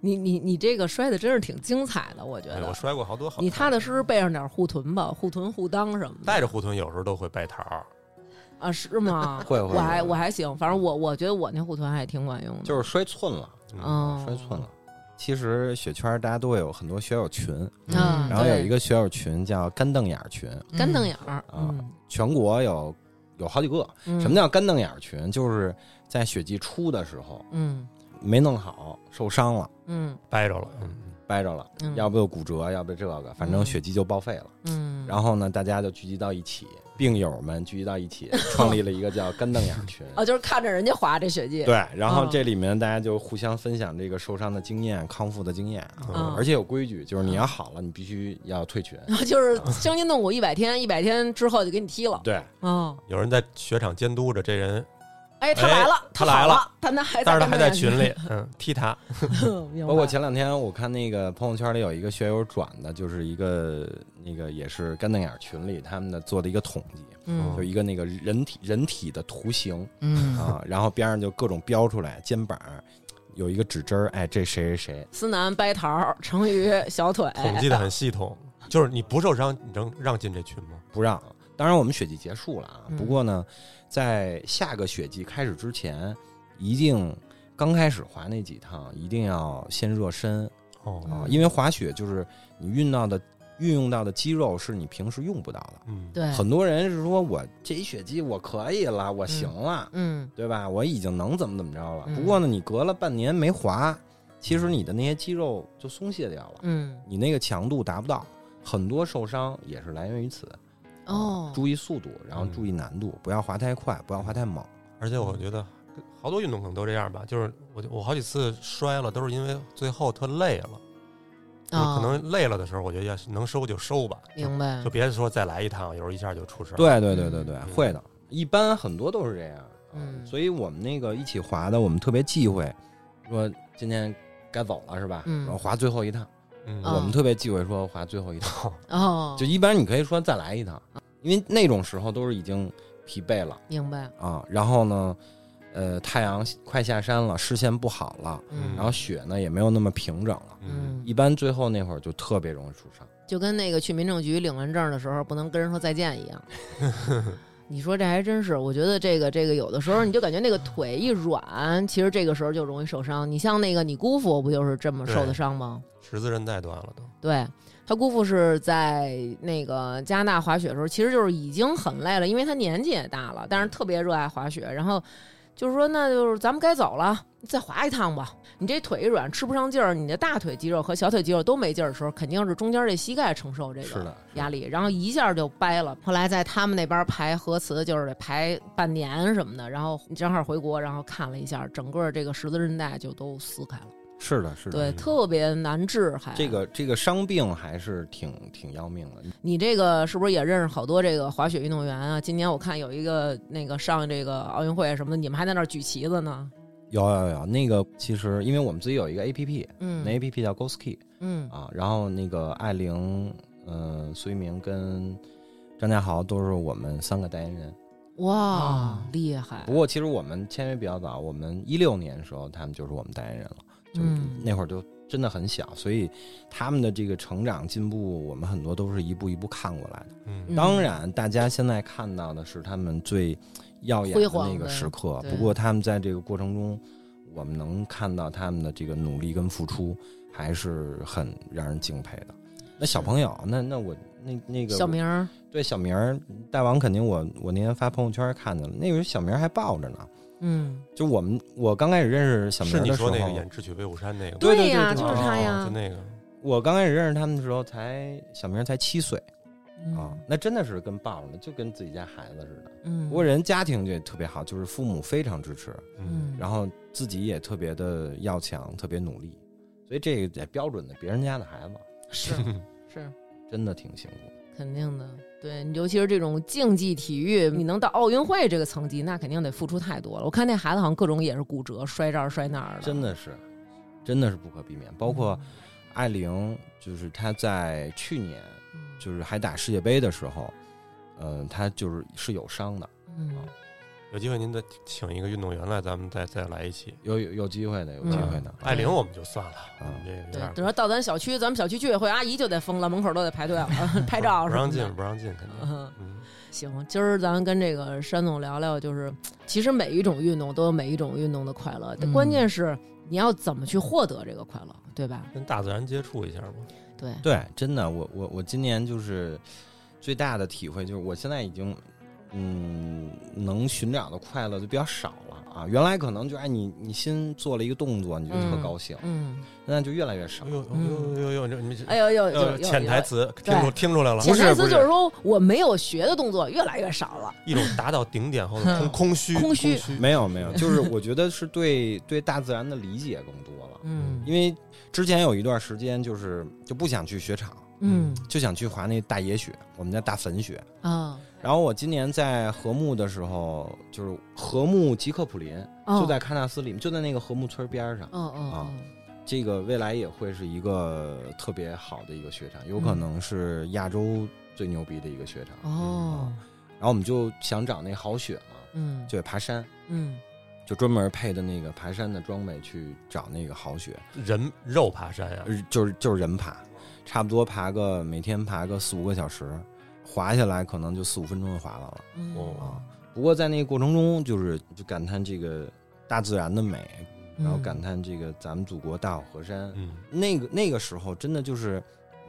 Speaker 1: 你你你这个摔的真是挺精彩的，我觉
Speaker 2: 哎
Speaker 1: 得
Speaker 2: 我。摔过好多好，
Speaker 1: 你踏踏实实备上点护臀吧，护臀护裆什么的。
Speaker 2: 带着护臀有时候都会掰桃儿，
Speaker 1: 啊，是吗？
Speaker 3: 会会
Speaker 1: 我还
Speaker 3: 会
Speaker 1: 我还行，反正我我觉得我那护臀还挺管用的，
Speaker 3: 就是摔寸了，
Speaker 1: 嗯，
Speaker 3: 摔寸了。其实雪圈儿大家都会有很多学友群，
Speaker 1: 嗯
Speaker 3: 然后有
Speaker 1: 对
Speaker 3: 一个学友群叫干瞪眼儿群，
Speaker 1: 干瞪眼儿，
Speaker 3: 啊
Speaker 1: 嗯，
Speaker 3: 全国有有好几个。
Speaker 1: 嗯
Speaker 3: 什么？叫干瞪眼儿群？就是在雪季初的时候
Speaker 1: 嗯
Speaker 3: 没弄好，受伤了，
Speaker 1: 嗯
Speaker 2: 掰着了。嗯，
Speaker 3: 掰着了，
Speaker 1: 嗯，
Speaker 3: 要不就骨折，要不就这个，反正
Speaker 1: 嗯
Speaker 3: 雪季就报废了。
Speaker 1: 嗯，
Speaker 3: 然后呢，大家就聚集到一起，病友们聚集到一
Speaker 1: <laughs>
Speaker 3: 起，创立了一个叫“干瞪眼儿群
Speaker 1: 哦，就是看着人家滑这雪”。季，
Speaker 3: 对，然后
Speaker 1: 嗯
Speaker 3: 这里面大家就互相分享这个受伤的经验、康复的经验，
Speaker 1: 嗯
Speaker 3: 而且有规矩，就是你要好了，你必须要退群。
Speaker 1: 然后就是伤筋动骨一百天，一百天之后就给你踢了，
Speaker 3: <laughs> 对，
Speaker 1: 哦，
Speaker 2: 有人在雪场监督着这人，
Speaker 1: 哎，他来了，
Speaker 2: 他
Speaker 1: 好
Speaker 2: 来
Speaker 1: 了，但他还
Speaker 2: 但是他
Speaker 1: 干
Speaker 2: 还
Speaker 1: 瞪
Speaker 2: 在
Speaker 1: 眼
Speaker 2: 群里，嗯，踢他，
Speaker 1: 睛， <laughs> 明白
Speaker 3: 包括前两天我看那个朋友圈里有一个学友转的，就是一个那个也是干瞪眼儿群里他们的做的一个统计，就
Speaker 1: 嗯
Speaker 3: 一个那个人体人体的图形
Speaker 4: 嗯，
Speaker 3: 啊，然后边上就各种标出来，肩膀有一个指针儿，哎，这谁谁谁，
Speaker 1: 思南掰桃儿，成语小腿，
Speaker 2: 统计的很系
Speaker 1: <laughs>
Speaker 2: 统。就是你不受伤，你能让进这群吗？
Speaker 3: 不让。当然，我们雪季结束了啊
Speaker 1: 嗯，
Speaker 3: 不过呢，在下个雪季开始之前，一定刚开始滑那几趟，一定要先热身
Speaker 2: 哦，
Speaker 3: 啊，
Speaker 1: 嗯
Speaker 3: 因为滑雪就是你运到的运用到的肌肉是你平时用不到的。
Speaker 2: 嗯，
Speaker 1: 对，
Speaker 3: 很多人是说我这一雪季我可以了，我行了，
Speaker 1: 嗯
Speaker 3: 对吧？我已经能怎么怎么着了
Speaker 1: 嗯。
Speaker 3: 不过呢，你隔了半年没滑，其实你的那些肌肉就松懈掉了，
Speaker 1: 嗯
Speaker 3: 你那个强度达不到，很多受伤也是来源于此。
Speaker 1: 哦，
Speaker 3: 注意速度，然后
Speaker 2: 嗯
Speaker 3: 注意难度，不要滑太快，不要滑太猛。
Speaker 2: 而且我觉得好多运动可能都这样吧，就是我我好几次摔了，都是因为最后特累了，就是
Speaker 1: 啊
Speaker 2: 可能累了的时候，我觉得要是能收就收吧，
Speaker 1: 明白
Speaker 2: 就别说再来一趟，有时候一下就出事儿。，
Speaker 3: 对对对对对，
Speaker 2: 嗯
Speaker 3: 会的，一般很多都是这样。啊
Speaker 1: 嗯
Speaker 3: 所以我们那个一起滑的，我们特别忌讳说今天该走了是吧？
Speaker 1: 嗯
Speaker 3: 然后滑最后一趟，
Speaker 2: 嗯，
Speaker 1: 啊
Speaker 3: 我们特别忌讳说滑最后一趟，
Speaker 1: 哦，
Speaker 3: <laughs> 就一般你可以说再来一趟，因为那种时候都是已经疲惫了
Speaker 1: 明白，
Speaker 3: 啊。然后呢，呃，太阳快下山了，视线不好了，
Speaker 1: 嗯，
Speaker 3: 然后雪呢也没有那么平整了，
Speaker 2: 嗯，
Speaker 3: 一般最后那会儿就特别容易受伤。
Speaker 1: 就跟那个去民政局领完证的时候不能跟人说再见一
Speaker 3: <laughs>
Speaker 1: 样。你说这还真是，我觉得这个这个有的时候你就感觉那个腿一软，其实这个时候就容易受伤。你像那个你姑父不就是这么受的伤吗？
Speaker 2: 十字韧带断了都。
Speaker 1: 对他姑父是在那个加拿大滑雪的时候，其实就是已经很累了，因为他年纪也大了，但是特别热爱滑雪。然后就是说，那就是咱们该走了，再滑一趟吧。你这腿一软，吃不上劲儿，你的大腿肌肉和小腿肌肉都没劲儿的时候，肯定是中间这膝盖承受这
Speaker 3: 是
Speaker 1: 个
Speaker 3: 的，
Speaker 1: 压力，然后一下就掰了。后来在他们那边排核磁，就是得排半年什么的。然后正好回国，然后看了一下，整个这个十字韧带就都撕开了，
Speaker 3: 是的，是的。
Speaker 1: 对，特别难治还。
Speaker 3: 这个这个伤病还是挺挺要命的。
Speaker 1: 你这个是不是也认识好多这个滑雪运动员啊？今年我看有一个那个上这个奥运会什么的，你们还在那儿举旗子呢。
Speaker 3: 有有有，那个其实因为我们自己有一个 A P P，、
Speaker 1: 嗯，
Speaker 3: 那 A P P 叫 Go Ski
Speaker 1: 嗯
Speaker 3: 啊，然后那个艾玲、嗯、苏一鸣跟张家豪都是我们三个代言人。
Speaker 1: 哇
Speaker 4: 啊，
Speaker 1: 厉害
Speaker 3: 不！过其实我们签约比较早，我们一六年的时候他们就是我们代言人了，就
Speaker 1: 嗯
Speaker 3: 那会儿就真的很小，所以他们的这个成长进步，我们很多都是一步一步看过来的。
Speaker 2: 嗯
Speaker 1: 嗯
Speaker 3: 当然，大家现在看到的是他们最耀眼
Speaker 1: 辉
Speaker 3: 的
Speaker 1: 煌
Speaker 3: 那个
Speaker 1: 的
Speaker 3: 时刻
Speaker 1: 对。
Speaker 3: 不过，他们在这个过程中，我们能看到他们的这个努力跟付出，还是很让人敬佩的。那小朋友，那那我那那个
Speaker 1: 小明儿，
Speaker 3: 对小明儿大王，肯定我我那天发朋友圈看见了，那个时候小明儿还抱着呢。
Speaker 1: 嗯，
Speaker 3: 就我们我刚开始认识小明
Speaker 2: 是
Speaker 3: 儿
Speaker 2: 你
Speaker 3: 的时
Speaker 2: 说
Speaker 3: 候，
Speaker 2: 那个演《智取威虎山》那个吗？
Speaker 3: 对对
Speaker 1: 呀，
Speaker 3: 对
Speaker 1: 啊
Speaker 3: 啊
Speaker 1: 就
Speaker 3: 对
Speaker 1: 是他
Speaker 2: 哦就
Speaker 1: 呀，
Speaker 2: 那个，
Speaker 3: 我刚开始认识他们的时候才小明儿才七岁
Speaker 1: 嗯
Speaker 3: 啊，那真的是跟抱着呢，就跟自己家孩子似的。
Speaker 1: 嗯，
Speaker 3: 不过人家庭就特别好，就是父母非常支持，
Speaker 1: 嗯，
Speaker 3: 然后自己也特别的要强，特别努力，所以这个也标准的别人家的孩子，
Speaker 1: 是是。
Speaker 3: 真的挺辛苦。
Speaker 1: 肯定的。对，尤其是这种竞技体育，你能到奥运会这个层级，那肯定得付出太多了。我看那孩子好像各种也是骨折，摔这儿摔那儿的。
Speaker 3: 真的是，真的是不可避免。包括艾玲，就是她在去年
Speaker 1: 嗯，
Speaker 3: 就是还打世界杯的时候，嗯、她就是是有伤的，啊
Speaker 1: 嗯，
Speaker 2: <laughs> 有机会您再请一个运动员来，咱们再再来一期。
Speaker 3: 有有有机会的，有机会的。
Speaker 2: 嗯艾玲我们就算了，
Speaker 3: 嗯
Speaker 2: 我们这个有
Speaker 1: 哦嗯对
Speaker 2: 点儿，
Speaker 1: 等说到咱小区，咱们小区居委会阿姨就得疯了，门口都得排队了， <laughs> 拍照
Speaker 2: 不
Speaker 1: 什么
Speaker 2: 让
Speaker 1: 的
Speaker 2: 进，不让进，肯定。
Speaker 1: 嗯，
Speaker 2: 嗯，
Speaker 1: 行，今儿咱跟这个山总聊聊，就是其实每一种运动都有每一种运动的快乐，但
Speaker 4: 嗯
Speaker 1: 关键是你要怎么去获得这个快乐，对吧？
Speaker 2: 跟大自然接触一下吧。
Speaker 1: 对，
Speaker 3: 对，真的，我我我今年就是最大的体会就是，我现在已经嗯能寻找的快乐就比较少了啊。原来可能就哎你你新做了一个动作，你就特
Speaker 1: 嗯
Speaker 3: 高兴，
Speaker 1: 嗯，
Speaker 3: 现在就越来越少
Speaker 2: 哎。呦呦呦呦，这你这
Speaker 1: 哎呦呦，
Speaker 2: 呃
Speaker 1: 有
Speaker 2: 潜台，词听出
Speaker 1: 对
Speaker 2: 听出来了
Speaker 1: 有，潜台
Speaker 3: 不
Speaker 1: 词
Speaker 3: 是
Speaker 1: 就是说我没有学的动作越来越少了，
Speaker 2: 一种达到顶点后的空空虚，
Speaker 1: 空虚
Speaker 3: 没有没有，就是我觉得是对对大自然的理解更多了。
Speaker 1: 嗯
Speaker 3: 因为之前有一段时间就是就不想去雪场，
Speaker 1: 嗯
Speaker 3: 就想去滑那大野雪，我们叫大粉雪。
Speaker 1: 啊，
Speaker 3: 然后我今年在和睦的时候，就是和睦吉克普林，
Speaker 1: 哦
Speaker 3: 嗯就在喀纳斯里面，就在那个和睦村边上。
Speaker 1: 哦哦
Speaker 3: 啊这个未来也会是一个特别好的一个雪场，有
Speaker 1: 嗯
Speaker 3: 可能是亚洲最牛逼的一个雪场。
Speaker 1: 哦哦，
Speaker 3: 然后我们就想找那好雪嘛，
Speaker 1: 嗯
Speaker 3: 嗯啊就得爬山，
Speaker 1: 嗯
Speaker 3: 就专门配的那个爬山的装备去找那个好雪。
Speaker 2: 人肉爬山呀，
Speaker 3: 呃就是就是人爬，差不多爬个每天爬个四五个小时，滑下来可能就四五分钟就滑完了
Speaker 1: 嗯
Speaker 3: 啊。不过在那个过程中，就是就感叹这个大自然的美，然
Speaker 1: 嗯
Speaker 3: 后感叹这个咱们祖国大好河山。
Speaker 2: 嗯，
Speaker 3: 那个那个时候真的就是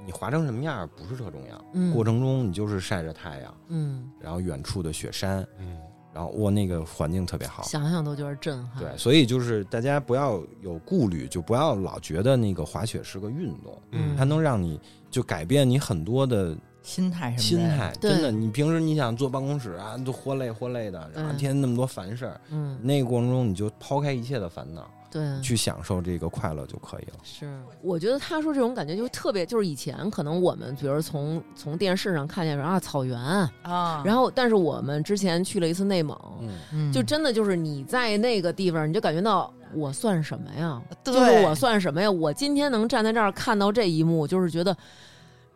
Speaker 3: 你滑成什么样儿不是特重要，
Speaker 1: 嗯
Speaker 3: 过程中你就是晒着太阳，
Speaker 1: 嗯，
Speaker 3: 然后远处的雪山，
Speaker 2: 嗯，
Speaker 3: 然后哇那个环境特别好。
Speaker 1: 想想都觉得震撼，
Speaker 3: 对，，所以就是大家不要有顾虑，就不要老觉得那个滑雪是个运动，
Speaker 2: 嗯
Speaker 3: 它能让你就改变你很多的
Speaker 4: 嗯心态什
Speaker 3: 心
Speaker 4: 么的，
Speaker 3: 态。
Speaker 1: 对
Speaker 3: 真的，你平时你想坐办公室啊，都活累活累的，然后
Speaker 1: 嗯
Speaker 3: 天天那么多烦事儿，
Speaker 1: 嗯
Speaker 3: 那个过程中你就抛开一切的烦恼，
Speaker 1: 对，
Speaker 3: 去享受这个快乐就可以了。
Speaker 1: 嗯是，我觉得他说这种感觉就是特别，就是以前可能我们，比如从从电视上看见说啊草原，
Speaker 4: 啊，
Speaker 1: 然后但是我们之前去了一次内蒙，
Speaker 3: 嗯，
Speaker 4: 嗯
Speaker 1: 就真的就是你在那个地方，你就感觉到我算什么呀？
Speaker 4: 对
Speaker 1: 就是我算什么呀？我今天能站在这儿看到这一幕，就是觉得。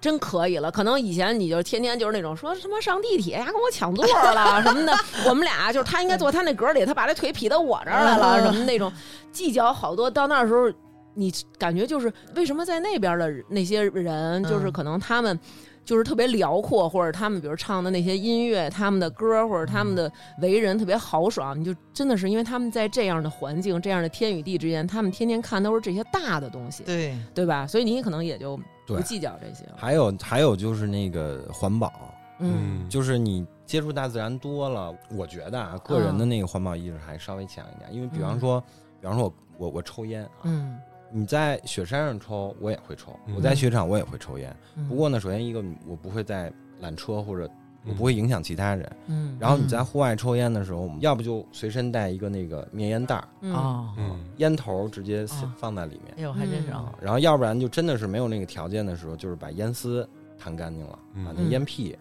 Speaker 1: 真可以了，可能以前你就天天就是那种说什么上地铁呀，跟我抢座了什么
Speaker 4: <laughs>
Speaker 1: 的。我们俩就是他应该坐他那格里，他把这腿劈到我这儿来了，
Speaker 4: 嗯
Speaker 1: 什么那种计较好多。到那时候，你感觉就是为什么在那边的那些人，就是
Speaker 4: 嗯
Speaker 1: 可能他们就是特别辽阔，或者他们比如唱的那些音乐、他们的歌或者他
Speaker 4: 嗯
Speaker 1: 们的为人特别豪爽，你就真的是因为他们在这样的环境、这样的天与地之间，他们天天看都是这些大的东西，
Speaker 4: 对，
Speaker 1: 对吧？所以你可能也就不
Speaker 3: 对
Speaker 1: 计较这些了。
Speaker 3: 还有还有就是那个环保，
Speaker 1: 嗯
Speaker 3: 就是你接触大自然多了，我觉得啊，个
Speaker 1: 嗯
Speaker 3: 人的那个环保意识还稍微强一点，因为比方说，比方说我我我抽烟啊，
Speaker 1: 嗯，
Speaker 3: 你在雪山上抽，我也会抽；
Speaker 2: 嗯
Speaker 3: 我在雪场我也会抽烟。
Speaker 1: 嗯
Speaker 3: 不过呢，首先一个我不会在缆车或者我
Speaker 2: 嗯
Speaker 3: 不会影响其他人。
Speaker 1: 嗯，
Speaker 3: 然后你在户外抽烟的时候，我们要不就随身带一个那个灭烟袋儿，
Speaker 1: 嗯
Speaker 4: 哦，
Speaker 2: 嗯，
Speaker 3: 烟头直
Speaker 1: 哦
Speaker 3: 接
Speaker 4: 啊
Speaker 3: 放在里面
Speaker 4: 哎呦，还真是啊
Speaker 1: 嗯，
Speaker 3: 啊。然后要不然就真的是没有那个条件的时候，就是把烟丝弹干净了，
Speaker 2: 嗯
Speaker 3: 把那烟屁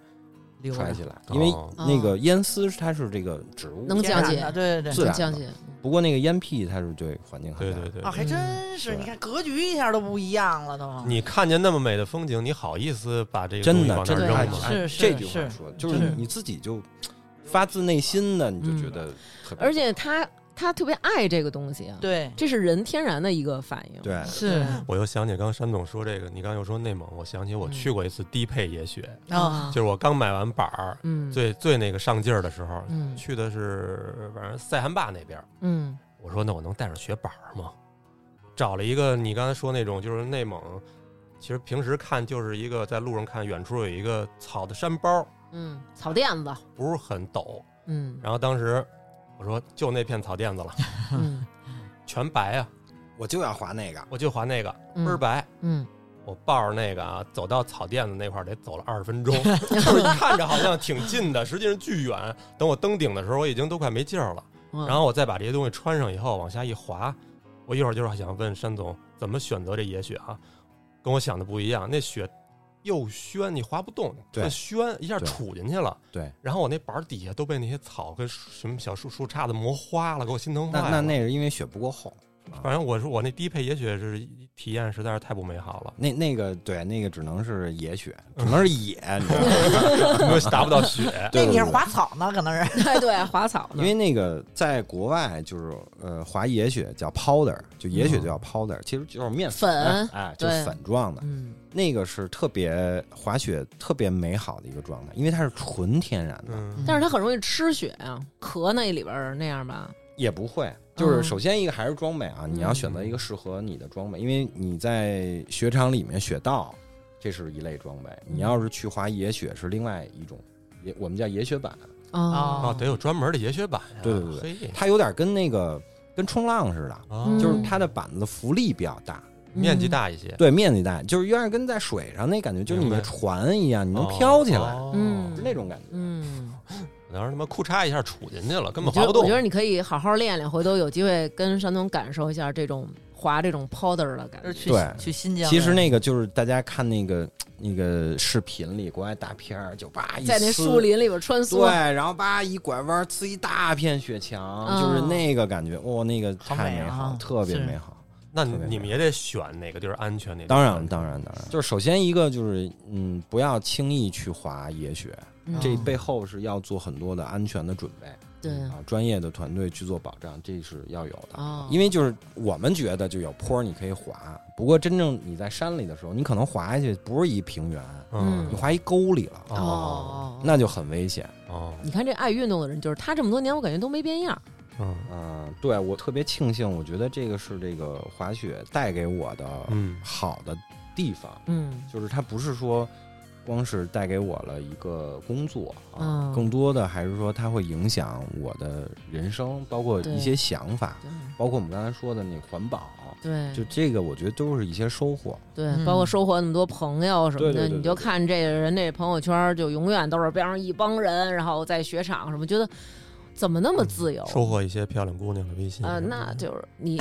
Speaker 4: 留着
Speaker 3: 揣起来，哦因为
Speaker 2: 哦
Speaker 3: 那个烟丝它是这个植物，
Speaker 1: 哦能降解
Speaker 4: 天然的对对
Speaker 3: 自
Speaker 4: 对。
Speaker 3: 然
Speaker 1: 很
Speaker 3: 的
Speaker 1: 讲解，
Speaker 3: 不过那个烟屁它是对环境很
Speaker 2: 对
Speaker 3: 大
Speaker 2: 对对
Speaker 1: 哦
Speaker 4: 啊，，还
Speaker 3: 嗯
Speaker 4: 真是！你看格局一下都不一样了，都
Speaker 2: 你看见那么美的风景，你好意思把这个
Speaker 3: 真
Speaker 2: 东
Speaker 3: 的，
Speaker 2: 西
Speaker 3: 真的
Speaker 2: 往那
Speaker 1: 对
Speaker 2: 儿
Speaker 3: 哎
Speaker 2: 扔吗？
Speaker 4: 是是
Speaker 3: 这句话
Speaker 4: 是
Speaker 3: 说，的，就是
Speaker 4: 是
Speaker 3: 你自己就发自内心的，你就觉得特别，
Speaker 1: 嗯而且他他特别爱这个东西啊，
Speaker 4: 对
Speaker 1: 这是人天然的一个反应。
Speaker 3: 对
Speaker 4: 是
Speaker 2: 我又想起刚山总说这个，你刚又说内蒙，我想起
Speaker 1: 嗯
Speaker 2: 我去过一次低配野雪，
Speaker 4: 啊，
Speaker 2: 就是我刚买完板儿，
Speaker 1: 嗯，
Speaker 2: 最最那个上劲儿的时候，
Speaker 1: 嗯
Speaker 2: 去的是反正塞罕坝那边儿。
Speaker 1: 嗯
Speaker 2: 我说那我能带上雪板儿吗？找了一个你刚才说那种，就是内蒙，其实平时看就是一个在路上看，远处有一个草的山包，
Speaker 1: 嗯，草垫子，
Speaker 2: 不是很陡。
Speaker 3: <laughs>
Speaker 1: 嗯
Speaker 2: 然后当时我说就那片草垫子了，
Speaker 1: 嗯
Speaker 2: 全白啊，
Speaker 3: 我就要滑那个，
Speaker 2: 我就滑那个
Speaker 1: 嗯
Speaker 2: 倍儿白。
Speaker 1: 嗯，
Speaker 2: 我抱着那个啊，走到草垫子那块儿得走了二十分钟，就是看着好像挺近的，实际上巨远。等我登顶的时候，我已经都快没劲儿了。
Speaker 3: 嗯
Speaker 1: 然
Speaker 3: <laughs>
Speaker 2: 然后我再把这些东西穿上以后，往下一滑，我一会儿就是想问山总怎么选择这野雪啊，跟我想的不一样。那雪又宣，你划不动，
Speaker 3: 对
Speaker 2: 特宣，一下
Speaker 3: 对
Speaker 2: 杵进去了。
Speaker 3: 对，
Speaker 2: 然后我那板儿底下都被那些草跟什么小树树杈子磨花了，给我心疼坏
Speaker 3: 那
Speaker 2: 了。
Speaker 3: 那那是因为雪不够厚，，
Speaker 2: 反正我说我那低配也许是体验实在是太不美好了 <laughs>
Speaker 3: 那那个对那个只能是野雪，只能是野，你知道
Speaker 1: <laughs>
Speaker 3: 吗？
Speaker 2: 因为达不到雪。
Speaker 4: 那
Speaker 3: <laughs> 对
Speaker 4: 你是
Speaker 3: 对
Speaker 4: 滑草呢？可能是
Speaker 1: 哎，对，滑草
Speaker 3: 因
Speaker 1: 呢，
Speaker 3: 为那个在国外就是呃，滑野雪叫 powder，就野雪就叫 powder，、其实就是面
Speaker 1: 嗯粉
Speaker 3: 哎，哎就是
Speaker 1: 对
Speaker 3: 粉状的。
Speaker 1: 嗯，
Speaker 3: 那个是特别滑雪特别美好的一个状态，因为它是纯天然的，
Speaker 2: 嗯，
Speaker 1: 但是它很容易吃雪啊，壳那里边儿那样吧，
Speaker 3: 也不会。就是
Speaker 2: 哦
Speaker 1: 嗯
Speaker 3: 首先一个还是装备
Speaker 2: 嗯
Speaker 3: 啊，你要选择一个适合你的装备，因为你在雪场里面雪道，这是一类装备；你要是去滑野雪是另外一种，也我们叫野雪板，
Speaker 1: 哦
Speaker 3: 啊
Speaker 2: 哦，得有专门的野雪板呀。
Speaker 3: 对对
Speaker 2: 对对，
Speaker 3: 它有点跟那个跟冲浪似的，
Speaker 2: 啊
Speaker 1: 嗯
Speaker 3: 就是它的板子浮力比较大，
Speaker 2: 面积大一些，
Speaker 3: 对，面积大，就是有点跟在水上那感觉，就是你的
Speaker 2: 明白哦
Speaker 3: 船一样，你
Speaker 2: 你
Speaker 3: 能飘起来，
Speaker 1: 嗯
Speaker 3: 是那种感觉。
Speaker 1: 嗯，
Speaker 2: 然后他妈裤嚓一下杵进去了，根
Speaker 1: 我
Speaker 2: 本
Speaker 1: 觉得
Speaker 2: 滑不动
Speaker 1: 我觉。得你可以好好练练，回头有机会跟山东感受一下这种滑这种 powder 的感
Speaker 4: 就是
Speaker 1: 觉。
Speaker 4: 去
Speaker 3: 对
Speaker 4: 去新疆。
Speaker 3: 其实那个就是大家看那个那个视频里，国外大片儿，就叭一
Speaker 1: 在那
Speaker 3: 撕
Speaker 1: 树林里边穿
Speaker 3: 对，
Speaker 1: 梭，
Speaker 3: 然后叭一拐弯，呲一大片雪墙，
Speaker 1: 嗯
Speaker 3: 就是那个感觉，哇、那个
Speaker 4: 好
Speaker 3: 太
Speaker 4: 美啊
Speaker 3: 好，特别
Speaker 4: 是
Speaker 3: 美好。
Speaker 2: 那
Speaker 3: 特别
Speaker 2: 你们也得选哪个地儿安全那地儿
Speaker 3: 当然，当然，当然，就是首先一个就是，嗯，不要轻易去滑野雪，
Speaker 1: 嗯
Speaker 3: 这背后是要做很多的安全的准备
Speaker 1: 对
Speaker 3: 啊，专业的团队去做保障，这是要有的。
Speaker 1: 哦，
Speaker 3: 因为就是我们觉得就有坡儿你可以滑，不过真正你在山里的时候，你可能滑下去不是一平原，
Speaker 1: 嗯
Speaker 3: 啊你滑一沟里了，
Speaker 1: 哦哦，
Speaker 3: 那就很危险。
Speaker 1: 嗯
Speaker 2: 哦，
Speaker 1: 你看这爱运动的人，就是他这么多年，我感觉都没变样。
Speaker 2: 嗯
Speaker 3: 嗯，对我特别庆幸，我觉得这个是这个滑雪带给我的
Speaker 2: 嗯
Speaker 3: 好的地方，
Speaker 1: 嗯
Speaker 3: 就是它不是说光是带给我了一个工作啊，
Speaker 1: 嗯
Speaker 3: 更多的还是说它会影响我的人生，包括
Speaker 1: 对
Speaker 3: 一些想法，
Speaker 1: 对
Speaker 3: 包括我们刚才说的那环保，
Speaker 1: 嗯对，
Speaker 3: 就这个我觉得都是一些收获。
Speaker 1: 对，
Speaker 4: 嗯
Speaker 1: 包括收获那么多朋友什么
Speaker 3: 对对
Speaker 1: 的，
Speaker 3: 对对
Speaker 1: 你就看这个人这朋友圈，就永远都是边上一帮人，然后在雪场什么，觉得怎么那么自由？
Speaker 2: 嗯收获一些漂亮姑娘的微信。
Speaker 1: 呃，那就是你，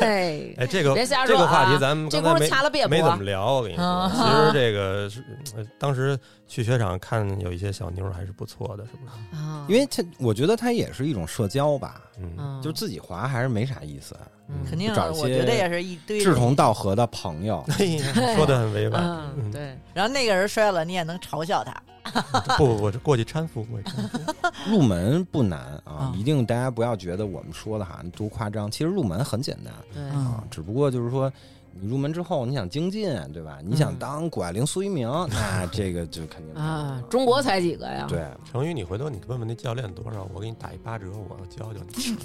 Speaker 1: 嘿
Speaker 2: 哎，这个
Speaker 1: 别瞎
Speaker 2: 这
Speaker 1: 说
Speaker 2: 个话题
Speaker 1: 啊！
Speaker 2: 咱们
Speaker 1: 这
Speaker 2: 刚
Speaker 1: 功
Speaker 2: 才
Speaker 1: 夫
Speaker 2: 没
Speaker 1: 掐了别
Speaker 2: 没
Speaker 1: 播
Speaker 2: 怎么聊，我跟你说
Speaker 4: 啊，
Speaker 2: 其
Speaker 1: <laughs>
Speaker 2: 实这个是呃当时去雪场看有一些小妞儿还是不错的，是不是？
Speaker 1: 啊
Speaker 3: 因为它，我觉得它也是一种社交吧，
Speaker 2: 嗯，
Speaker 1: 嗯
Speaker 3: 就是自己滑还是没啥意思，
Speaker 1: 嗯
Speaker 4: 肯定，
Speaker 3: 找一些
Speaker 4: 我觉得也是一堆
Speaker 3: 志
Speaker 4: 人。
Speaker 3: 同道合的朋友，
Speaker 2: 哎呀说的很委婉。
Speaker 1: 嗯，
Speaker 2: 嗯
Speaker 1: 对，
Speaker 4: 然后那个人摔了，你也能嘲笑他。
Speaker 2: 不不不，这过去搀扶，过去搀扶。
Speaker 3: 入门不难啊
Speaker 4: 啊，
Speaker 3: 一定大家不要觉得我们说的哈多夸张，其实入门很简单
Speaker 1: 对，
Speaker 4: 嗯
Speaker 3: 啊，只不过就是说你入门之后你想精进，对吧？你想当谷爱凌、苏
Speaker 1: <laughs>
Speaker 3: 一鸣，那这个就肯定不
Speaker 1: 嗯啊，
Speaker 3: 可
Speaker 1: 中嗯国才几个呀？
Speaker 3: 能，对，
Speaker 2: 成宇，你回头你问问那教练多少，我给你打一八折，我教教你。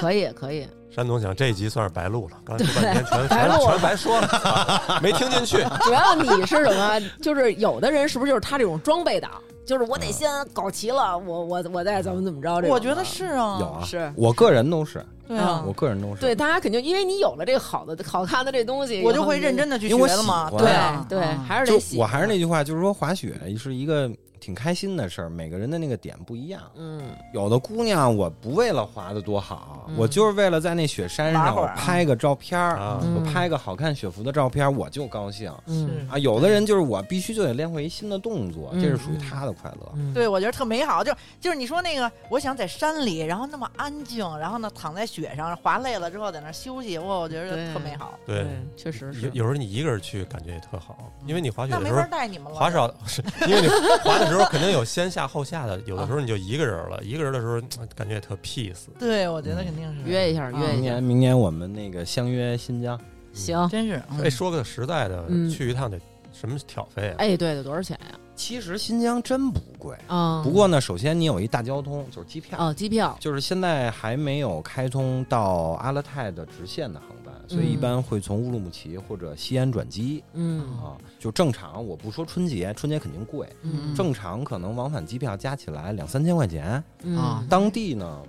Speaker 1: 可以，可以，
Speaker 2: 山东想这一集算是白录
Speaker 1: <laughs>
Speaker 2: 了，刚才说半天
Speaker 1: 白
Speaker 2: 全全
Speaker 1: 录了
Speaker 2: 全白说了， <laughs> 操没听进
Speaker 1: <laughs>
Speaker 2: 去。
Speaker 1: 主要你是什么？就是有的人是不是就是他这种装备党？就是我得先搞齐了，我我我再怎么怎么着？这种
Speaker 4: 嗯我
Speaker 1: 的
Speaker 4: 觉得是啊，
Speaker 3: 有啊，
Speaker 1: 是
Speaker 3: 我个人都是，
Speaker 4: 对啊
Speaker 1: 嗯，
Speaker 3: 我个人都是，
Speaker 1: 对，大家肯定因为你有了这个好的、好看的这东西，
Speaker 4: 我
Speaker 1: 以
Speaker 4: 就
Speaker 1: 后
Speaker 4: 会
Speaker 1: 你
Speaker 4: 认真的去学
Speaker 3: 因为我
Speaker 4: 了嘛。
Speaker 3: 喜欢
Speaker 1: 对
Speaker 4: 啊，
Speaker 1: 对，
Speaker 4: 啊
Speaker 1: 还是
Speaker 3: 就
Speaker 1: 得喜。
Speaker 3: 我还是那句话，就是说滑雪是一个挺开心的事儿，每个人的那个点不一样。
Speaker 1: 嗯，
Speaker 3: 有的姑娘我不为了滑得多好，
Speaker 1: 嗯
Speaker 3: 我就是为了在那雪山
Speaker 4: 玩
Speaker 3: 上
Speaker 4: 会
Speaker 3: 我
Speaker 4: 儿啊
Speaker 3: 拍个照片儿，
Speaker 2: 啊
Speaker 1: 嗯
Speaker 3: 我拍个好看雪服的照片儿，我就高兴。
Speaker 1: 嗯
Speaker 3: 啊，有的人就是我必须就得练会一新的动作，
Speaker 1: 嗯
Speaker 3: 这是属于他的快乐。
Speaker 1: 嗯，
Speaker 4: 对，我觉得特美好，就就是你说那个，我想在山里，然后那么安静，然后呢躺在雪上，滑累了之后在那儿休息，哇，我觉
Speaker 1: 对
Speaker 4: 得特美好。
Speaker 2: 对，，
Speaker 1: 确实
Speaker 2: 有
Speaker 1: 是。嗯
Speaker 2: 有时候你一个人去感觉也特好，因为你滑雪
Speaker 4: 那
Speaker 2: 的
Speaker 4: 没
Speaker 2: 时候
Speaker 4: 法带你们了，
Speaker 2: 滑少 <laughs> 是因为你滑的时候肯定有先下后下的，有
Speaker 1: 嗯
Speaker 2: 的时候你就一个人了，一个人的时候嗯感觉也特 peace。嗯
Speaker 4: 对，我觉得肯定是
Speaker 1: 约一下，约
Speaker 3: 明
Speaker 1: 一下，
Speaker 3: 年，明年我们那个相约新疆，
Speaker 1: 行。
Speaker 4: 真是嗯
Speaker 2: 哎，说个实在的
Speaker 1: 嗯，
Speaker 2: 去一趟得什么挑费啊？
Speaker 1: 哎，对对，多少钱呀？
Speaker 3: 其实新疆真不贵。
Speaker 1: 啊，
Speaker 3: 不过呢，首先你有一大交通，就是机票，
Speaker 1: 哦，机票
Speaker 3: 就是现在还没有开通到阿勒泰的直线的航班，所以一般会从乌鲁木齐或者西安转机
Speaker 1: 嗯
Speaker 3: 啊。就正常，我不说春节，春节肯定贵，
Speaker 1: 嗯
Speaker 3: 正常可能往返机票加起来两三千块钱。
Speaker 1: 嗯
Speaker 4: 啊
Speaker 3: 当地呢，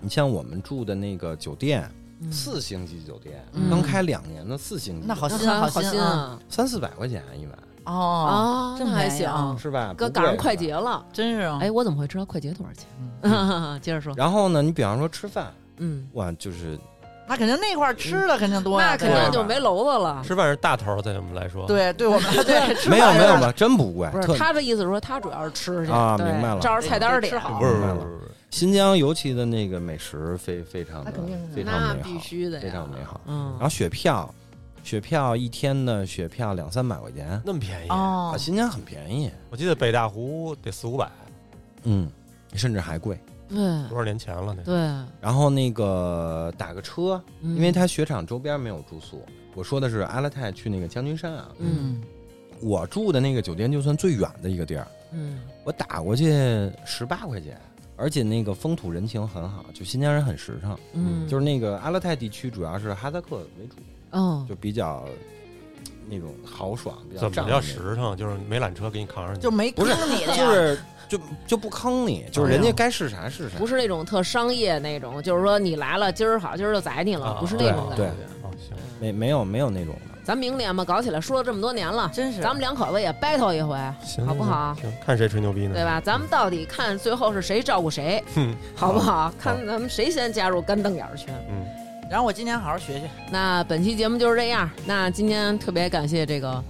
Speaker 3: 你像我们住的那个酒店，
Speaker 1: 嗯
Speaker 3: 四星级酒店，
Speaker 1: 嗯
Speaker 3: 刚开两年的四星级，
Speaker 4: 那好
Speaker 1: 那
Speaker 4: 心
Speaker 1: 很嗯好
Speaker 4: 好心
Speaker 1: 啊
Speaker 3: 三四百块钱一晚，
Speaker 4: 哦，
Speaker 1: 啊，
Speaker 4: 这
Speaker 1: 那
Speaker 4: 么
Speaker 1: 还
Speaker 4: 便宜
Speaker 1: 行，
Speaker 4: 啊
Speaker 3: 是吧？
Speaker 1: 哥
Speaker 3: 不贵
Speaker 1: 赶上快
Speaker 3: 是吧
Speaker 1: 捷了。
Speaker 4: 真是啊，嗯
Speaker 1: 哎，我怎么会知 <laughs> 道快捷多少钱？接着说，
Speaker 3: 然后呢，你比方说吃饭，
Speaker 1: 嗯
Speaker 3: 哇，就是
Speaker 4: 那肯定那块儿吃的肯定多呀，
Speaker 1: 那肯
Speaker 4: 对吧
Speaker 1: 定就没娄子了。
Speaker 2: 吃饭是大头儿，在我们来说，，
Speaker 4: 对对我
Speaker 1: <laughs>
Speaker 4: 们对吃
Speaker 3: 没有
Speaker 4: 饭
Speaker 3: 没有
Speaker 4: 点
Speaker 3: 吧，
Speaker 4: 儿
Speaker 3: 真不贵，
Speaker 1: 不
Speaker 3: 特
Speaker 1: 是他的意思是说，他主要是吃去
Speaker 3: 啊
Speaker 1: 对
Speaker 3: 明白了
Speaker 1: 照着菜单儿点
Speaker 4: 得吃好
Speaker 2: 不是
Speaker 3: 明
Speaker 2: 不
Speaker 3: 白
Speaker 2: 是
Speaker 3: 了
Speaker 2: 不是不是，
Speaker 3: 新疆尤其的那个美食非非常
Speaker 1: 那
Speaker 3: 的
Speaker 1: 肯定是
Speaker 3: 非常
Speaker 1: 那
Speaker 3: 美好，
Speaker 1: 必须的呀，
Speaker 3: 非常美好。
Speaker 1: 嗯
Speaker 3: 然后雪票，雪票一天的雪票两三百块
Speaker 1: 嗯
Speaker 3: 钱
Speaker 2: 那么便宜，
Speaker 4: 哦
Speaker 3: 啊，，新疆很便宜，
Speaker 2: 我记得北大湖得四五百，
Speaker 3: 嗯，甚至还贵。
Speaker 1: 对
Speaker 4: 嗯
Speaker 3: 啊
Speaker 2: 多少年前了那？
Speaker 1: 对，
Speaker 3: 然后那个打个车，
Speaker 1: 嗯
Speaker 3: 因为它雪场周边没有住宿。我说的是阿拉泰去那个将军山啊，
Speaker 1: 嗯
Speaker 3: 我住的那个酒店就算最远的一个地儿，
Speaker 1: 嗯
Speaker 3: 我打过去十八块钱，而且那个风土人情很好，就新疆人很实诚，
Speaker 1: 嗯，
Speaker 3: 就是是那个阿勒泰地区主要是哈萨克为主，
Speaker 1: 嗯
Speaker 3: 就比较呃那种豪爽，比较
Speaker 2: 怎么
Speaker 3: 仗
Speaker 2: 叫
Speaker 3: 义，
Speaker 2: 实诚？就是没缆车给你扛上去，
Speaker 4: 就没
Speaker 3: 不
Speaker 4: 坑
Speaker 3: 是
Speaker 4: 你的呀，
Speaker 3: 就是就就不坑你，就是人
Speaker 1: 哎
Speaker 3: 家
Speaker 1: 呦
Speaker 3: 该是啥是啥，
Speaker 1: 不是那种特商业那种，就是说你来了，今儿好，今儿就宰你了，
Speaker 2: 啊
Speaker 1: 不是那
Speaker 3: 对
Speaker 1: 种感
Speaker 3: 对
Speaker 1: 觉。，
Speaker 2: 哦行，
Speaker 3: 没没有没有那种的。
Speaker 1: 咱明年嘛，搞起来，说了这么多年了，
Speaker 4: 真是
Speaker 1: 咱们两口子也 battle 一回，
Speaker 2: 行，
Speaker 1: 好不好
Speaker 2: 行，看谁吹牛逼呢？
Speaker 1: 对？吧？咱们到底看最后是谁照顾谁，
Speaker 2: 嗯哼，
Speaker 1: <laughs> 好不好？看咱们谁先加入干瞪眼儿圈。
Speaker 2: 嗯，
Speaker 4: 然后我今年好好学学，
Speaker 1: 那本期节目就是这样。那今天特别感谢这个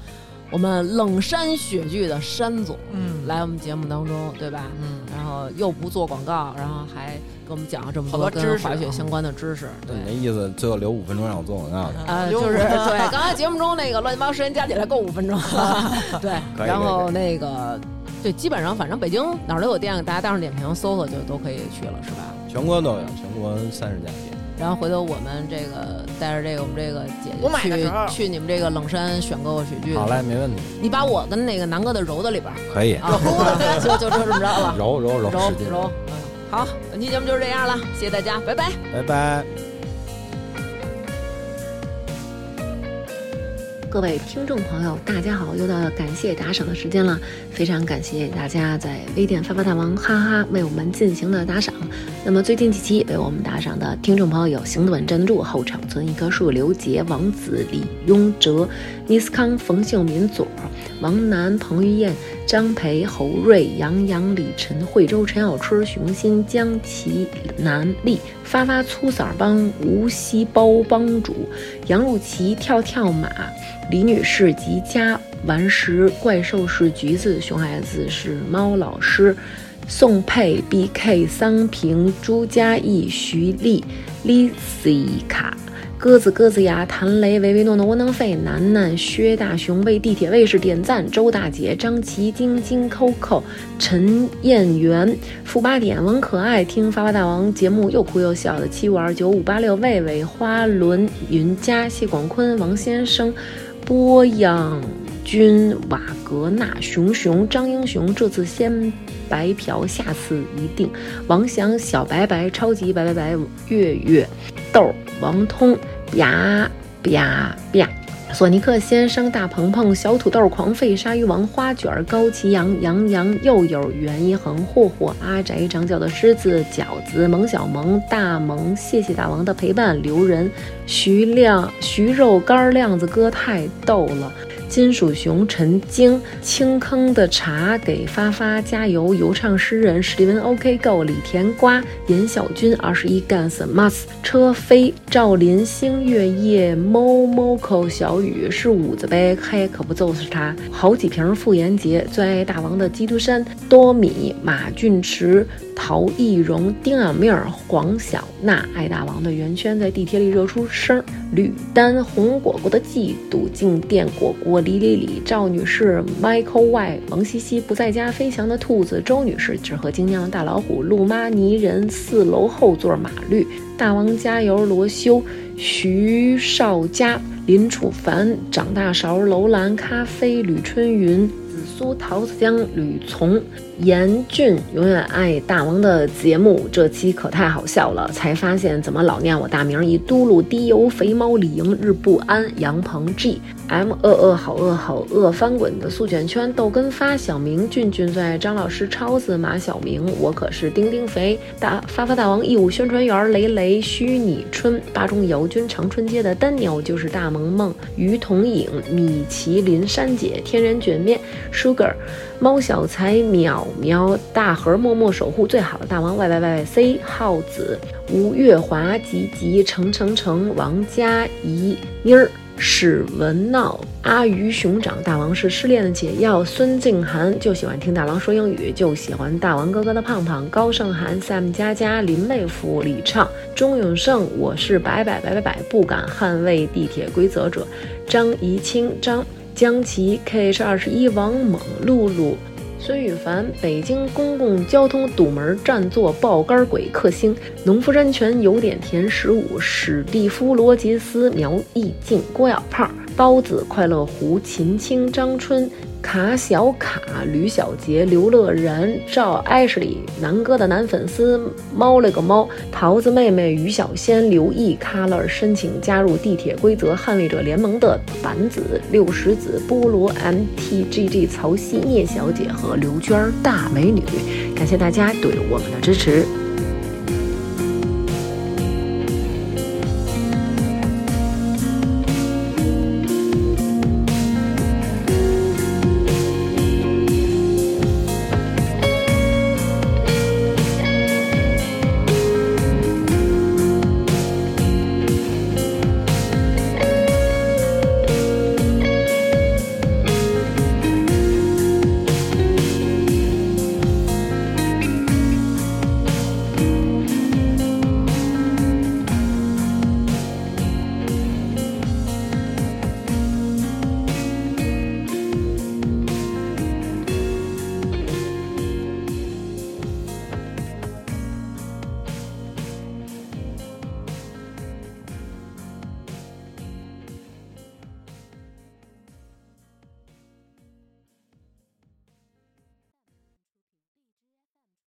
Speaker 1: 我们冷山雪剧的山总，
Speaker 4: 嗯
Speaker 1: 来我们节目当中，对吧？
Speaker 4: 嗯，
Speaker 1: 然后又不做广告，然后还给我们讲了这么
Speaker 4: 好多知
Speaker 1: 跟
Speaker 4: 识
Speaker 1: 滑雪
Speaker 4: 啊
Speaker 1: 相关的知识，
Speaker 3: 那
Speaker 1: 对。
Speaker 3: 你的意思，最后留五分钟让我做广告呢？
Speaker 1: 呃，
Speaker 4: 溜
Speaker 1: 就是 <laughs>
Speaker 4: 达
Speaker 1: 对，刚才节目中那个乱七八糟时间加起来够五分钟，
Speaker 3: <laughs>
Speaker 1: 对，
Speaker 3: 可以
Speaker 1: 然后那个。对，基本上反正北京哪儿都有店，大家当上点评搜搜就都可以去了，是吧？
Speaker 3: 全国都有，全国三十家店。
Speaker 1: 然后回头我们这个带着这个我们这个姐
Speaker 4: 我买的时
Speaker 1: 姐
Speaker 4: 候
Speaker 1: 去去你们这个冷山选购雪具，
Speaker 3: 好嘞，没问题，
Speaker 1: 你把我跟那个南哥的揉到里边儿
Speaker 3: 可以
Speaker 1: 啊， <laughs> 就就就这么着了，
Speaker 3: 揉揉揉，
Speaker 1: 揉
Speaker 3: 使劲，
Speaker 1: 揉，嗯，好，本期节目就是这样了，谢谢大家，拜拜。
Speaker 3: 拜拜。
Speaker 5: 各位听众朋友，大家好！又到了感谢打赏的时间了，非常感谢大家在微店发发大王哈哈为我们进行的打赏。那么最近几期为我们打赏的听众朋友有行得稳站得住、后场村一棵树、刘杰、王子、李雍哲、尼斯康、冯秀民、左、王楠、彭于晏、张培、侯瑞、杨洋、李晨、惠州、陈小春、熊心、江奇、南丽、发发粗嗓帮、无锡包帮主、杨露琪、跳跳马、李女士及家顽石怪兽是橘子，熊孩子是猫老师，宋佩、B K、桑平、朱佳艺、徐丽、Lizzy 卡。鸽子鸽子牙、谭雷、唯唯诺诺、窝囊废、楠楠、薛大雄为地铁卫士点赞、周大姐、张琪、晶晶、Coco、陈燕媛、负八点、王可爱、听发发大王节目又哭又笑的七五二九五八六、魏魏、花轮、云佳、谢广坤、王先生、波养君、瓦格纳、熊熊、张英雄，这次先白嫖，下次一定。王翔、小白白、超级白白白、月月、豆儿、王通、呀呀呀。索尼克先生、大鹏鹏、小土豆、狂吠、鲨鱼王、花卷儿、高奇阳、杨洋、又有袁一恒、霍霍、阿宅、长脚的狮子、饺子、萌小萌、大萌，谢谢大王的陪伴，刘仁、徐亮、徐肉干儿、亮子哥太逗了。金属熊、陈晶、青坑的茶给发发加油，游唱诗人史蒂文 OK Go、李甜瓜、严小军、二十一 Guns、Mas、车飞、赵林、星月夜、猫猫 o 小雨是五子呗，嘿，可不揍死他！好几瓶傅炎杰，最爱大王的基督山、多米、马俊驰、陶艺荣、丁俺妹儿、黄小娜、爱大王的圆圈在地铁里热出声儿。吕丹、红果果的嫉妒、静电果果、李李李、赵女士、Michael Y、王西西不在家、飞翔的兔子、周女士、只喝精酿的大老虎、路妈尼人、四楼后座马绿、大王加油、罗修、徐少佳、林楚凡、长大勺、楼兰咖啡、吕春云、紫苏、桃子江、吕从、严俊永远爱大王的节目，这期可太好笑了，才发现怎么老念我大名儿一嘟噜滴油肥猫李莹日不安杨鹏 G M 饿饿好饿好饿翻滚的素卷圈豆根发小明俊俊最爱张老师超子马小明我可是丁丁肥大发发大王义务宣传员雷雷虚拟春巴中姚军长春街的丹鸟就是大萌萌于同影米其林珊姐天然卷面 Sugar 猫小才、淼我们要大河默默守护最好的大王 Y Y Y Y C 浩子吴月华吉吉程程程王佳怡妮儿。史文闹、阿鱼熊掌、大王是失恋的解药，孙静涵就喜欢听大王说英语，就喜欢大王哥哥的胖胖、高胜涵、Sam 佳佳、林妹夫、李畅、钟永胜，我是摆摆摆摆摆，不敢捍卫地铁规则者，张怡清、张江琪、KH 二十一、王猛、露露。孙羽凡，北京公共交通堵门占座爆肝鬼克星，农夫山泉有点甜十五，史蒂夫罗杰斯苗艺静郭小胖包子快乐湖秦青张春卡小卡吕小杰刘乐然赵艾什里南哥的男粉丝猫了个猫桃子妹妹于小仙刘毅卡勒申请加入地铁规则捍卫者联盟的板子六十子菠萝 MTGG 曹曦聂小姐和刘娟儿大美女，感谢大家对我们的支持。